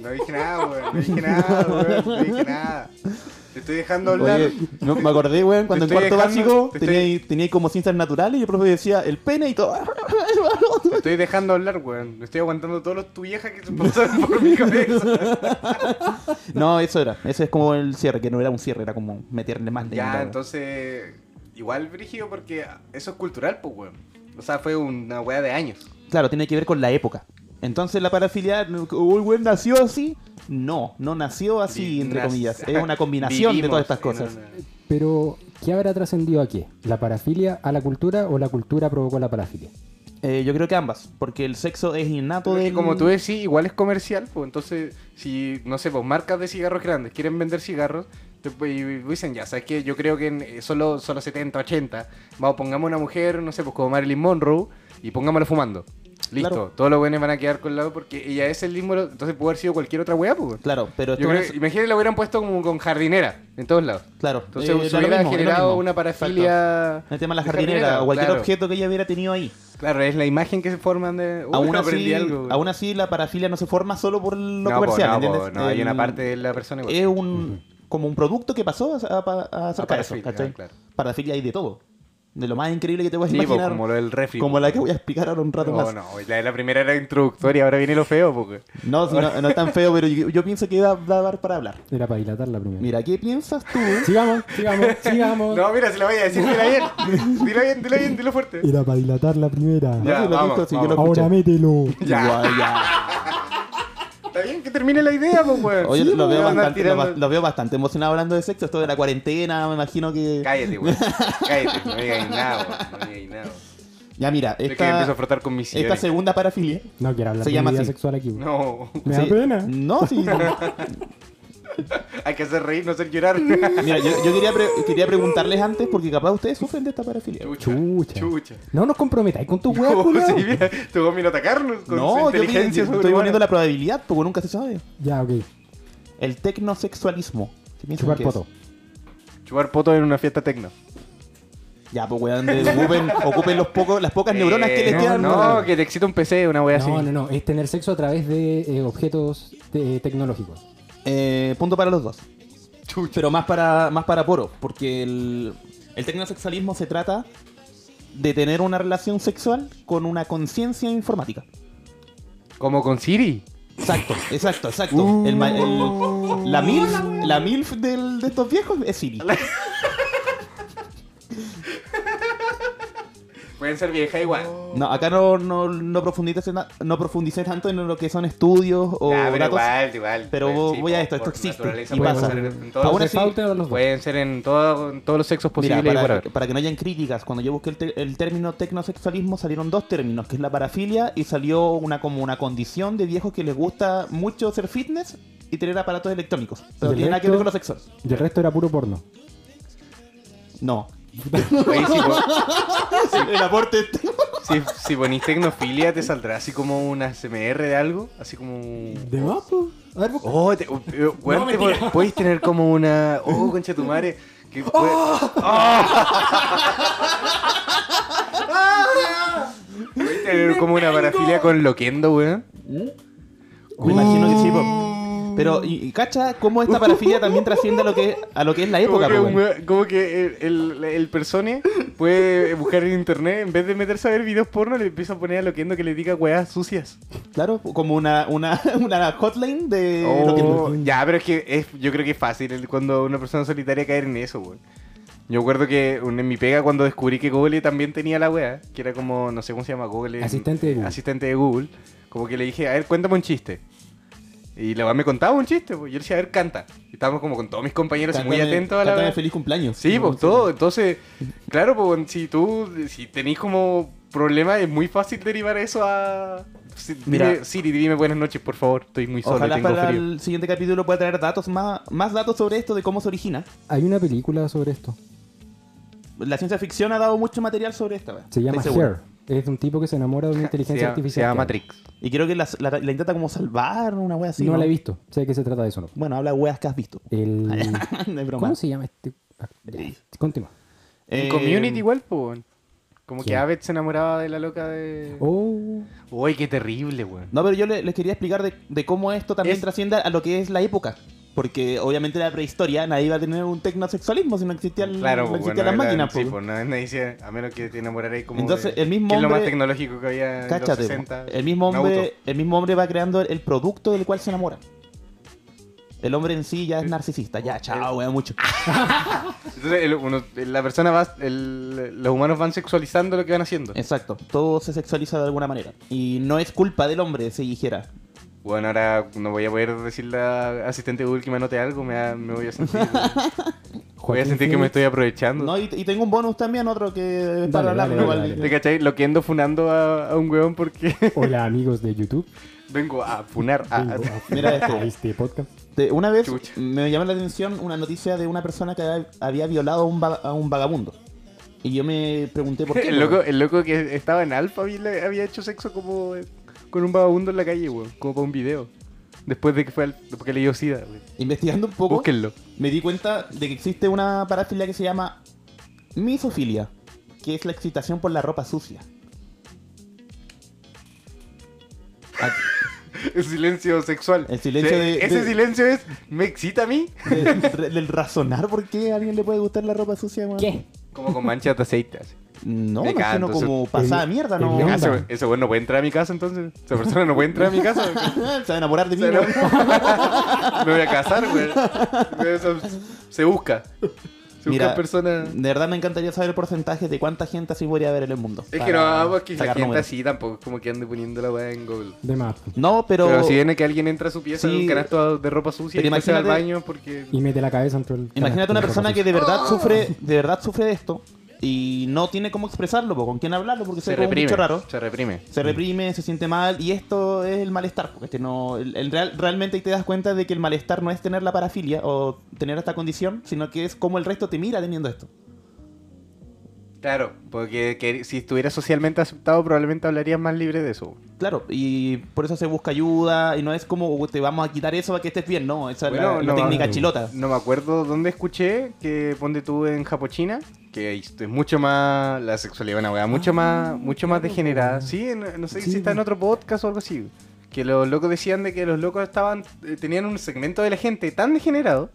[SPEAKER 3] No dije nada, weón. No dije nada, weón. No dije nada. Te estoy dejando hablar.
[SPEAKER 2] Oye, no, me acordé, weón, cuando en
[SPEAKER 3] Te estoy
[SPEAKER 2] cuarto
[SPEAKER 3] dejando-
[SPEAKER 2] básico
[SPEAKER 3] te estoy-
[SPEAKER 2] tenía, tenía como ciencias naturales y el profe decía el pene y todo.
[SPEAKER 3] Te estoy dejando hablar, weón. Me estoy aguantando todos los tu vieja que se pasaron por mi cabeza.
[SPEAKER 2] No, eso era. Ese es como el cierre, que no era un cierre, era como meterle más leña,
[SPEAKER 3] Ya,
[SPEAKER 2] weón.
[SPEAKER 3] entonces. Igual, Brígido, porque eso es cultural, pues, weón. O sea, fue una weá de años.
[SPEAKER 2] Claro, tiene que ver con la época. Entonces la parafilia, uy, weón, nació así. No, no nació así,
[SPEAKER 3] Vi-
[SPEAKER 2] entre
[SPEAKER 3] nas-
[SPEAKER 2] comillas. Es una combinación de
[SPEAKER 3] Vivimos
[SPEAKER 2] todas estas
[SPEAKER 3] en
[SPEAKER 2] cosas.
[SPEAKER 3] una-
[SPEAKER 1] Pero, ¿qué habrá trascendido aquí? ¿La parafilia a la cultura o la cultura provocó la parafilia?
[SPEAKER 2] Eh, yo creo que ambas, porque el sexo es innato
[SPEAKER 3] Pero es
[SPEAKER 2] de.
[SPEAKER 3] que como tú decís, igual es comercial, pues entonces, si, no sé, pues marcas de cigarros grandes quieren vender cigarros, te- pues, y dicen, ya, sabes que yo creo que en eh, solo, solo 70, 80, vamos, pongamos una mujer, no sé, pues como Marilyn Monroe, y pongámosla fumando. Listo,
[SPEAKER 2] Claro.
[SPEAKER 3] todos los buenos van a quedar con lado porque ella es el mismo, entonces puede haber sido cualquier otra weá, pues.
[SPEAKER 2] Claro, pero esto
[SPEAKER 3] Yo creo,
[SPEAKER 2] es-
[SPEAKER 3] imagínate, la hubieran puesto como con jardinera, en todos lados.
[SPEAKER 2] Claro,
[SPEAKER 3] Entonces,
[SPEAKER 2] eh,
[SPEAKER 3] se
[SPEAKER 2] era lo mismo,
[SPEAKER 3] hubiera
[SPEAKER 2] era lo
[SPEAKER 3] generado
[SPEAKER 2] mismo.
[SPEAKER 3] una
[SPEAKER 2] Exacto.
[SPEAKER 3] parafilia.
[SPEAKER 2] El tema de la
[SPEAKER 3] de
[SPEAKER 2] jardinera, o cualquier
[SPEAKER 3] claro.
[SPEAKER 2] objeto que ella hubiera tenido ahí.
[SPEAKER 3] Claro, es la imagen que se forman de. Uy,
[SPEAKER 2] aún,
[SPEAKER 3] no
[SPEAKER 2] así,
[SPEAKER 3] aprendí algo.
[SPEAKER 2] aún así, la parafilia no se forma solo por lo
[SPEAKER 3] no, po,
[SPEAKER 2] comercial,
[SPEAKER 3] no, po,
[SPEAKER 2] ¿entiendes?
[SPEAKER 3] no, hay
[SPEAKER 2] El- Eh,
[SPEAKER 3] una parte de la persona igual.
[SPEAKER 2] Es un, como un producto que pasó a, a- a acerca de eso,
[SPEAKER 3] parafilia,
[SPEAKER 2] ¿cachai?
[SPEAKER 3] claro.
[SPEAKER 2] Parafilia hay de todo. De lo más increíble que te puedes
[SPEAKER 3] Sí, po,
[SPEAKER 2] imaginar.
[SPEAKER 3] como lo del refri.
[SPEAKER 2] como
[SPEAKER 3] po.
[SPEAKER 2] la que voy a explicar ahora un rato
[SPEAKER 3] Oh, No,
[SPEAKER 2] más.
[SPEAKER 3] no, la, la primera era introductoria, ahora viene lo feo, porque.
[SPEAKER 2] No, si no, no es tan feo, pero yo, yo pienso que va, va a dar para hablar.
[SPEAKER 1] Era para dilatar la primera.
[SPEAKER 2] Mira, ¿qué piensas tú?
[SPEAKER 1] Sigamos, sigamos, sigamos.
[SPEAKER 3] No, mira, se la vaya a decir, dila bien. Dilo bien, dilo bien, dilo fuerte.
[SPEAKER 1] Era para dilatar la primera.
[SPEAKER 3] Ya,
[SPEAKER 2] No sé si lo has
[SPEAKER 3] vamos,
[SPEAKER 2] visto, si yo
[SPEAKER 3] vamos.
[SPEAKER 2] lo escuché.
[SPEAKER 1] Ahora mételo.
[SPEAKER 3] Ya.
[SPEAKER 2] Guau, ya.
[SPEAKER 3] Está bien que termine la idea, pues, weón.
[SPEAKER 2] Oye,
[SPEAKER 3] Sí,
[SPEAKER 2] lo,
[SPEAKER 3] weón,
[SPEAKER 2] veo
[SPEAKER 3] andar
[SPEAKER 2] bastante, lo,
[SPEAKER 3] tirando-
[SPEAKER 2] ba- lo veo bastante emocionado hablando de sexo. Esto de la cuarentena, me imagino que.
[SPEAKER 3] Cállate, weón. Cállate, no digáis nada, weón. No digáis nada.
[SPEAKER 2] Ya, mira,
[SPEAKER 3] Yo que empiezo a
[SPEAKER 2] esta,
[SPEAKER 3] frotar con mis
[SPEAKER 2] esta
[SPEAKER 3] sillones.
[SPEAKER 2] segunda parafilia.
[SPEAKER 1] No quiero hablar
[SPEAKER 2] Se
[SPEAKER 1] de
[SPEAKER 2] llama
[SPEAKER 1] mi vida
[SPEAKER 2] así.
[SPEAKER 1] sexual aquí. güey.
[SPEAKER 3] No,
[SPEAKER 1] Me da
[SPEAKER 2] Sí.
[SPEAKER 1] pena.
[SPEAKER 2] No, sí.
[SPEAKER 3] hay que hacer reír, no hacer llorar.
[SPEAKER 2] Mira, yo, yo quería, pre- quería preguntarles antes, porque capaz ustedes sufren de esta parafilia.
[SPEAKER 1] Chucha.
[SPEAKER 3] Chucha.
[SPEAKER 1] No nos comprometáis con tu
[SPEAKER 3] No,
[SPEAKER 1] hueá, culiao.
[SPEAKER 3] sí, mira, tu gomino atacarnos con su
[SPEAKER 2] No, yo que-
[SPEAKER 3] inteligencia
[SPEAKER 2] estoy
[SPEAKER 3] sobrehumana.
[SPEAKER 2] poniendo la probabilidad, porque nunca se sabe.
[SPEAKER 1] Ya, ok.
[SPEAKER 2] El tecnosexualismo. ¿Qué piensan
[SPEAKER 1] Chupar
[SPEAKER 2] que es?
[SPEAKER 1] poto.
[SPEAKER 3] Chupar poto en una fiesta tecno.
[SPEAKER 2] Ya, pues weón, de- ocupen, ocupen los pocos, las pocas neuronas que les
[SPEAKER 3] Eh, no,
[SPEAKER 2] quedan.
[SPEAKER 3] No, que te excita un PC, una wea así.
[SPEAKER 1] No, no, no. Es tener sexo a través de eh, objetos te- tecnológicos.
[SPEAKER 2] Eh, punto para los dos. Pero más para, más para Poro, porque el, el tecnosexualismo se trata de tener una relación sexual con una conciencia informática.
[SPEAKER 3] Como con Siri.
[SPEAKER 2] Exacto, exacto, exacto. El ma- el-
[SPEAKER 3] Uh.
[SPEAKER 2] la MILF, la MILF del- de estos viejos es Siri.
[SPEAKER 3] pueden ser viejas igual.
[SPEAKER 2] No, acá no, no, no, profundicé, na- no profundicé tanto en lo que son estudios o
[SPEAKER 3] Ya, Ah, pero
[SPEAKER 2] datos.
[SPEAKER 3] igual, igual.
[SPEAKER 2] Pero
[SPEAKER 3] pues,
[SPEAKER 2] vo-
[SPEAKER 3] sí,
[SPEAKER 2] voy a
[SPEAKER 3] por-
[SPEAKER 2] esto, esto
[SPEAKER 3] por
[SPEAKER 2] existe
[SPEAKER 3] naturaleza
[SPEAKER 2] y
[SPEAKER 3] pueden
[SPEAKER 1] pasa.
[SPEAKER 3] ser en todos-
[SPEAKER 1] Aún
[SPEAKER 2] Ahora
[SPEAKER 1] así,
[SPEAKER 2] Ah, sí,
[SPEAKER 1] pauta a los dos.
[SPEAKER 3] Pueden ser en, todo- en todos los sexos
[SPEAKER 2] Mira,
[SPEAKER 3] posibles y
[SPEAKER 2] para,
[SPEAKER 3] por ahí.
[SPEAKER 2] para que no hayan críticas, cuando yo busqué el, te- el término tecnosexualismo salieron dos términos, que es la parafilia y salió una como una condición de viejos que les gusta mucho hacer fitness y tener aparatos electrónicos.
[SPEAKER 1] ¿Y
[SPEAKER 2] Pero
[SPEAKER 1] el
[SPEAKER 2] no tiene nada que ver
[SPEAKER 1] resto?
[SPEAKER 2] con los sexos.
[SPEAKER 1] Y el resto era puro porno.
[SPEAKER 2] No.
[SPEAKER 3] Oye, si, po-
[SPEAKER 2] el aporte
[SPEAKER 3] si, si ponís tecnofilia, te saldrá así como una CMR de algo. Así como. un-
[SPEAKER 1] ¿De más, po? A ver, busca.
[SPEAKER 3] Oh, te, eh, weón, te
[SPEAKER 1] mentira.
[SPEAKER 3] po- podéis tener como una. Oh, concha tu madre. Que puede- Podéis tener como una parafilia con loquendo, weón.
[SPEAKER 2] Me imagino que sí, po.
[SPEAKER 3] Oh.
[SPEAKER 2] Pero, y, y cacha, cómo esta parafilia también trasciende a lo que, a lo que es la
[SPEAKER 3] Como
[SPEAKER 2] época,
[SPEAKER 3] que,
[SPEAKER 2] po,
[SPEAKER 3] un
[SPEAKER 2] weón.
[SPEAKER 3] wea- como que el, el, el persone puede buscar en internet, en vez de meterse a ver videos porno, le empieza a poner a loquendo que le diga weas sucias.
[SPEAKER 2] Claro, como una, una, una hotline de
[SPEAKER 3] Oh,
[SPEAKER 2] lo que-
[SPEAKER 3] ya, pero es que es, yo creo que es fácil el- cuando una persona solitaria caer en eso, weón. Yo recuerdo que un- en mi pega cuando descubrí que Google también tenía la wea, que era como, no sé cómo se llama Google. en-
[SPEAKER 1] Asistente de Google.
[SPEAKER 3] Asistente de Google. Como que le dije, a ver, cuéntame un chiste. Y la wea me contaba un chiste, pues. Yo le decía, a ver, canta. Y estábamos como con todos mis compañeros y muy
[SPEAKER 2] Cántame-
[SPEAKER 3] atentos a la
[SPEAKER 2] cántame
[SPEAKER 3] wea.
[SPEAKER 2] feliz cumpleaños.
[SPEAKER 3] Sí, pues todo. Entonces, claro, pues si tú, si tenés como problema, es muy fácil derivar eso a... Si- dime-
[SPEAKER 2] Mira.
[SPEAKER 3] Siri, dime buenas noches, por favor. Estoy muy solo, y
[SPEAKER 2] Ojalá
[SPEAKER 3] tengo
[SPEAKER 2] para
[SPEAKER 3] frío.
[SPEAKER 2] el siguiente capítulo pueda traer datos más, más datos sobre esto, de cómo se origina.
[SPEAKER 1] Hay una película sobre esto.
[SPEAKER 2] La ciencia ficción ha dado mucho material sobre esta. weón.
[SPEAKER 1] Se llama
[SPEAKER 2] Estoy seguro.
[SPEAKER 1] Hair. Es de un tipo que se enamora de una
[SPEAKER 3] Se
[SPEAKER 1] inteligencia
[SPEAKER 3] llama-
[SPEAKER 1] artificial.
[SPEAKER 3] Se llama Matrix.
[SPEAKER 2] Y creo que la, la- la intenta como salvar, una wea así.
[SPEAKER 1] no, la he visto. Sé que se trata de eso, ¿no?
[SPEAKER 2] Bueno, habla de weas que has visto.
[SPEAKER 1] El...
[SPEAKER 2] no es broma.
[SPEAKER 1] ¿Cómo se llama este? Ah, ya, Continúa.
[SPEAKER 2] Eh,
[SPEAKER 3] Community igual, pues. weón. Como que
[SPEAKER 1] ¿Quién?
[SPEAKER 3] Abed se enamoraba de la loca de...
[SPEAKER 1] Oh,
[SPEAKER 3] Uy, qué terrible, weón.
[SPEAKER 2] No, pero yo le- les quería explicar de, de cómo esto también
[SPEAKER 3] Es-
[SPEAKER 2] trasciende a lo que es la época. Porque obviamente en la prehistoria nadie iba a tener un tecnosexualismo si no existían,
[SPEAKER 3] Claro,
[SPEAKER 2] no
[SPEAKER 3] pues,
[SPEAKER 2] existían
[SPEAKER 3] bueno,
[SPEAKER 2] las
[SPEAKER 3] era-
[SPEAKER 2] máquinas.
[SPEAKER 3] sí,
[SPEAKER 2] po.
[SPEAKER 3] pues, no, nadie dice, a menos que te enamorarais como
[SPEAKER 2] Entonces,
[SPEAKER 3] de-
[SPEAKER 2] el mismo
[SPEAKER 3] que es lo más
[SPEAKER 2] hombre-
[SPEAKER 3] tecnológico que había en los
[SPEAKER 2] Cáchate,
[SPEAKER 3] 60.
[SPEAKER 2] po. el mismo,
[SPEAKER 3] un auto.
[SPEAKER 2] hombre, el mismo hombre va creando el producto del cual se enamora. El hombre en sí ya es
[SPEAKER 3] Eh,
[SPEAKER 2] narcisista, ya,
[SPEAKER 3] eh.
[SPEAKER 2] chao, weón, mucho.
[SPEAKER 3] Entonces, el- uno- la persona va... el- los humanos van sexualizando lo que van haciendo.
[SPEAKER 2] Exacto, todo se sexualiza de alguna manera. Y no es culpa del hombre, si dijera.
[SPEAKER 3] Bueno, ahora no voy a poder decirle a asistente de Google que me anote algo, me, va- me voy a sentir. voy a
[SPEAKER 1] Joaquín
[SPEAKER 3] sentir que me
[SPEAKER 1] Phoenix.
[SPEAKER 3] estoy aprovechando.
[SPEAKER 2] No, y, y tengo un bonus también, otro que es para
[SPEAKER 1] Dale,
[SPEAKER 2] hablar
[SPEAKER 1] dale,
[SPEAKER 2] igual.
[SPEAKER 1] dale,
[SPEAKER 3] ¿Te cachai? Lo que ando funando a, a un weón porque
[SPEAKER 1] Hola amigos de YouTube.
[SPEAKER 3] vengo a funar. a-
[SPEAKER 1] Vengo a-
[SPEAKER 2] mira esto.
[SPEAKER 1] a este podcast.
[SPEAKER 2] Te- Una vez
[SPEAKER 3] Chucha.
[SPEAKER 2] me llamó la atención una noticia de una persona que había- había violado a un, va- a un vagabundo. Y yo me pregunté por qué.
[SPEAKER 3] el,
[SPEAKER 2] weón.
[SPEAKER 3] loco, el loco que estaba en Alfa había, había hecho sexo como eh, con un vagabundo en la calle, weón. Como para un video. Después de que fue al, porque le dio sida, weón.
[SPEAKER 2] Investigando un poco,
[SPEAKER 3] Búsquenlo.
[SPEAKER 2] me di cuenta de que existe una parafilia que se llama misofilia, que es la excitación por la ropa sucia. A-
[SPEAKER 3] El silencio sexual.
[SPEAKER 2] El silencio
[SPEAKER 3] Se-
[SPEAKER 2] de-
[SPEAKER 3] Ese
[SPEAKER 2] de-
[SPEAKER 3] silencio es. ¿Me excita a mí?
[SPEAKER 2] de- de- del razonar por qué a alguien le puede gustar la ropa sucia, weón.
[SPEAKER 1] ¿Qué?
[SPEAKER 3] Como con manchas de aceite. así.
[SPEAKER 2] No,
[SPEAKER 3] Me
[SPEAKER 2] no, es que no
[SPEAKER 3] canto,
[SPEAKER 2] como pasada
[SPEAKER 1] el-
[SPEAKER 2] mierda,
[SPEAKER 1] el
[SPEAKER 2] no.
[SPEAKER 1] ¿Qué
[SPEAKER 3] Ah,
[SPEAKER 1] onda?
[SPEAKER 3] ese- Ese weón no puede entrar a mi casa entonces. Esa persona no puede entrar a mi casa. weón.
[SPEAKER 2] Se va a enamorar de mí.
[SPEAKER 3] O sea,
[SPEAKER 2] ¿no?
[SPEAKER 3] no- Me voy a casar, güey. Eso Se busca. Se busca
[SPEAKER 2] Mira,
[SPEAKER 3] persona.
[SPEAKER 2] De verdad me encantaría saber el porcentaje de cuánta gente así podría haber en el mundo.
[SPEAKER 3] Es que
[SPEAKER 2] para
[SPEAKER 3] no, vamos, que la
[SPEAKER 2] sacar
[SPEAKER 3] gente
[SPEAKER 2] números.
[SPEAKER 3] así tampoco es como que ande poniendo la weá en Google.
[SPEAKER 1] De más.
[SPEAKER 2] No, pero,
[SPEAKER 3] Pero, si viene que alguien entra a su pieza
[SPEAKER 2] Sí.
[SPEAKER 3] en un canasto de ropa sucia
[SPEAKER 2] Pero
[SPEAKER 3] y se va al
[SPEAKER 2] imagínate-
[SPEAKER 3] baño porque.
[SPEAKER 1] Y mete la cabeza entre el.
[SPEAKER 2] imagínate una persona que de verdad sufre, de verdad sufre de esto y no tiene cómo expresarlo, po, con quién hablarlo, porque se, ve como un bicho raro.
[SPEAKER 3] Se reprime.
[SPEAKER 2] Se reprime, se siente mal y esto es el malestar, porque este no, el, el real- realmente ahí te das cuenta de que el malestar no es tener la parafilia o tener esta condición, sino que es como el resto te mira teniendo esto.
[SPEAKER 3] Claro, porque que- si estuviera socialmente aceptado, probablemente hablarías más libre de eso.
[SPEAKER 2] Claro, y por eso se busca ayuda y no es como "Oh, te vamos a quitar eso para que estés bien, no, esa es la-
[SPEAKER 3] Bueno,
[SPEAKER 2] la,
[SPEAKER 3] no,
[SPEAKER 2] técnica
[SPEAKER 1] no.
[SPEAKER 2] chilota.
[SPEAKER 3] No me acuerdo dónde escuché que ponte tú en Japochina, que ahí es mucho más la sexualidad, una weá, mucho más, mucho más degenerada. Sí, en- no sé
[SPEAKER 1] Ah, Sí,
[SPEAKER 3] si está en
[SPEAKER 1] po.
[SPEAKER 3] otro podcast o algo así. Que los locos decían de que los locos estaban, eh, tenían un segmento de la gente tan degenerado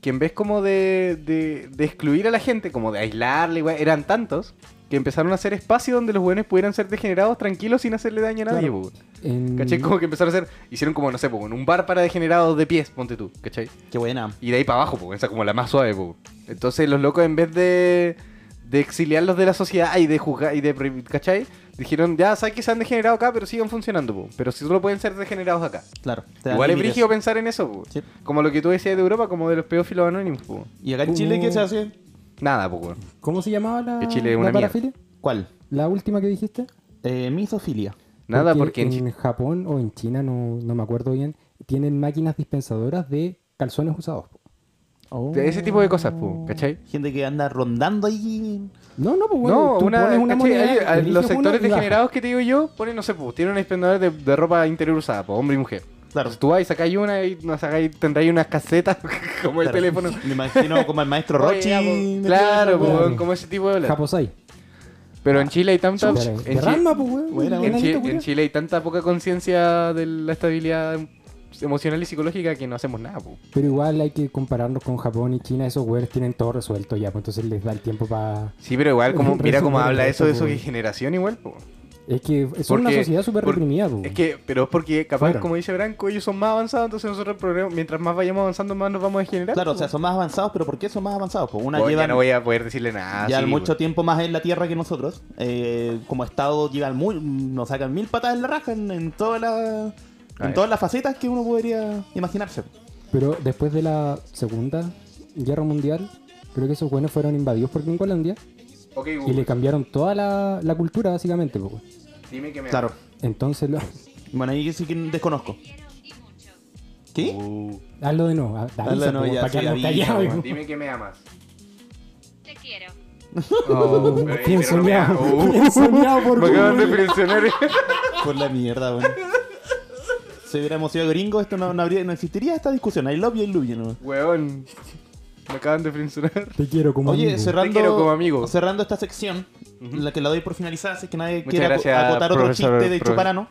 [SPEAKER 3] que en vez como de, de, de excluir a la gente, como de aislarle, weá, eran tantos que empezaron a hacer espacio donde los buenos pudieran ser degenerados tranquilos sin hacerle daño a nadie.
[SPEAKER 1] Claro.
[SPEAKER 3] po.
[SPEAKER 1] En...
[SPEAKER 3] ¿Cachai? Como que empezaron a hacer, hicieron como, no sé, po, un bar para degenerados de pies, ponte tú, ¿cachai?
[SPEAKER 2] Qué buena.
[SPEAKER 3] pues, Y de ahí para abajo, porque esa es como la más suave, po. Entonces los locos en vez de, de exiliarlos de la sociedad y de juzgar y de prohibir, ¿cachai? Dijeron, ya sabes que se han degenerado acá, pero siguen funcionando, po. pero si solo pueden ser degenerados acá.
[SPEAKER 2] Claro. te dan
[SPEAKER 3] Igual es
[SPEAKER 2] libre
[SPEAKER 3] brígido
[SPEAKER 2] eso.
[SPEAKER 3] pensar en eso, po.
[SPEAKER 2] Sí.
[SPEAKER 3] como lo que tú decías de Europa, como de los pedófilos anónimos. po.
[SPEAKER 2] ¿Y acá en Chile
[SPEAKER 3] Uh.
[SPEAKER 2] qué se hace?
[SPEAKER 3] Nada, po, weón.
[SPEAKER 1] ¿Cómo se llamaba la,
[SPEAKER 3] Que Chile es
[SPEAKER 1] la
[SPEAKER 3] una mierda.
[SPEAKER 1] parafilia?
[SPEAKER 2] ¿Cuál?
[SPEAKER 1] La última que dijiste.
[SPEAKER 2] Eh, misofilia.
[SPEAKER 3] Nada, porque en
[SPEAKER 1] en,
[SPEAKER 3] Chi-
[SPEAKER 1] Japón o en China, no, no me acuerdo bien, tienen máquinas dispensadoras de calzones usados. po.
[SPEAKER 3] de ese tipo de cosas, po, ¿cachai?
[SPEAKER 2] Gente que anda rondando ahí.
[SPEAKER 1] No, no, pues
[SPEAKER 3] No,
[SPEAKER 1] bueno, tú
[SPEAKER 3] una,
[SPEAKER 1] pones una
[SPEAKER 3] ¿cachai?
[SPEAKER 1] moneda,
[SPEAKER 3] Hay- a-
[SPEAKER 1] eliges
[SPEAKER 3] los
[SPEAKER 1] uno
[SPEAKER 3] sectores
[SPEAKER 1] y bajas.
[SPEAKER 3] degenerados que te digo yo ponen, no sé, pues, tienen un expendedor de, de ropa interior usada, po, hombre y mujer.
[SPEAKER 2] Claro.
[SPEAKER 3] Entonces tú vas y sacáis una y no sacáis, tendráis unas casetas como el
[SPEAKER 2] Claro.
[SPEAKER 3] teléfono.
[SPEAKER 2] Me imagino como el maestro
[SPEAKER 3] Oye,
[SPEAKER 2] Rochi.
[SPEAKER 3] ya,
[SPEAKER 2] metido en
[SPEAKER 3] po,
[SPEAKER 2] la
[SPEAKER 3] claro, po,
[SPEAKER 2] weá.
[SPEAKER 3] weón, como ese tipo de hablar.
[SPEAKER 1] Japosai.
[SPEAKER 3] Pero en Chile hay tanta.
[SPEAKER 1] Chuta,
[SPEAKER 3] en
[SPEAKER 1] de
[SPEAKER 3] Chi-
[SPEAKER 1] Ranma, pues, weón,
[SPEAKER 2] Buena,
[SPEAKER 1] un
[SPEAKER 3] en,
[SPEAKER 2] buena.
[SPEAKER 1] enanito
[SPEAKER 3] Chi- en
[SPEAKER 1] culiao.
[SPEAKER 3] Chile hay tanta poca conciencia de la estabilidad emocional y psicológica que no hacemos nada, po.
[SPEAKER 1] Pero igual hay que compararnos con Japón y China. Esos güeyes tienen todo resuelto ya, pues entonces les da el tiempo para...
[SPEAKER 3] Sí, pero igual, como, mira cómo
[SPEAKER 1] Resumir
[SPEAKER 3] habla
[SPEAKER 1] el
[SPEAKER 3] eso de
[SPEAKER 1] resto,
[SPEAKER 3] su
[SPEAKER 1] po.
[SPEAKER 3] generación, igual, po.
[SPEAKER 1] Es que son una
[SPEAKER 3] Porque-
[SPEAKER 1] sociedad súper
[SPEAKER 3] por-
[SPEAKER 1] reprimida, pues.
[SPEAKER 3] Es que, pero es porque, capaz,
[SPEAKER 1] Fueron.
[SPEAKER 3] como dice Branco, ellos son más avanzados, entonces nosotros, el programa- mientras más vayamos avanzando, más nos vamos a generar.
[SPEAKER 2] Claro, o sea, son más avanzados, pero ¿por qué son más avanzados? Pues una
[SPEAKER 3] Oye,
[SPEAKER 2] lleva
[SPEAKER 3] ya no voy a poder decirle nada.
[SPEAKER 2] ya
[SPEAKER 3] sí, pues.
[SPEAKER 2] mucho
[SPEAKER 3] güey.
[SPEAKER 2] tiempo más en la tierra que nosotros. Eh, como Estado llevan muy, nos sacan mil patas en la raja en, en todas las-
[SPEAKER 3] Ah,
[SPEAKER 2] en todas las facetas que uno podría imaginarse.
[SPEAKER 1] Pero después de la Segunda Guerra Mundial, creo que esos güeyes fueron invadidos por Gringolandia
[SPEAKER 3] Ok,
[SPEAKER 1] y
[SPEAKER 3] Google,
[SPEAKER 1] le cambiaron toda la, la cultura, básicamente, pues. güey.
[SPEAKER 3] dime que me.
[SPEAKER 2] Claro.
[SPEAKER 1] Entonces, lo-
[SPEAKER 2] Bueno, ahí sí que desconozco. ¿Qué?
[SPEAKER 3] Uh,
[SPEAKER 1] hazlo de nuevo. ah,
[SPEAKER 2] Hazlo de nuevo, ya,
[SPEAKER 1] para
[SPEAKER 2] sí,
[SPEAKER 1] quedarnos
[SPEAKER 2] avisa,
[SPEAKER 1] callados,
[SPEAKER 2] güey.
[SPEAKER 1] güey.
[SPEAKER 3] dime que me amas.
[SPEAKER 5] Te quiero.
[SPEAKER 3] Oh,
[SPEAKER 1] Oh, bien
[SPEAKER 3] pero- pero no me
[SPEAKER 1] soñado.
[SPEAKER 3] amas. Uh,
[SPEAKER 1] Bien soñado por
[SPEAKER 3] me acaban de
[SPEAKER 1] Google.
[SPEAKER 3] presionar. eh.
[SPEAKER 2] Por la mierda, weón. Si hubiéramos sido gringos, esto no, no habría, no existiría esta discusión. I love you, I love you, ¿no?
[SPEAKER 3] Weón. Me acaban de presionar.
[SPEAKER 1] Te quiero como
[SPEAKER 2] Oye,
[SPEAKER 1] amigo.
[SPEAKER 2] cerrando,
[SPEAKER 3] Te quiero como amigo.
[SPEAKER 2] cerrando esta sección, la que la doy por finalizada, si es que nadie
[SPEAKER 3] Muchas
[SPEAKER 2] quiere aco-
[SPEAKER 3] gracias,
[SPEAKER 2] acotar otro
[SPEAKER 3] profesor,
[SPEAKER 2] chiste de
[SPEAKER 3] profe-
[SPEAKER 2] Chuparano.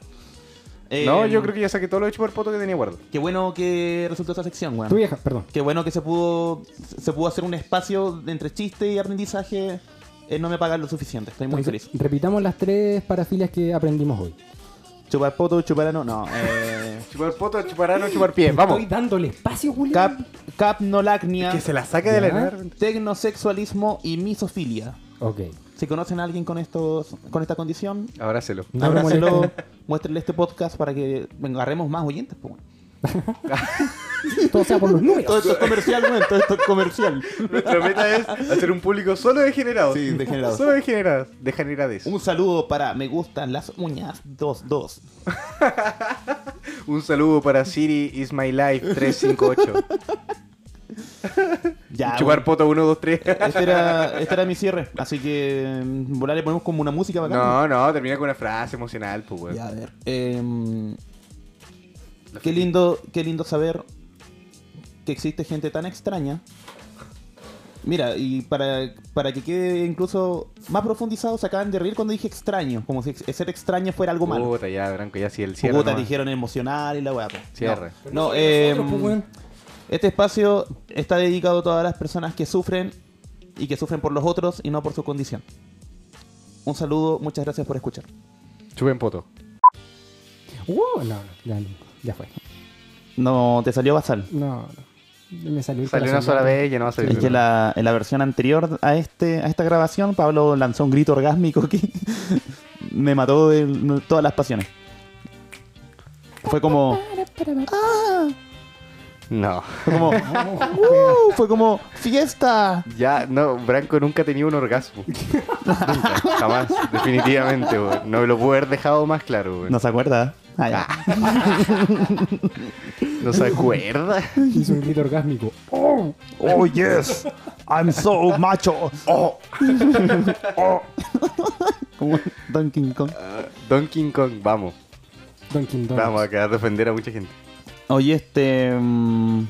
[SPEAKER 2] Eh,
[SPEAKER 3] No, yo creo que ya saqué todo lo hecho por poto que tenía guardado.
[SPEAKER 2] Qué bueno que resultó esta sección,
[SPEAKER 1] Tu
[SPEAKER 3] Ah,
[SPEAKER 2] weón.
[SPEAKER 1] vieja, perdón.
[SPEAKER 2] Qué bueno que se pudo, se pudo hacer un espacio de entre chiste y aprendizaje. Eh, no me pagan lo suficiente, estoy muy
[SPEAKER 1] Entonces,
[SPEAKER 2] feliz.
[SPEAKER 1] repitamos las tres parafilias que aprendimos hoy.
[SPEAKER 2] Chupar poto, chuparano, no. Eh,
[SPEAKER 3] Chupar poto, chuparano, chupar pie. Vamos.
[SPEAKER 1] Estoy dándole espacio, Julio.
[SPEAKER 2] cap, capnolacnia.
[SPEAKER 3] Que se la saque de la
[SPEAKER 1] Ya.
[SPEAKER 3] nada.
[SPEAKER 2] Tecnosexualismo y misofilia.
[SPEAKER 1] Ok.
[SPEAKER 2] Si conocen a alguien con estos, con esta condición,
[SPEAKER 3] Abrácelo.
[SPEAKER 1] No lo
[SPEAKER 2] abrácelo,
[SPEAKER 1] molesten.
[SPEAKER 2] muéstrenle este podcast para que agarremos más oyentes. Pues, bueno.
[SPEAKER 1] Todo sea por los
[SPEAKER 2] Todo
[SPEAKER 1] números.
[SPEAKER 2] esto es comercial, bueno, todo esto es comercial.
[SPEAKER 3] Nuestra meta es hacer un público solo degenerado.
[SPEAKER 2] Sí, degenerados.
[SPEAKER 3] Solo degenerados. Degenerades.
[SPEAKER 2] Un saludo para Me gustan las uñas 22.
[SPEAKER 3] Un saludo para Siri is my life 358.
[SPEAKER 2] Ya,
[SPEAKER 3] Chupar poto 123.
[SPEAKER 2] bueno, este, era, este era mi cierre, así que mm, volar le ponemos como una música bacana.
[SPEAKER 3] No, no, termina con una frase emocional, pues, weón.
[SPEAKER 2] Ya, a ver. em, qué lindo, qué lindo saber que existe gente tan extraña. Mira, y para, para que quede incluso más profundizado, se acaban de reír cuando dije extraño, como si ex- ser extraño fuera algo malo.
[SPEAKER 3] Puta, ya, Branco, ya sí, el Uh, cierre.
[SPEAKER 2] Puta,
[SPEAKER 3] nomás.
[SPEAKER 2] dijeron emocional y la weá. pues. No.
[SPEAKER 3] Cierre.
[SPEAKER 2] No, em,
[SPEAKER 1] Nosotros, pues, weón.
[SPEAKER 2] este espacio está dedicado a todas las personas que sufren y que sufren por los otros y no por su condición. Un saludo, muchas gracias por escuchar.
[SPEAKER 3] Chupen poto.
[SPEAKER 1] Uh, no, no, ya, no, ya fue.
[SPEAKER 2] No, te salió basal.
[SPEAKER 1] No, no. Me salió el
[SPEAKER 3] Salió una
[SPEAKER 1] corazón
[SPEAKER 3] sola
[SPEAKER 1] roto.
[SPEAKER 3] vez y ya no va a salir.
[SPEAKER 2] Es que la, en la versión anterior a este a esta grabación, Pablo lanzó un grito orgásmico que me mató de l- todas las pasiones. Fue como. ¡Ah!
[SPEAKER 3] No.
[SPEAKER 2] Fue como. "Uh", Fue como. ¡Fiesta!
[SPEAKER 3] Ya, no, Branco nunca ha tenido un orgasmo. nunca, jamás, definitivamente, weón. No me lo pude haber dejado más claro, weón.
[SPEAKER 2] No se acuerda. Ah, ya.
[SPEAKER 3] No se acuerda.
[SPEAKER 1] Hizo un grito orgásmico.
[SPEAKER 2] Oh yes, I'm so macho. Oh, Como Donkey Kong.
[SPEAKER 3] Donkey Kong, vamos.
[SPEAKER 1] Dunkin' Donuts.
[SPEAKER 3] Vamos a quedar de ofender a mucha gente.
[SPEAKER 2] Oye, este. mm,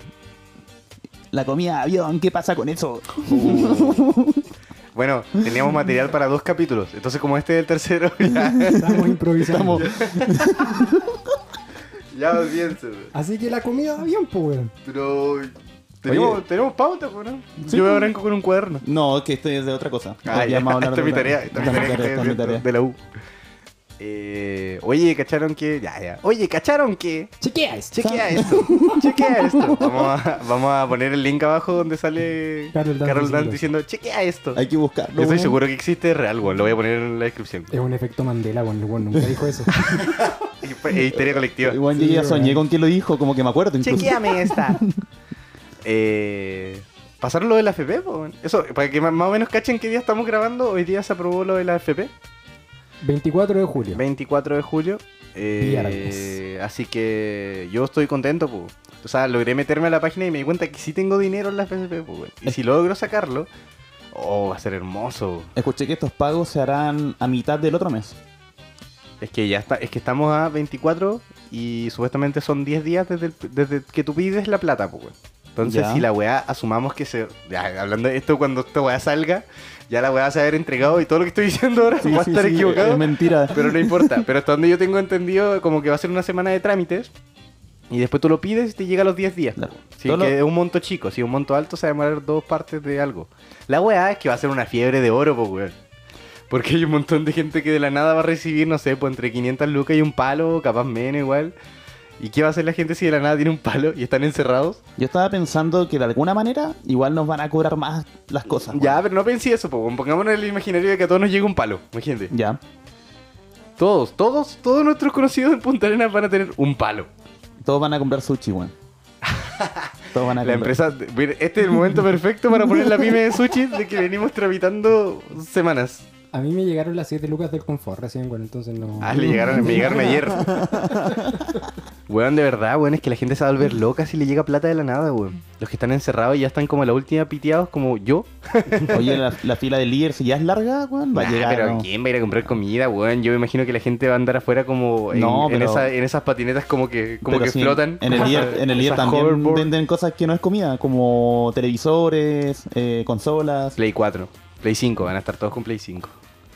[SPEAKER 2] la comida de avión, ¿qué pasa con eso?
[SPEAKER 3] Bueno, teníamos material para dos capítulos. Entonces, como este es el tercero, ya,
[SPEAKER 1] Estamos improvisando.
[SPEAKER 3] ya olvídense.
[SPEAKER 1] Así que la comida va bien, pues, weón.
[SPEAKER 3] Pero. Tenemos, tenemos pauta, pues, ¿no? Yo veo a Branco con un cuaderno.
[SPEAKER 2] No, que esto es de otra cosa. Ya
[SPEAKER 3] Ah, ya,
[SPEAKER 2] vamos a hablar
[SPEAKER 3] esta es mi
[SPEAKER 2] otra-
[SPEAKER 3] tarea, esta es mi tarea que
[SPEAKER 2] esta es mi
[SPEAKER 3] estoy haciendo
[SPEAKER 2] tarea.
[SPEAKER 3] de la U. eh, oye, ¿cacharon que? Ya, ya. Oye, ¿cacharon que?
[SPEAKER 1] Chequea esto.
[SPEAKER 3] Chequea esto. Chequea esto. Vamos a, vamos a poner el link abajo donde sale
[SPEAKER 1] Carol
[SPEAKER 3] Carol
[SPEAKER 1] Dance
[SPEAKER 3] Dance,
[SPEAKER 1] diciendo-
[SPEAKER 3] diciendo, chequea esto.
[SPEAKER 2] Hay que buscarlo.
[SPEAKER 3] Yo estoy
[SPEAKER 2] weón.
[SPEAKER 3] seguro que existe, es real, weón. Lo voy a poner en la descripción.
[SPEAKER 1] Es un efecto Mandela, weón. el weón nunca dijo eso.
[SPEAKER 3] Y fue- Es histeria colectiva.
[SPEAKER 2] Igual
[SPEAKER 1] Sí,
[SPEAKER 2] yo ya
[SPEAKER 1] weón.
[SPEAKER 2] soñé con que lo dijo, como que me acuerdo incluso.
[SPEAKER 3] eh. Chequeame esta. eh, ¿Pasaron lo de la FP? po, weón? Eso, para que ma- más o menos cachen qué día estamos grabando, hoy día se aprobó lo de la FP.
[SPEAKER 1] 24 de julio.
[SPEAKER 3] 24 de julio. eh,
[SPEAKER 1] Viernes.
[SPEAKER 3] así que yo estoy contento, po. O sea, logré meterme a la página y me di cuenta que sí tengo dinero en la FP, po, weón. Y si logro sacarlo, oh, va a ser hermoso.
[SPEAKER 2] Escuché que estos pagos se harán a mitad del otro mes.
[SPEAKER 3] Es que ya está, es que estamos a 24 y supuestamente son 10 días desde, el- desde que tú pides la plata, pues, weón. Entonces,
[SPEAKER 2] Ya.
[SPEAKER 3] si la weá asumamos que se. ya, hablando de esto, cuando esta weá salga, ya la weá se va a haber entregado y todo lo que estoy diciendo ahora va a estar equivocado.
[SPEAKER 2] Es mentira.
[SPEAKER 3] Pero no importa. Pero hasta donde yo tengo entendido, como que va a ser una semana de trámites. Y después tú lo pides y te llega a los 10 días.
[SPEAKER 2] Claro.
[SPEAKER 3] Si
[SPEAKER 2] Todo lo-
[SPEAKER 3] que es un monto chico, si es un monto alto se va a demorar dos partes de algo. La weá es que va a ser una fiebre de oro, pues weón. Porque hay un montón de gente que de la nada va a recibir, no sé, pues entre 500 lucas y un palo, capaz menos igual. ¿Y qué va a hacer la gente si de la nada tiene un palo y están encerrados?
[SPEAKER 2] Yo estaba pensando que de alguna manera igual nos van a cobrar más las cosas.
[SPEAKER 3] Ya,
[SPEAKER 2] weón.
[SPEAKER 3] pero no pensé eso, pues weón. Pongámonos en el imaginario de que a todos nos llega un palo, imagínate.
[SPEAKER 2] Ya.
[SPEAKER 3] Todos, todos, todos nuestros conocidos en Punta Arenas van a tener un palo.
[SPEAKER 2] Todos van a comprar sushi, weón. Todos van a
[SPEAKER 3] La
[SPEAKER 2] comprar.
[SPEAKER 3] empresa, mira, este es el momento perfecto para poner la pyme de sushi de que venimos tramitando semanas.
[SPEAKER 1] A mí me llegaron las 7 lucas del confort recién, bueno, entonces no.
[SPEAKER 3] Ah, le llegaron, me llegaron ayer. Weón, de verdad, weón, es que la gente se va a volver loca si le llega plata de la nada, weón. Los que están encerrados ya están como la última piteados, como yo.
[SPEAKER 2] Oye, la, la fila de líder, si ya es larga, weón, va
[SPEAKER 3] Nah,
[SPEAKER 2] a llegar.
[SPEAKER 3] pero
[SPEAKER 2] ¿no?
[SPEAKER 3] ¿quién va a ir a comprar comida, weón? Yo me imagino que la gente va a andar afuera como en,
[SPEAKER 2] No,
[SPEAKER 3] en
[SPEAKER 2] pero-
[SPEAKER 3] esa- en esas patinetas como que, como
[SPEAKER 2] Pero
[SPEAKER 3] que
[SPEAKER 2] sí,
[SPEAKER 3] flotan.
[SPEAKER 2] En el
[SPEAKER 3] como
[SPEAKER 2] líder,
[SPEAKER 3] esas-
[SPEAKER 2] en el líder
[SPEAKER 3] esas
[SPEAKER 2] también
[SPEAKER 3] hoverboard.
[SPEAKER 2] venden cosas que no es comida, como televisores, eh, consolas.
[SPEAKER 3] Play 4, Play 5, van a estar todos con Play 5.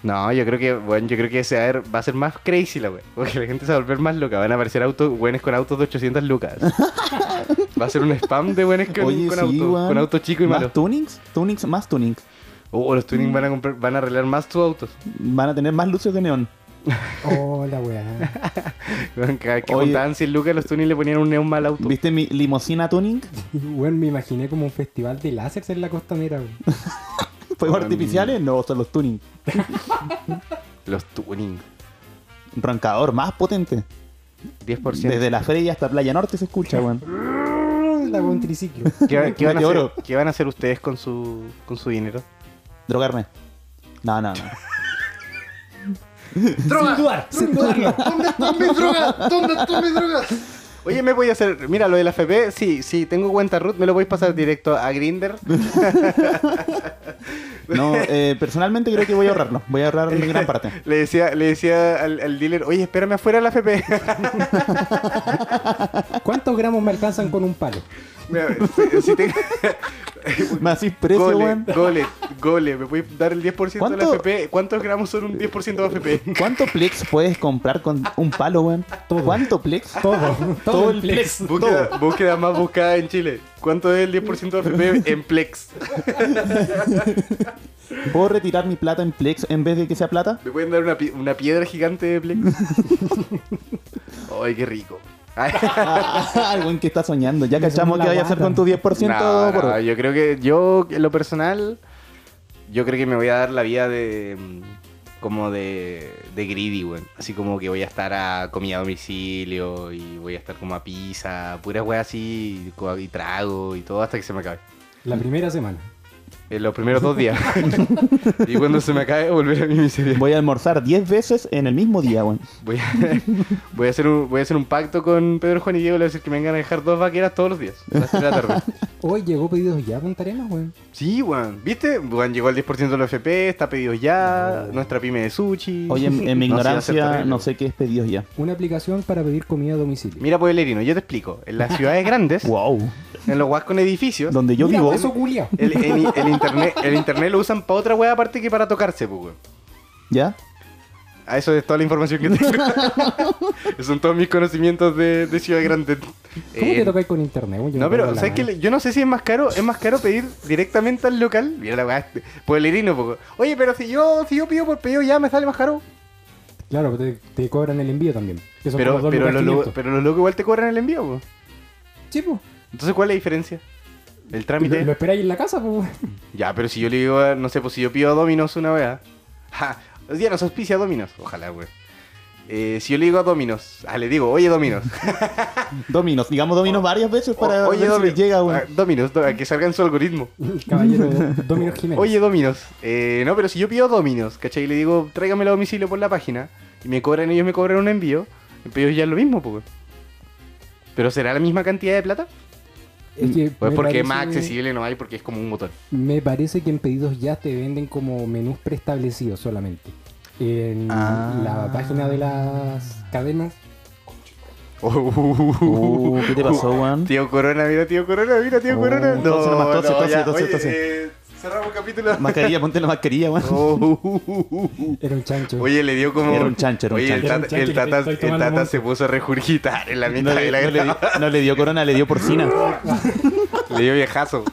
[SPEAKER 3] No, yo creo que, bueno, yo creo que ese va a ver- va a ser más crazy la wea. Porque la gente se va a volver más loca. Van a aparecer autos, weones con autos de 800 lucas. va a ser un spam de weones con,
[SPEAKER 2] Oye,
[SPEAKER 3] con
[SPEAKER 2] sí,
[SPEAKER 3] autos.
[SPEAKER 2] weón.
[SPEAKER 3] Con autos chicos y
[SPEAKER 2] ¿Más
[SPEAKER 3] malos.
[SPEAKER 2] tunings? Tunings, más tunings.
[SPEAKER 3] O los tuning van a comprar, van a arreglar más tus autos.
[SPEAKER 2] Van a tener más luces de neón.
[SPEAKER 1] Oh, la weá.
[SPEAKER 3] Weón, Cada vez que
[SPEAKER 2] Oye.
[SPEAKER 3] juntaban 100 lucas, los tuning le ponían un neón mal auto.
[SPEAKER 2] ¿Viste mi limosina tuning?
[SPEAKER 1] Weón, me imaginé como un festival de láseres en la costanera, weón.
[SPEAKER 2] ¿Fuegos
[SPEAKER 3] Mm.
[SPEAKER 2] artificiales? No, son los tuning.
[SPEAKER 3] Los tuning.
[SPEAKER 2] Roncador más potente.
[SPEAKER 3] 10%.
[SPEAKER 2] Desde la feria hasta Playa Norte se escucha, weón.
[SPEAKER 1] La weón triciclo.
[SPEAKER 3] ¿Qué, qué van a hacer,
[SPEAKER 2] Meteoro.
[SPEAKER 3] qué van a hacer ustedes con su, con su dinero?
[SPEAKER 2] Drogarme. No, no, no.
[SPEAKER 1] Sin dudar, sin dudarlo.
[SPEAKER 3] ¿Dónde están mis drogas? ¿Dónde están mis drogas? Oye, me voy a hacer. Mira, lo de la FP, sí, sí, tengo cuenta root, me lo voy a pasar directo a Grinder.
[SPEAKER 2] No, eh, personalmente creo que voy a ahorrarlo. Voy a ahorrar mi gran parte.
[SPEAKER 3] Le decía, le decía al, al dealer, oye, espérame afuera de la FP.
[SPEAKER 1] ¿Cuántos gramos me alcanzan con un palo?
[SPEAKER 3] Mira, si, si te-
[SPEAKER 2] Me haces preso,
[SPEAKER 3] Gole,
[SPEAKER 2] weón.
[SPEAKER 3] gole, gole, me voy a dar el 10% de la
[SPEAKER 2] ¿Cuánto?
[SPEAKER 3] FP. ¿Cuántos gramos son un 10% de FP?
[SPEAKER 2] ¿Cuánto plex puedes comprar con un palo, weón?
[SPEAKER 1] Todo.
[SPEAKER 2] ¿Cuánto plex?
[SPEAKER 1] Todo.
[SPEAKER 2] Todo el plex.
[SPEAKER 3] Búsqueda, búsqueda más buscada en Chile. ¿Cuánto es el 10% de FP en Plex?
[SPEAKER 2] ¿Puedo retirar mi plata en plex en vez de que sea plata?
[SPEAKER 3] ¿Me pueden dar una, pi- una piedra gigante de Plex? Ay, qué rico. Ay.
[SPEAKER 2] Ah, el weón que está soñando. Ya
[SPEAKER 1] Me sonó
[SPEAKER 2] cachamos
[SPEAKER 1] la
[SPEAKER 2] que vaya a hacer
[SPEAKER 1] guata.
[SPEAKER 2] con tu 10%
[SPEAKER 3] No,
[SPEAKER 2] por
[SPEAKER 3] no, yo creo que yo, en lo personal, yo creo que me voy a dar la vida de. mm, como de. de greedy, weón. Así como que voy a estar a comida a domicilio y voy a estar como a pizza, puras weas así, co- y trago y todo hasta que se me acabe.
[SPEAKER 1] La primera semana.
[SPEAKER 3] En los primeros dos días. y cuando se me acabe, volver a mi miseria.
[SPEAKER 2] Voy a almorzar 10 veces en el mismo día, weón.
[SPEAKER 3] Voy a, voy, a hacer un, voy a hacer un pacto con Pedro, Juan y Diego. Le voy a decir que me vengan a dejar dos vaqueras todos los días. A las tres de la tarde.
[SPEAKER 1] Hoy llegó pedidos ya con Arenas, weón.
[SPEAKER 3] Sí, weón. ¿Viste? Weón llegó al 10% de los FP, está pedido ya, nuestra pyme de sushi.
[SPEAKER 2] Oye, en, en mi
[SPEAKER 3] No, sí, va a ser
[SPEAKER 2] ignorancia
[SPEAKER 3] terrible.
[SPEAKER 2] no sé qué es pedidos ya.
[SPEAKER 1] Una aplicación para pedir comida a domicilio.
[SPEAKER 3] Mira, Pueblerino, yo te explico. En las ciudades grandes,
[SPEAKER 2] Wow.
[SPEAKER 3] en los guas con edificios,
[SPEAKER 2] Donde yo
[SPEAKER 1] Mira,
[SPEAKER 2] vivo,
[SPEAKER 1] Eso culiao.
[SPEAKER 3] el, el- el internet, el internet lo usan para otra weá aparte que para tocarse, pues, weón.
[SPEAKER 2] ¿ya?
[SPEAKER 3] A eso es toda la información que tengo. Esos Son todos mis conocimientos de, de ciudad grande.
[SPEAKER 1] ¿Cómo
[SPEAKER 3] Eh,
[SPEAKER 1] te tocáis con internet, weón? Yo
[SPEAKER 3] No, pero
[SPEAKER 1] puedo
[SPEAKER 3] ¿sabes
[SPEAKER 1] hablar.
[SPEAKER 3] qué? Le- Yo no sé si es más caro, es más caro pedir directamente al local. pues, Mira la weá, pueblerino, poco. Oye, pero si yo, si yo pido por pedido ya, ¿me sale más caro?
[SPEAKER 1] Claro, te, te cobran el envío también. que son como
[SPEAKER 3] Pero,
[SPEAKER 1] dos
[SPEAKER 3] pero,
[SPEAKER 1] lucas
[SPEAKER 3] los, lo-
[SPEAKER 1] 500.
[SPEAKER 3] pero los locos igual te cobran el envío, po.
[SPEAKER 1] Sí, po.
[SPEAKER 3] Entonces, ¿cuál es la diferencia? El
[SPEAKER 1] Lo,
[SPEAKER 3] trámite.
[SPEAKER 1] lo esperáis en la casa, po.
[SPEAKER 3] Ya, pero si yo le digo, a- no sé, pues si yo pido a Dominos una vez. Ja, hoy día nos auspicia Dominos. Ojalá, güey. Eh, si yo le digo a Dominos, ah, le digo, oye Dominos.
[SPEAKER 2] Dominos, digamos Dominos varias veces
[SPEAKER 3] O-
[SPEAKER 2] para
[SPEAKER 3] oye
[SPEAKER 2] ver si les llega, weón.
[SPEAKER 3] ah, Dominos, do- a que salga en su algoritmo.
[SPEAKER 1] Caballero Domino Jiménez.
[SPEAKER 3] Oye Dominos, eh, no, pero si yo pido Dominos, ¿cachai? Y le digo, tráigamelo a domicilio por la página, y me cobran, ellos me cobran un envío, pero ya es lo mismo, pues. ¿Pero será la misma cantidad de plata?
[SPEAKER 1] es que
[SPEAKER 3] Pues
[SPEAKER 1] me
[SPEAKER 3] porque es
[SPEAKER 1] parece-
[SPEAKER 3] más accesible no hay, porque es como un botón.
[SPEAKER 1] Me parece que en pedidos ya te venden como menús preestablecidos solamente. En
[SPEAKER 2] Ah.
[SPEAKER 1] la página de las cadenas.
[SPEAKER 2] Uh, ¿Qué te pasó, weón?
[SPEAKER 3] Tío Corona, mira, tío Corona, mira, tío
[SPEAKER 2] Oh,
[SPEAKER 3] Corona.
[SPEAKER 2] entonces nomás, entonces, entonces,
[SPEAKER 3] ya.
[SPEAKER 2] entonces,
[SPEAKER 3] Oye,
[SPEAKER 2] entonces.
[SPEAKER 3] eh, cerramos capítulo.
[SPEAKER 2] Mascarilla, ponte la mascarilla, weón.
[SPEAKER 3] Uh, Oh.
[SPEAKER 1] Era un chancho.
[SPEAKER 3] Oye, le dio como.
[SPEAKER 2] Era un chancho, era un
[SPEAKER 3] Oye, el
[SPEAKER 2] chancho.
[SPEAKER 1] Era un chancho que te
[SPEAKER 3] Tata- el Tata,
[SPEAKER 1] estoy
[SPEAKER 3] el
[SPEAKER 1] tomando
[SPEAKER 3] Tata
[SPEAKER 1] mucho.
[SPEAKER 3] se puso a regurgitar en la mitad
[SPEAKER 2] No le,
[SPEAKER 3] de la
[SPEAKER 2] no le
[SPEAKER 3] grabación.
[SPEAKER 2] di- no le dio corona, le dio porcina.
[SPEAKER 3] Le dio viejazo.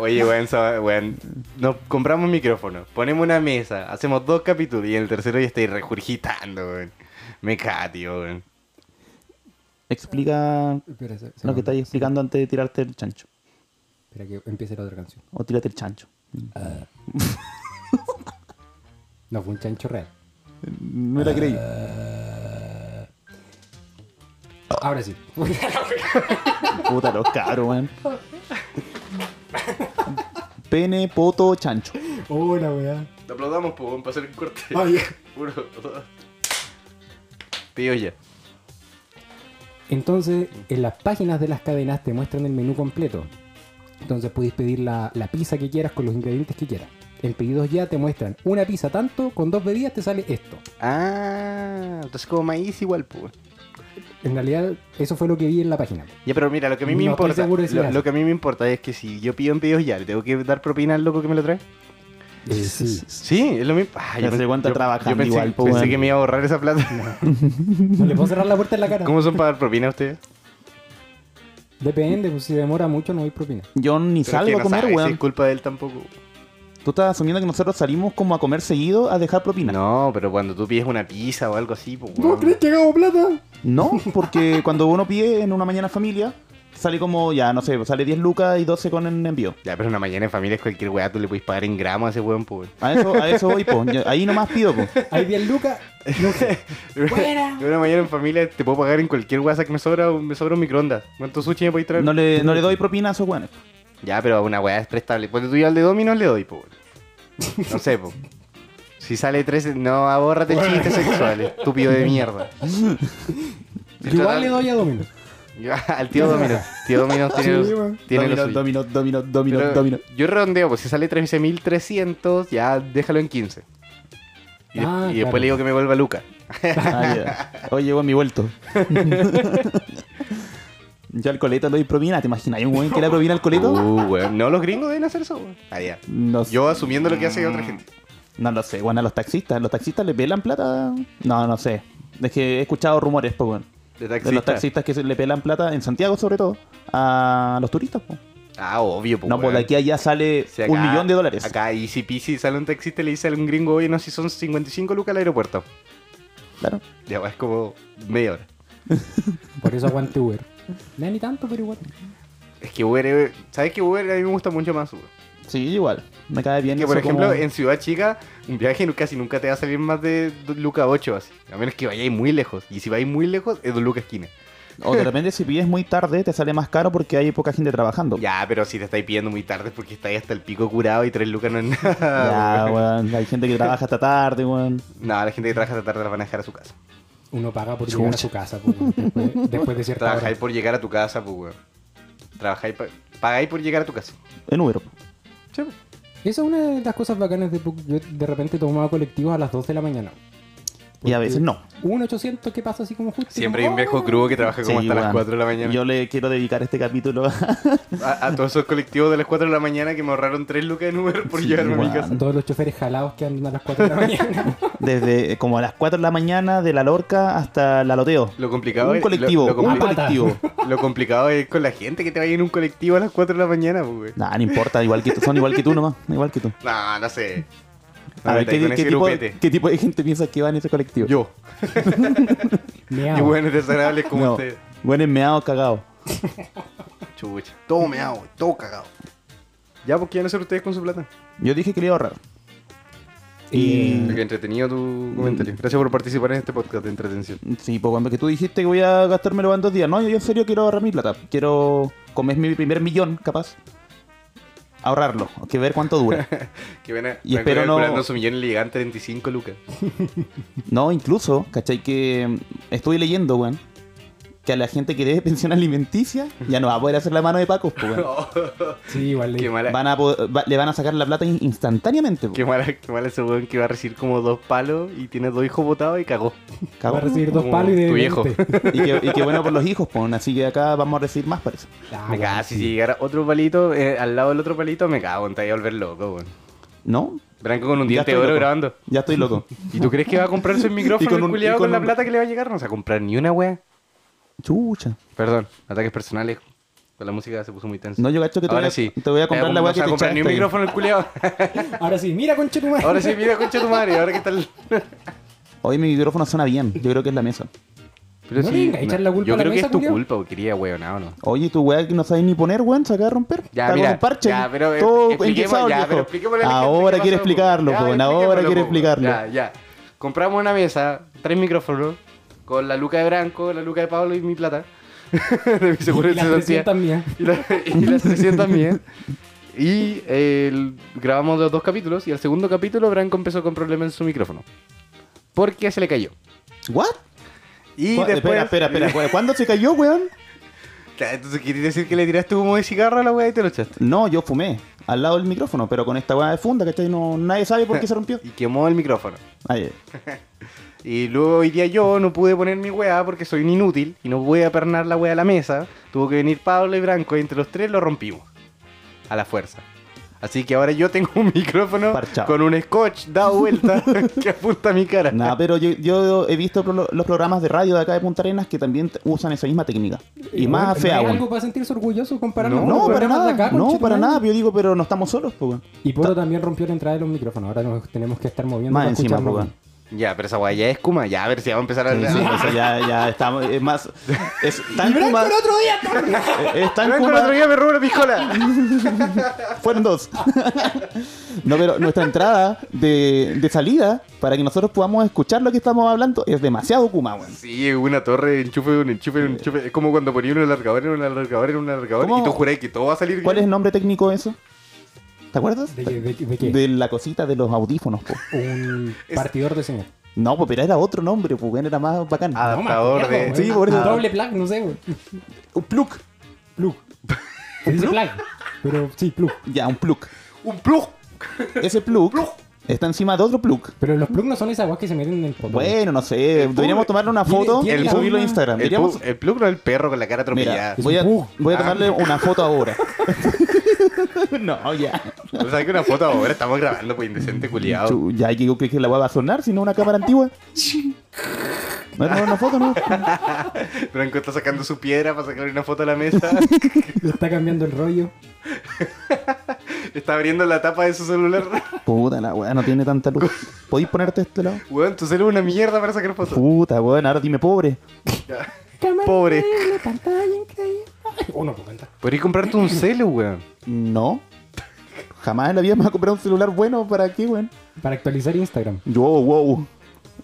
[SPEAKER 3] Oye, weón, esa- weón, nos compramos un micrófono, ponemos una mesa, hacemos dos capítulos y en el tercero ya estoy regurgitando, weón. Me cago, tío, weón.
[SPEAKER 2] Explica
[SPEAKER 1] Espera, se- se
[SPEAKER 2] lo que
[SPEAKER 1] me-
[SPEAKER 2] estás explicando antes de tirarte el chancho.
[SPEAKER 1] Espera que empiece la otra canción.
[SPEAKER 2] O tírate el chancho.
[SPEAKER 1] No, fue un chancho real. Ah.
[SPEAKER 2] No la creí.
[SPEAKER 1] Ahora sí.
[SPEAKER 2] Puta, los caros, weón. Pene, poto, chancho.
[SPEAKER 1] Hola, weá.
[SPEAKER 3] Lo aplaudamos, pues, weón, para hacer el corte.
[SPEAKER 1] Ay.
[SPEAKER 3] Uno, dos. Tío, ya.
[SPEAKER 1] Entonces, en las páginas de las cadenas te muestran el menú completo. Entonces podéis pedir la, la pizza que quieras con los ingredientes que quieras. En pedidos ya te muestran una pizza tanto, con dos bebidas te sale esto.
[SPEAKER 3] Ah, entonces como maíz igual, pues.
[SPEAKER 1] En realidad, eso fue lo que vi en la página.
[SPEAKER 3] Ya, pero mira, lo que a mí me
[SPEAKER 1] No estoy
[SPEAKER 3] importa.
[SPEAKER 1] seguro de si
[SPEAKER 3] Lo,
[SPEAKER 1] era
[SPEAKER 3] lo
[SPEAKER 1] así.
[SPEAKER 3] que a mí me importa es que si yo pido en pedidos ya, ¿le tengo que dar propina al loco que me lo trae?
[SPEAKER 1] sí.
[SPEAKER 3] Sí, es lo mismo. Ah,
[SPEAKER 2] Ya
[SPEAKER 3] yo
[SPEAKER 2] sé
[SPEAKER 3] pen-
[SPEAKER 2] cuánto
[SPEAKER 3] yo-
[SPEAKER 2] trabajan
[SPEAKER 3] yo pensé,
[SPEAKER 2] igual, po,
[SPEAKER 3] pensé
[SPEAKER 2] weón.
[SPEAKER 3] que me iba a ahorrar esa plata.
[SPEAKER 1] No le puedo cerrar la puerta en la cara.
[SPEAKER 3] ¿Cómo son para dar propina a ustedes?
[SPEAKER 1] Depende, pues si demora mucho no hay propina.
[SPEAKER 2] Yo ni
[SPEAKER 3] Pero es que
[SPEAKER 2] salgo a
[SPEAKER 3] no
[SPEAKER 2] comer,
[SPEAKER 3] sabe si
[SPEAKER 2] weón.
[SPEAKER 3] es culpa de él tampoco.
[SPEAKER 2] Tú estás asumiendo que nosotros salimos como a comer seguido a dejar propina.
[SPEAKER 3] No, pero cuando tú pides una pizza o algo así, pues,
[SPEAKER 1] ¿Vos
[SPEAKER 3] weón.
[SPEAKER 1] crees que hagamos plata?
[SPEAKER 2] No, porque cuando uno pide en una mañana familia, sale como, ya, no sé, sale 10 lucas y 12 con el envío.
[SPEAKER 3] Ya, pero una mañana en familia es cualquier weá, tú le puedes pagar en gramos a ese weón, pues.
[SPEAKER 2] A eso, a eso voy, po. Yo- Ahí nomás pido, po.
[SPEAKER 1] Hay 10 lucas. No sé.
[SPEAKER 3] Una, una mañana en familia te puedo pagar en cualquier weá, o sea, que me sobra, un- me sobra un microondas. ¿Cuánto sushi me podéis traer?
[SPEAKER 2] No le, no le doy propina a esos weones.
[SPEAKER 3] Ya, pero a una weá es prestable. Ponte tú yo al de Dominos le doy, po. weón. No sé, po. Si sale 13, no, abórrate chistes sexuales, estúpido de mierda.
[SPEAKER 1] Yo igual le doy a Domino.
[SPEAKER 3] Yo- al tío Dominos. Tío Dominos tiene,
[SPEAKER 1] Sí,
[SPEAKER 3] lo-
[SPEAKER 1] weón.
[SPEAKER 3] tiene lo
[SPEAKER 2] domino,
[SPEAKER 3] suyo.
[SPEAKER 2] domino, domino, domino,
[SPEAKER 3] Pero
[SPEAKER 2] domino.
[SPEAKER 3] Yo redondeo, pues si sale 13.300, ya déjalo en 15. Y, de-
[SPEAKER 1] Ah,
[SPEAKER 3] y después
[SPEAKER 1] claro.
[SPEAKER 3] le digo que me vuelva Luca.
[SPEAKER 2] Ah, ya. Oye, weón, mi vuelto. Yo al coleto le doy propina, ¿te imaginas? ¿Hay un weón que le da propina al coleto?
[SPEAKER 3] Uh, weón. No, los gringos deben hacer eso, weón. Ah, ya.
[SPEAKER 2] No, sé.
[SPEAKER 3] Yo asumiendo lo que hace otra gente.
[SPEAKER 2] no lo sé, bueno, a los taxistas. ¿Los taxistas le pelan plata? No, no sé. Es que he escuchado rumores, pues, weón.
[SPEAKER 3] De
[SPEAKER 2] De los
[SPEAKER 3] taxista.
[SPEAKER 2] taxistas que se le pelan plata, en Santiago sobre todo, a los turistas, po.
[SPEAKER 3] Ah, obvio, pues.
[SPEAKER 2] No, pues de
[SPEAKER 3] weón.
[SPEAKER 2] aquí a allá sale
[SPEAKER 3] Si acá-
[SPEAKER 2] un millón de dólares.
[SPEAKER 3] Acá, y si Pisi sale un taxista y le dice a un gringo, oye, no, si son 55 lucas al aeropuerto.
[SPEAKER 2] Claro.
[SPEAKER 3] Ya, weón, es como media hora.
[SPEAKER 1] Por eso aguante Uber. No ni tanto, pero igual.
[SPEAKER 3] Es que Uber, eh, ¿sabes qué Uber? A mí me gusta mucho más Uber.
[SPEAKER 2] Sí, igual. Me cae bien.
[SPEAKER 3] Que por
[SPEAKER 2] eso
[SPEAKER 3] ejemplo,
[SPEAKER 2] como-
[SPEAKER 3] en Ciudad Chica, un viaje nu- casi nunca te va a salir más de do- Luca 8, así. A menos que vayáis muy lejos. Y si vais muy lejos, es 2 Lucas esquina.
[SPEAKER 2] O de repente si pides muy tarde, te sale más caro porque hay poca gente trabajando.
[SPEAKER 3] Ya, pero si te estáis pidiendo muy tarde es porque estáis hasta el pico curado y 3 Lucas no es
[SPEAKER 2] Ya,
[SPEAKER 3] nada. weón.
[SPEAKER 2] weón. Hay gente que trabaja hasta tarde, weón.
[SPEAKER 3] No, la gente que trabaja hasta tarde la van a dejar a su casa.
[SPEAKER 1] Uno paga por llegar a su casa pues, bueno, después, después de cierta hora.
[SPEAKER 3] Trabajáis por llegar a tu casa, pues, weón. Trabajáis, pa- pagáis por llegar a tu casa.
[SPEAKER 2] En Uber.
[SPEAKER 3] Sí, pues.
[SPEAKER 1] Esa es una de las cosas bacanas de Puc- Yo de repente tomaba colectivos a las 2 de la mañana.
[SPEAKER 2] Y a veces no.
[SPEAKER 1] Un 800 que pasa así como justo.
[SPEAKER 3] Siempre hay un viejo
[SPEAKER 1] grupo.
[SPEAKER 3] crudo que trabaja como
[SPEAKER 2] Sí,
[SPEAKER 3] hasta las
[SPEAKER 2] weón.
[SPEAKER 3] 4 de la mañana.
[SPEAKER 2] Yo le quiero dedicar este capítulo a...
[SPEAKER 3] A, a todos esos colectivos de las 4 de la mañana que me ahorraron 3 lucas en Uber por
[SPEAKER 2] Sí,
[SPEAKER 3] llegarme a mi
[SPEAKER 2] weón.
[SPEAKER 3] casa.
[SPEAKER 1] Todos los choferes jalados que andan a las 4 de la mañana.
[SPEAKER 2] Desde como a las 4 de la mañana de la Lorca hasta la Loteo.
[SPEAKER 3] Lo complicado
[SPEAKER 2] un
[SPEAKER 3] es-
[SPEAKER 2] colectivo,
[SPEAKER 3] lo- lo
[SPEAKER 2] un
[SPEAKER 3] compli-
[SPEAKER 2] colectivo.
[SPEAKER 3] Lo complicado es con la gente que te vaya en un colectivo a las 4 de la mañana, pues, güey.
[SPEAKER 2] Nah, no importa, igual que tú, son igual que tú nomás, igual que tú.
[SPEAKER 3] No, no sé.
[SPEAKER 2] A ver,
[SPEAKER 3] Ahorita ahí
[SPEAKER 2] ¿qué,
[SPEAKER 3] con
[SPEAKER 2] qué
[SPEAKER 3] ese
[SPEAKER 2] tipo,
[SPEAKER 3] grupete.
[SPEAKER 2] qué tipo de gente piensa que va en ese colectivo?
[SPEAKER 3] Yo.
[SPEAKER 1] Me
[SPEAKER 3] Y
[SPEAKER 1] hago.
[SPEAKER 3] bueno, desagradables como
[SPEAKER 2] No.
[SPEAKER 3] usted.
[SPEAKER 2] Bueno, meado cagado.
[SPEAKER 3] Chucha. Todo meado, todo cagado. Ya, porque qué van a hacer ustedes con su plata?
[SPEAKER 2] Yo dije que le iba a ahorrar.
[SPEAKER 1] Y-
[SPEAKER 2] Y.
[SPEAKER 3] Qué entretenido tu comentario. Gracias por participar en este podcast de entretención.
[SPEAKER 2] Sí, pues cuando que tú dijiste que voy a gastármelo en dos días. No, yo en serio quiero ahorrar mi plata. Quiero comer mi primer millón, capaz. Ahorrarlo. Hay que ver cuánto dura.
[SPEAKER 3] Que ven a
[SPEAKER 2] Y espero no-
[SPEAKER 3] calculando su millón y le llegan 35 lucas.
[SPEAKER 2] No, incluso, ¿cachai? Que mm, estuve leyendo, weón. Que a la gente que debe pensión alimenticia ya no va a poder hacer la mano de Paco, pues, weón.
[SPEAKER 1] Sí, igual.
[SPEAKER 3] Qué
[SPEAKER 1] leí.
[SPEAKER 3] mala,
[SPEAKER 2] Van a poder- va- le van a sacar la plata in- instantáneamente,
[SPEAKER 3] qué
[SPEAKER 2] pues.
[SPEAKER 3] mala, qué mala ese weón que va a recibir como dos palos y tiene dos hijos botados y cagó.
[SPEAKER 2] Cagó.
[SPEAKER 1] Va a recibir dos
[SPEAKER 3] Como
[SPEAKER 1] palos y de
[SPEAKER 3] tu viejo.
[SPEAKER 1] 20.
[SPEAKER 2] pues, Y que, y que bueno por los hijos, pues. Así que acá vamos a recibir más, parece.
[SPEAKER 1] Ah,
[SPEAKER 3] me
[SPEAKER 1] bueno,
[SPEAKER 3] cago, si
[SPEAKER 1] sí.
[SPEAKER 3] llegara otro palito eh, al lado del otro palito, me cago, te voy a volver loco, weón.
[SPEAKER 2] ¿No?
[SPEAKER 3] Branco con un
[SPEAKER 2] Ya
[SPEAKER 3] diente de
[SPEAKER 2] estoy
[SPEAKER 3] oro
[SPEAKER 2] loco.
[SPEAKER 3] grabando.
[SPEAKER 2] Ya estoy loco.
[SPEAKER 3] ¿Y tú crees que va a comprarse el micrófono
[SPEAKER 2] con
[SPEAKER 3] el
[SPEAKER 2] un-
[SPEAKER 3] culiao
[SPEAKER 2] y
[SPEAKER 3] con,
[SPEAKER 2] con
[SPEAKER 3] la
[SPEAKER 2] un-
[SPEAKER 3] plata que le va a llegar? No se va a comprar ni una wea.
[SPEAKER 2] Chucha.
[SPEAKER 3] Perdón, ataques personales. Con la música se puso muy tenso.
[SPEAKER 2] No, yo cacho que te, voy
[SPEAKER 3] Ahora
[SPEAKER 2] a,
[SPEAKER 3] sí.
[SPEAKER 2] te voy a comprar
[SPEAKER 3] Eh,
[SPEAKER 2] la
[SPEAKER 3] no
[SPEAKER 2] weá que
[SPEAKER 3] se va
[SPEAKER 2] te
[SPEAKER 3] a comprar ni un
[SPEAKER 2] echaste.
[SPEAKER 3] micrófono el culiao.
[SPEAKER 1] Ahora sí, mira, concha tu madre.
[SPEAKER 3] Ahora sí, mira, concha tu madre. Ahora que está el...
[SPEAKER 2] Hoy mi micrófono suena bien. Yo creo que es la mesa.
[SPEAKER 3] Pero
[SPEAKER 1] No le venga a echar la culpa
[SPEAKER 3] Yo
[SPEAKER 1] a la
[SPEAKER 3] creo que
[SPEAKER 1] mesa,
[SPEAKER 3] es tu
[SPEAKER 1] culiao.
[SPEAKER 3] culpa, porque quería weonado, ¿no?
[SPEAKER 2] Oye, tu weá que no sabes ni poner, weón, se acaba de romper.
[SPEAKER 3] Ya,
[SPEAKER 2] Está
[SPEAKER 3] mira,
[SPEAKER 2] con un parche.
[SPEAKER 3] ya, pero, eh,
[SPEAKER 2] todo
[SPEAKER 3] expliquemos-
[SPEAKER 2] enguisado,
[SPEAKER 3] ya,
[SPEAKER 2] viejo.
[SPEAKER 3] pero expliquémosle a la gente
[SPEAKER 2] Ahora
[SPEAKER 3] qué
[SPEAKER 2] quiere
[SPEAKER 3] pasó,
[SPEAKER 2] explicarlo,
[SPEAKER 3] po. Ya, pues,
[SPEAKER 2] weón. Ahora quiere explicarlo.
[SPEAKER 3] Ya, ya. Compramos una mesa, tres micrófonos, con la luca de Branco, la luca de Pablo y mi plata. de mi seguro
[SPEAKER 1] Y
[SPEAKER 3] de
[SPEAKER 1] las
[SPEAKER 3] cesantía.
[SPEAKER 1] 300 mías.
[SPEAKER 3] y, la- y las 300 mías. Y eh, el- grabamos los dos capítulos. Y al segundo capítulo, Branco empezó con problemas en su micrófono. Porque se le cayó.
[SPEAKER 2] ¿What?
[SPEAKER 3] Y
[SPEAKER 2] Cu-
[SPEAKER 3] después.
[SPEAKER 2] Espera, espera, espera. weón, ¿Cuándo se cayó, weón?
[SPEAKER 3] Claro, Entonces, ¿quieres decir que le tiraste humo de cigarro a la weá y te lo echaste?
[SPEAKER 2] No, yo fumé. Al lado del micrófono, pero con esta weá de funda, ¿cachai? No, nadie sabe por qué se rompió.
[SPEAKER 3] Y quemó el micrófono.
[SPEAKER 2] Ay,
[SPEAKER 3] Y luego hoy día yo no pude poner mi weá porque soy un inútil y no pude apernar la weá a la mesa. Tuvo que venir Pablo y Branco y entre los tres lo rompimos. A la fuerza. Así que ahora yo tengo un micrófono
[SPEAKER 2] Parchado.
[SPEAKER 3] con un scotch dado vuelta que apunta a mi cara.
[SPEAKER 2] nada, pero yo, yo he visto pro- los programas de radio de acá de Punta Arenas que también t- usan esa misma técnica. Y
[SPEAKER 1] Bueno,
[SPEAKER 2] más
[SPEAKER 1] ¿no
[SPEAKER 2] fea,
[SPEAKER 1] hay
[SPEAKER 2] weón.
[SPEAKER 1] algo para sentirse orgulloso comparando
[SPEAKER 3] No,
[SPEAKER 1] con los
[SPEAKER 2] No, para
[SPEAKER 1] programas de
[SPEAKER 2] nada.
[SPEAKER 1] acá,
[SPEAKER 2] no,
[SPEAKER 1] conchetumare?
[SPEAKER 2] para nada. Pero yo digo, pero no estamos solos, pues, weón.
[SPEAKER 1] Y Poro también rompió la entrada de los micrófonos. Ahora nos tenemos que estar moviendo
[SPEAKER 2] Más
[SPEAKER 1] para
[SPEAKER 2] encima,
[SPEAKER 1] escucharnos.
[SPEAKER 2] pues, weón.
[SPEAKER 3] Ya, pero esa weá ya es Kuma. Ya, a ver si va a empezar a...
[SPEAKER 2] Sí, sí, eso ya, ya estamos. Es más. Es tan Kuma.
[SPEAKER 1] otro día!
[SPEAKER 2] Es tan
[SPEAKER 3] Branco Ah, el
[SPEAKER 2] Kuma-
[SPEAKER 3] otro día me robó la piscola.
[SPEAKER 2] Fueron dos. no, pero nuestra entrada de, de salida para que nosotros podamos escuchar lo que estamos hablando es demasiado Kuma, weón.
[SPEAKER 3] Sí, una torre, enchufe, un enchufe, un enchufe. Es como cuando ponía un alargador en un alargador en un alargador
[SPEAKER 2] ¿Cómo?
[SPEAKER 3] y tú jurás que todo va a salir bien.
[SPEAKER 2] ¿Cuál es el nombre técnico de eso? ¿Te acuerdas?
[SPEAKER 1] ¿De qué? ¿De, qué- de qué?
[SPEAKER 2] De la cosita de los audífonos, po.
[SPEAKER 1] Un partidor de señal.
[SPEAKER 2] No, pues, pero era otro nombre, pues, weón, era más bacán.
[SPEAKER 3] Adaptador
[SPEAKER 1] No, me
[SPEAKER 3] de...
[SPEAKER 1] acuerdo,
[SPEAKER 2] Sí,
[SPEAKER 1] weón.
[SPEAKER 2] por eso.
[SPEAKER 1] Doble plug, no sé, güey.
[SPEAKER 2] Un plug.
[SPEAKER 1] Plug. Se dice plug. Pero sí, plug.
[SPEAKER 2] Ya, un plug.
[SPEAKER 3] Un plug.
[SPEAKER 2] Ese plug está encima de otro plug.
[SPEAKER 1] Pero los plugs no son esas aguas que se meten en el poto.
[SPEAKER 2] Bueno, no sé. Deberíamos tomarle una foto
[SPEAKER 1] tiene
[SPEAKER 2] y
[SPEAKER 1] la
[SPEAKER 2] subirlo a
[SPEAKER 1] forma-
[SPEAKER 2] Instagram.
[SPEAKER 3] El,
[SPEAKER 2] Deberíamos-
[SPEAKER 3] plug, el plug no es el perro con la cara
[SPEAKER 2] Mira,
[SPEAKER 3] atropellada.
[SPEAKER 1] Es
[SPEAKER 2] voy a,
[SPEAKER 1] un plug.
[SPEAKER 2] voy a tomarle una foto ahora. no, ya.
[SPEAKER 3] O sea, que una foto ahora estamos grabando, pues indecente culiado.
[SPEAKER 2] Chu- Ya digo que, que la hueá va a sonar, sino una cámara antigua. No era una foto, ¿no?
[SPEAKER 3] Branco está sacando su piedra para sacarle una foto a la mesa.
[SPEAKER 1] Le está cambiando el rollo.
[SPEAKER 3] está abriendo la tapa de su celular.
[SPEAKER 2] Puta, la weá no tiene tanta luz. ¿Podéis ponerte de este lado?
[SPEAKER 3] Weón, tu celular es una mierda para sacar fotos.
[SPEAKER 2] Puta, weón, ahora dime pobre.
[SPEAKER 3] Pobre.
[SPEAKER 1] Oh, no puedo cantar.
[SPEAKER 3] Podrías comprarte un celu, weón.
[SPEAKER 2] No. Jamás en la vida me va a comprar un celular bueno. ¿Para qué, weón?
[SPEAKER 1] Para actualizar Instagram.
[SPEAKER 2] Yo, wow.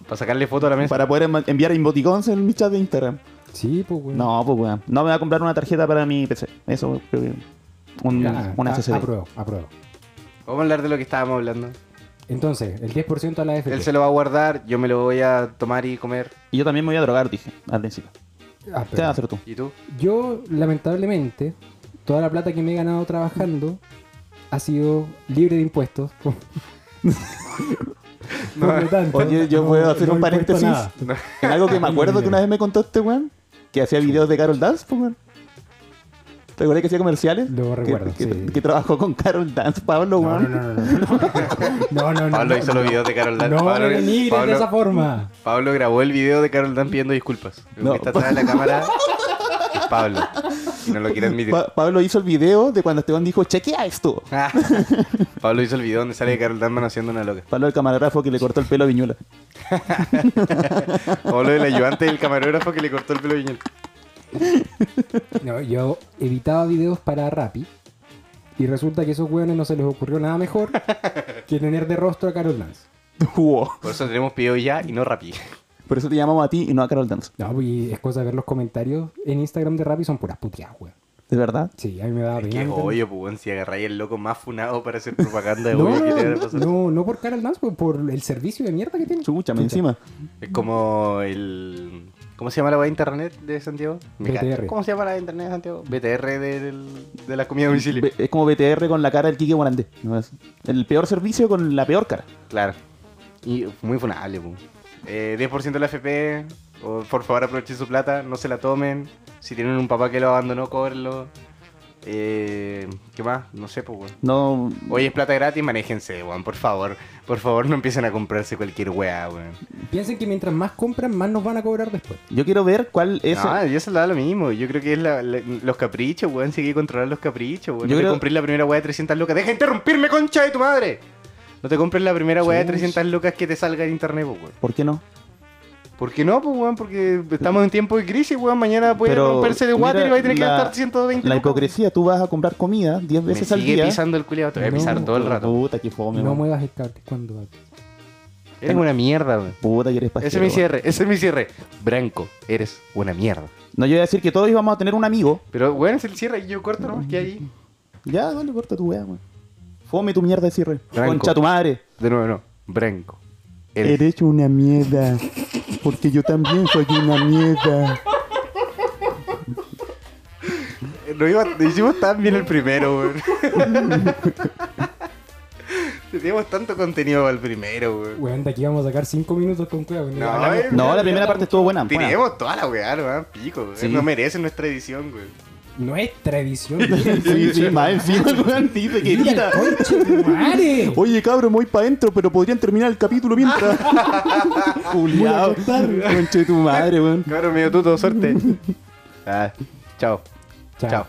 [SPEAKER 3] Para sacarle foto a la mesa.
[SPEAKER 2] Para poder em- enviar emoticons en mi chat de Instagram.
[SPEAKER 1] Sí, pues, güey.
[SPEAKER 2] No, pues weón. No me va a comprar una tarjeta para mi PC. Eso creo que. Un,
[SPEAKER 1] Ya,
[SPEAKER 2] una
[SPEAKER 1] a-
[SPEAKER 2] SSD.
[SPEAKER 1] Apruebo, apruebo.
[SPEAKER 3] Vamos a hablar de lo que estábamos hablando.
[SPEAKER 1] Entonces, el 10% a la
[SPEAKER 3] Él
[SPEAKER 1] FP.
[SPEAKER 3] se lo va a guardar, yo me lo voy a tomar y comer.
[SPEAKER 2] Y yo también me voy a drogar, dije, al principio.
[SPEAKER 1] Ah,
[SPEAKER 2] ¿Qué vas a
[SPEAKER 1] perdón.
[SPEAKER 2] hacer tú?
[SPEAKER 3] ¿Y tú?
[SPEAKER 1] Yo, lamentablemente, toda la plata que me he ganado trabajando ha sido libre de impuestos. Por lo tanto,
[SPEAKER 2] Oye, yo
[SPEAKER 1] no-
[SPEAKER 2] puedo hacer
[SPEAKER 1] no
[SPEAKER 2] un
[SPEAKER 1] impuesto
[SPEAKER 2] paréntesis
[SPEAKER 1] nada.
[SPEAKER 2] en algo que me acuerdo que una vez me contó este weón, que hacía videos de Carol Dance, pues, weón. ¿Te acuerdas que hacía comerciales?
[SPEAKER 1] Lo
[SPEAKER 2] Que-
[SPEAKER 1] recuerdo,
[SPEAKER 2] que,
[SPEAKER 1] sí.
[SPEAKER 2] que trabajó con Carol Dance, Pablo,
[SPEAKER 1] No,
[SPEAKER 2] weón.
[SPEAKER 1] no, no, no. No, no, no. no,
[SPEAKER 3] Pablo hizo
[SPEAKER 1] no.
[SPEAKER 3] los videos de Carol Dan.
[SPEAKER 1] No
[SPEAKER 3] Pablo,
[SPEAKER 1] me denigres de
[SPEAKER 3] Pablo-
[SPEAKER 1] esa forma.
[SPEAKER 3] Pablo grabó el video de Carol Dan pidiendo disculpas. El
[SPEAKER 2] No.
[SPEAKER 3] que está atrás de la cámara es Pablo. Y no lo quiere admitir.
[SPEAKER 2] Pa- Pablo hizo el video de cuando Esteban dijo, chequea esto.
[SPEAKER 3] Ah, Pablo hizo el video donde sale Carol Danman haciendo una loca.
[SPEAKER 2] Pablo el camarógrafo que le cortó el pelo a Viñuela.
[SPEAKER 3] Pablo el ayudante del camarógrafo que le cortó el pelo a Viñuela.
[SPEAKER 1] No, yo editaba videos para Rappi y resulta que a esos hueones no se les ocurrió nada mejor que tener de rostro a Carol Dance.
[SPEAKER 2] Wow.
[SPEAKER 3] Por eso tenemos pedido ya y no Rappi.
[SPEAKER 2] Por eso te llamamos a ti y no a Carol Dance.
[SPEAKER 1] No, pues, y es cosa de ver los comentarios en Instagram de Rappi, son puras puteadas, weón.
[SPEAKER 2] ¿De verdad?
[SPEAKER 1] Sí, a mí me daba
[SPEAKER 3] Es
[SPEAKER 1] pena.
[SPEAKER 3] que
[SPEAKER 1] ¿no?
[SPEAKER 3] obvio, pues, weón, si agarráis el loco más funado para hacer propaganda de
[SPEAKER 1] no,
[SPEAKER 3] obvio que te va a
[SPEAKER 1] no,
[SPEAKER 3] pasar.
[SPEAKER 1] no, no por Carol Dance, por, por el servicio de mierda que tiene.
[SPEAKER 2] Chúchame encima.
[SPEAKER 3] Es como el. ¿Cómo se llama la web de internet de Santiago? Me
[SPEAKER 1] BTR.
[SPEAKER 3] cacho. ¿Cómo se llama la de internet de Santiago? BTR del- de la comida a domicilio.
[SPEAKER 2] Be- Es como BTR con la cara del Quique Guarandé. ¿no? Es El peor servicio con la peor cara.
[SPEAKER 3] Claro. Y muy funable, po. Eh, 10% de la FP. o por favor, aprovechen su plata. No se la tomen. Si tienen un papá que lo abandonó, cóbrenlo. Eh, ¿Qué más? No sé, pues, weón.
[SPEAKER 2] No.
[SPEAKER 3] Oye, es plata gratis, manéjense, weón, por favor. Por favor, no empiecen a comprarse cualquier weá, weón.
[SPEAKER 1] Piensen que mientras más compran, más nos van a cobrar después.
[SPEAKER 2] Yo quiero ver cuál es.
[SPEAKER 1] Ah,
[SPEAKER 3] No, yo se la da lo mismo. Yo creo que es la- la- los caprichos, weón. Si hay que controlar los caprichos, weón.
[SPEAKER 2] Yo
[SPEAKER 3] no
[SPEAKER 2] creo-
[SPEAKER 3] te compres la primera weá de 300 lucas. ¡Deja de interrumpirme, concha de tu madre! No te compres la primera weá de
[SPEAKER 1] Chus.
[SPEAKER 3] 300 lucas que te salga en internet, po, weón.
[SPEAKER 2] ¿Por qué no?
[SPEAKER 3] ¿Por qué no, pues, weón? Porque estamos en tiempo de crisis, weón. Mañana puede
[SPEAKER 2] Pero,
[SPEAKER 3] romperse de water
[SPEAKER 2] mira,
[SPEAKER 3] y va a tener que
[SPEAKER 2] la-
[SPEAKER 3] gastar 120
[SPEAKER 2] La
[SPEAKER 3] lucas.
[SPEAKER 2] hipocresía, tú vas a comprar comida 10
[SPEAKER 3] Me
[SPEAKER 2] veces al
[SPEAKER 3] sigue
[SPEAKER 2] día.
[SPEAKER 3] pisando el culiado. Te voy a
[SPEAKER 1] No,
[SPEAKER 3] pisar todo el
[SPEAKER 2] Puta,
[SPEAKER 3] rato.
[SPEAKER 2] Puta, qué fome.
[SPEAKER 1] No
[SPEAKER 2] weón.
[SPEAKER 1] muevas el cable cuando hables.
[SPEAKER 3] Eres una mierda, weón.
[SPEAKER 2] Puta, que eres pajero,
[SPEAKER 3] Ese es mi
[SPEAKER 2] weón.
[SPEAKER 3] cierre, ese es mi cierre. Branco, eres una mierda.
[SPEAKER 2] No, yo iba a decir que todos íbamos a tener un amigo.
[SPEAKER 3] Pero, weón, es el cierre y yo corto nomás que ahí.
[SPEAKER 2] Ya, dale, corta tu weá, weón. Fome tu mierda de cierre.
[SPEAKER 3] Franco.
[SPEAKER 2] Concha tu madre.
[SPEAKER 3] De nuevo, no. Branco. Eres.
[SPEAKER 2] Eres una mierda. Porque yo también soy una mierda.
[SPEAKER 3] No eh, iba, no hicimos tan bien el primero, weón. Teníamos tanto contenido para el primero, weón.
[SPEAKER 1] Weón, de aquí vamos a sacar 5 minutos con cueva. weón.
[SPEAKER 3] No,
[SPEAKER 1] Hablamos-
[SPEAKER 3] eh.
[SPEAKER 2] No, la primera parte estuvo buena. buena.
[SPEAKER 3] Tiremos toda la weá, weón. Pico, weón.
[SPEAKER 2] Sí.
[SPEAKER 3] No merece nuestra edición, weón.
[SPEAKER 1] Nuestra edición.
[SPEAKER 2] Sí, sí, más encima el weón dice que
[SPEAKER 1] Mira,
[SPEAKER 2] grita.
[SPEAKER 1] conche tu madre.
[SPEAKER 2] Oye, cabrón, me voy para adentro, pero podrían terminar el capítulo mientras. Juliado.
[SPEAKER 1] Voy a cortar.
[SPEAKER 2] Conche tu madre, weón.
[SPEAKER 3] Cabrón, medio tuto, suerte. Ah, chao, chao.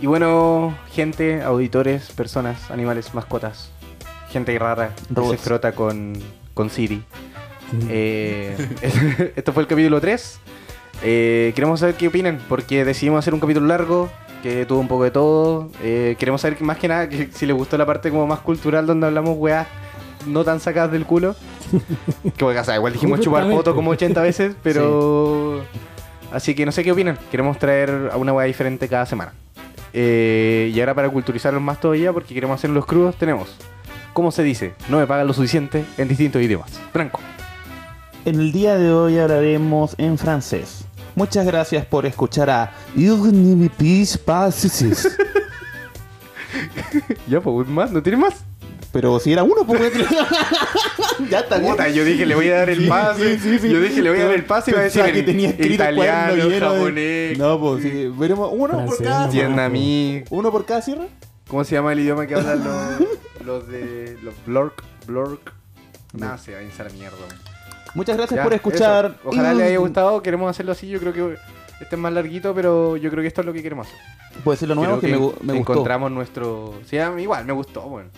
[SPEAKER 3] Y bueno, gente, auditores, personas, animales, mascotas, gente rara, que se
[SPEAKER 2] Robots.
[SPEAKER 3] escrota con, con Siri.
[SPEAKER 1] Mm,
[SPEAKER 3] Eh, esto fue el capítulo 3. Eh, queremos saber qué opinan, porque decidimos hacer un capítulo largo, que tuvo un poco de todo. Eh, queremos saber que, más que nada que, si les gustó la parte como más cultural donde hablamos weas no tan sacadas del culo. que o sea, igual dijimos chupar
[SPEAKER 1] Justamente.
[SPEAKER 3] foto como 80 veces, pero... Así que no sé qué opinan. Queremos traer a una wea diferente cada semana. Eh, y ahora para culturizarlos más todavía, porque queremos hacer los crudos, tenemos... ¿Cómo se dice? No me pagan lo suficiente en distintos idiomas. Franco.
[SPEAKER 2] En el día de hoy hablaremos en francés. Muchas gracias por escuchar a Ignibipis Pasis.
[SPEAKER 3] Ya, pues más, ¿no tiene más?
[SPEAKER 2] Pero si era uno, pues. weón. ya está bien.
[SPEAKER 3] Puta, yo dije le voy a dar el
[SPEAKER 2] Sí,
[SPEAKER 3] pase.
[SPEAKER 2] sí, sí, sí.
[SPEAKER 3] Yo dije le voy a dar el pase y va a decir
[SPEAKER 2] Pensaba que
[SPEAKER 3] en
[SPEAKER 2] tenía escrito el
[SPEAKER 3] italiano,
[SPEAKER 2] cuaderno lleno de-
[SPEAKER 3] japonés.
[SPEAKER 2] No, pues sí. Veremos uno por
[SPEAKER 1] Francés,
[SPEAKER 2] cada.
[SPEAKER 1] no.
[SPEAKER 3] Vietnamí.
[SPEAKER 2] ¿Uno por cada cierre?
[SPEAKER 3] ¿Cómo se llama el idioma que hablan los, los de los blork? Blork. Nada, se va a insar mierda. weón.
[SPEAKER 2] Muchas gracias
[SPEAKER 3] Ya,
[SPEAKER 2] por escuchar.
[SPEAKER 3] eso. Ojalá les haya
[SPEAKER 2] Ign-
[SPEAKER 3] gustado. Queremos hacerlo así. Yo creo que este es más larguito, pero yo creo que esto es lo que queremos hacer.
[SPEAKER 2] Puedo decir lo nuevo
[SPEAKER 3] Creo
[SPEAKER 2] que, me, gu- me gustó.
[SPEAKER 3] encontramos nuestro. Sí, a mí igual, me gustó, bueno.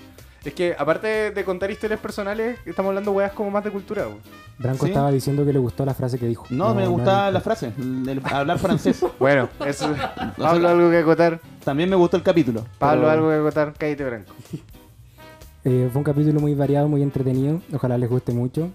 [SPEAKER 3] Es que aparte de contar historias personales, estamos hablando weas como más de cultura, weón.
[SPEAKER 1] Branco
[SPEAKER 2] Sí.
[SPEAKER 1] estaba diciendo que le gustó la frase que dijo.
[SPEAKER 2] No, me gustaba
[SPEAKER 1] no.
[SPEAKER 2] la frase, el- el hablar francés.
[SPEAKER 3] Bueno, eso. Pablo, algo que acotar.
[SPEAKER 2] También me gustó el capítulo.
[SPEAKER 3] Pablo,
[SPEAKER 2] pero-
[SPEAKER 3] algo que acotar. Cállate, Branco.
[SPEAKER 1] Eh, fue un capítulo muy variado, muy entretenido. Ojalá les guste mucho.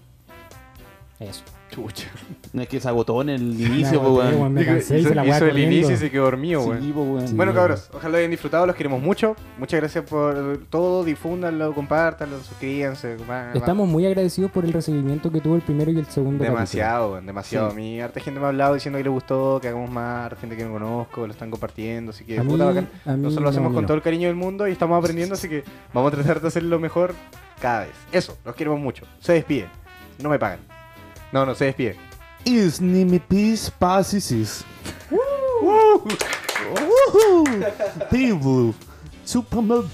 [SPEAKER 1] Eso.
[SPEAKER 3] Chucha.
[SPEAKER 2] No es que se agotó en el inicio,
[SPEAKER 1] Me
[SPEAKER 2] po,
[SPEAKER 1] aguanté,
[SPEAKER 2] weón.
[SPEAKER 1] Me cansé y
[SPEAKER 3] pues, hizo
[SPEAKER 1] se la voy
[SPEAKER 3] hizo el
[SPEAKER 1] corriendo.
[SPEAKER 3] inicio y se quedó dormido,
[SPEAKER 2] Sí,
[SPEAKER 3] weón.
[SPEAKER 2] po, weón.
[SPEAKER 3] Bueno, cabros, ojalá lo hayan disfrutado, los queremos mucho. Muchas gracias por todo, difúndanlo, compártanlo, suscríbanse. compa-
[SPEAKER 1] Estamos muy agradecidos por el recibimiento que tuvo el primero y el segundo.
[SPEAKER 3] Demasiado, weón, demasiado.
[SPEAKER 2] Sí.
[SPEAKER 3] A mí harta gente me ha hablado diciendo que le gustó, que hagamos más, harta gente que no conozco, lo están compartiendo, así que
[SPEAKER 1] A mí-
[SPEAKER 3] puta bacán.
[SPEAKER 1] a mí
[SPEAKER 3] Nosotros
[SPEAKER 1] no,
[SPEAKER 3] lo hacemos
[SPEAKER 1] a mí
[SPEAKER 3] con
[SPEAKER 1] no.
[SPEAKER 3] todo el cariño del mundo y estamos aprendiendo, así que vamos a tratar de hacerlo mejor cada vez. Eso, los queremos mucho. Se despide. No me pagan. No, no, se despide.
[SPEAKER 2] Is nimi pis pasisis. Uh! People, super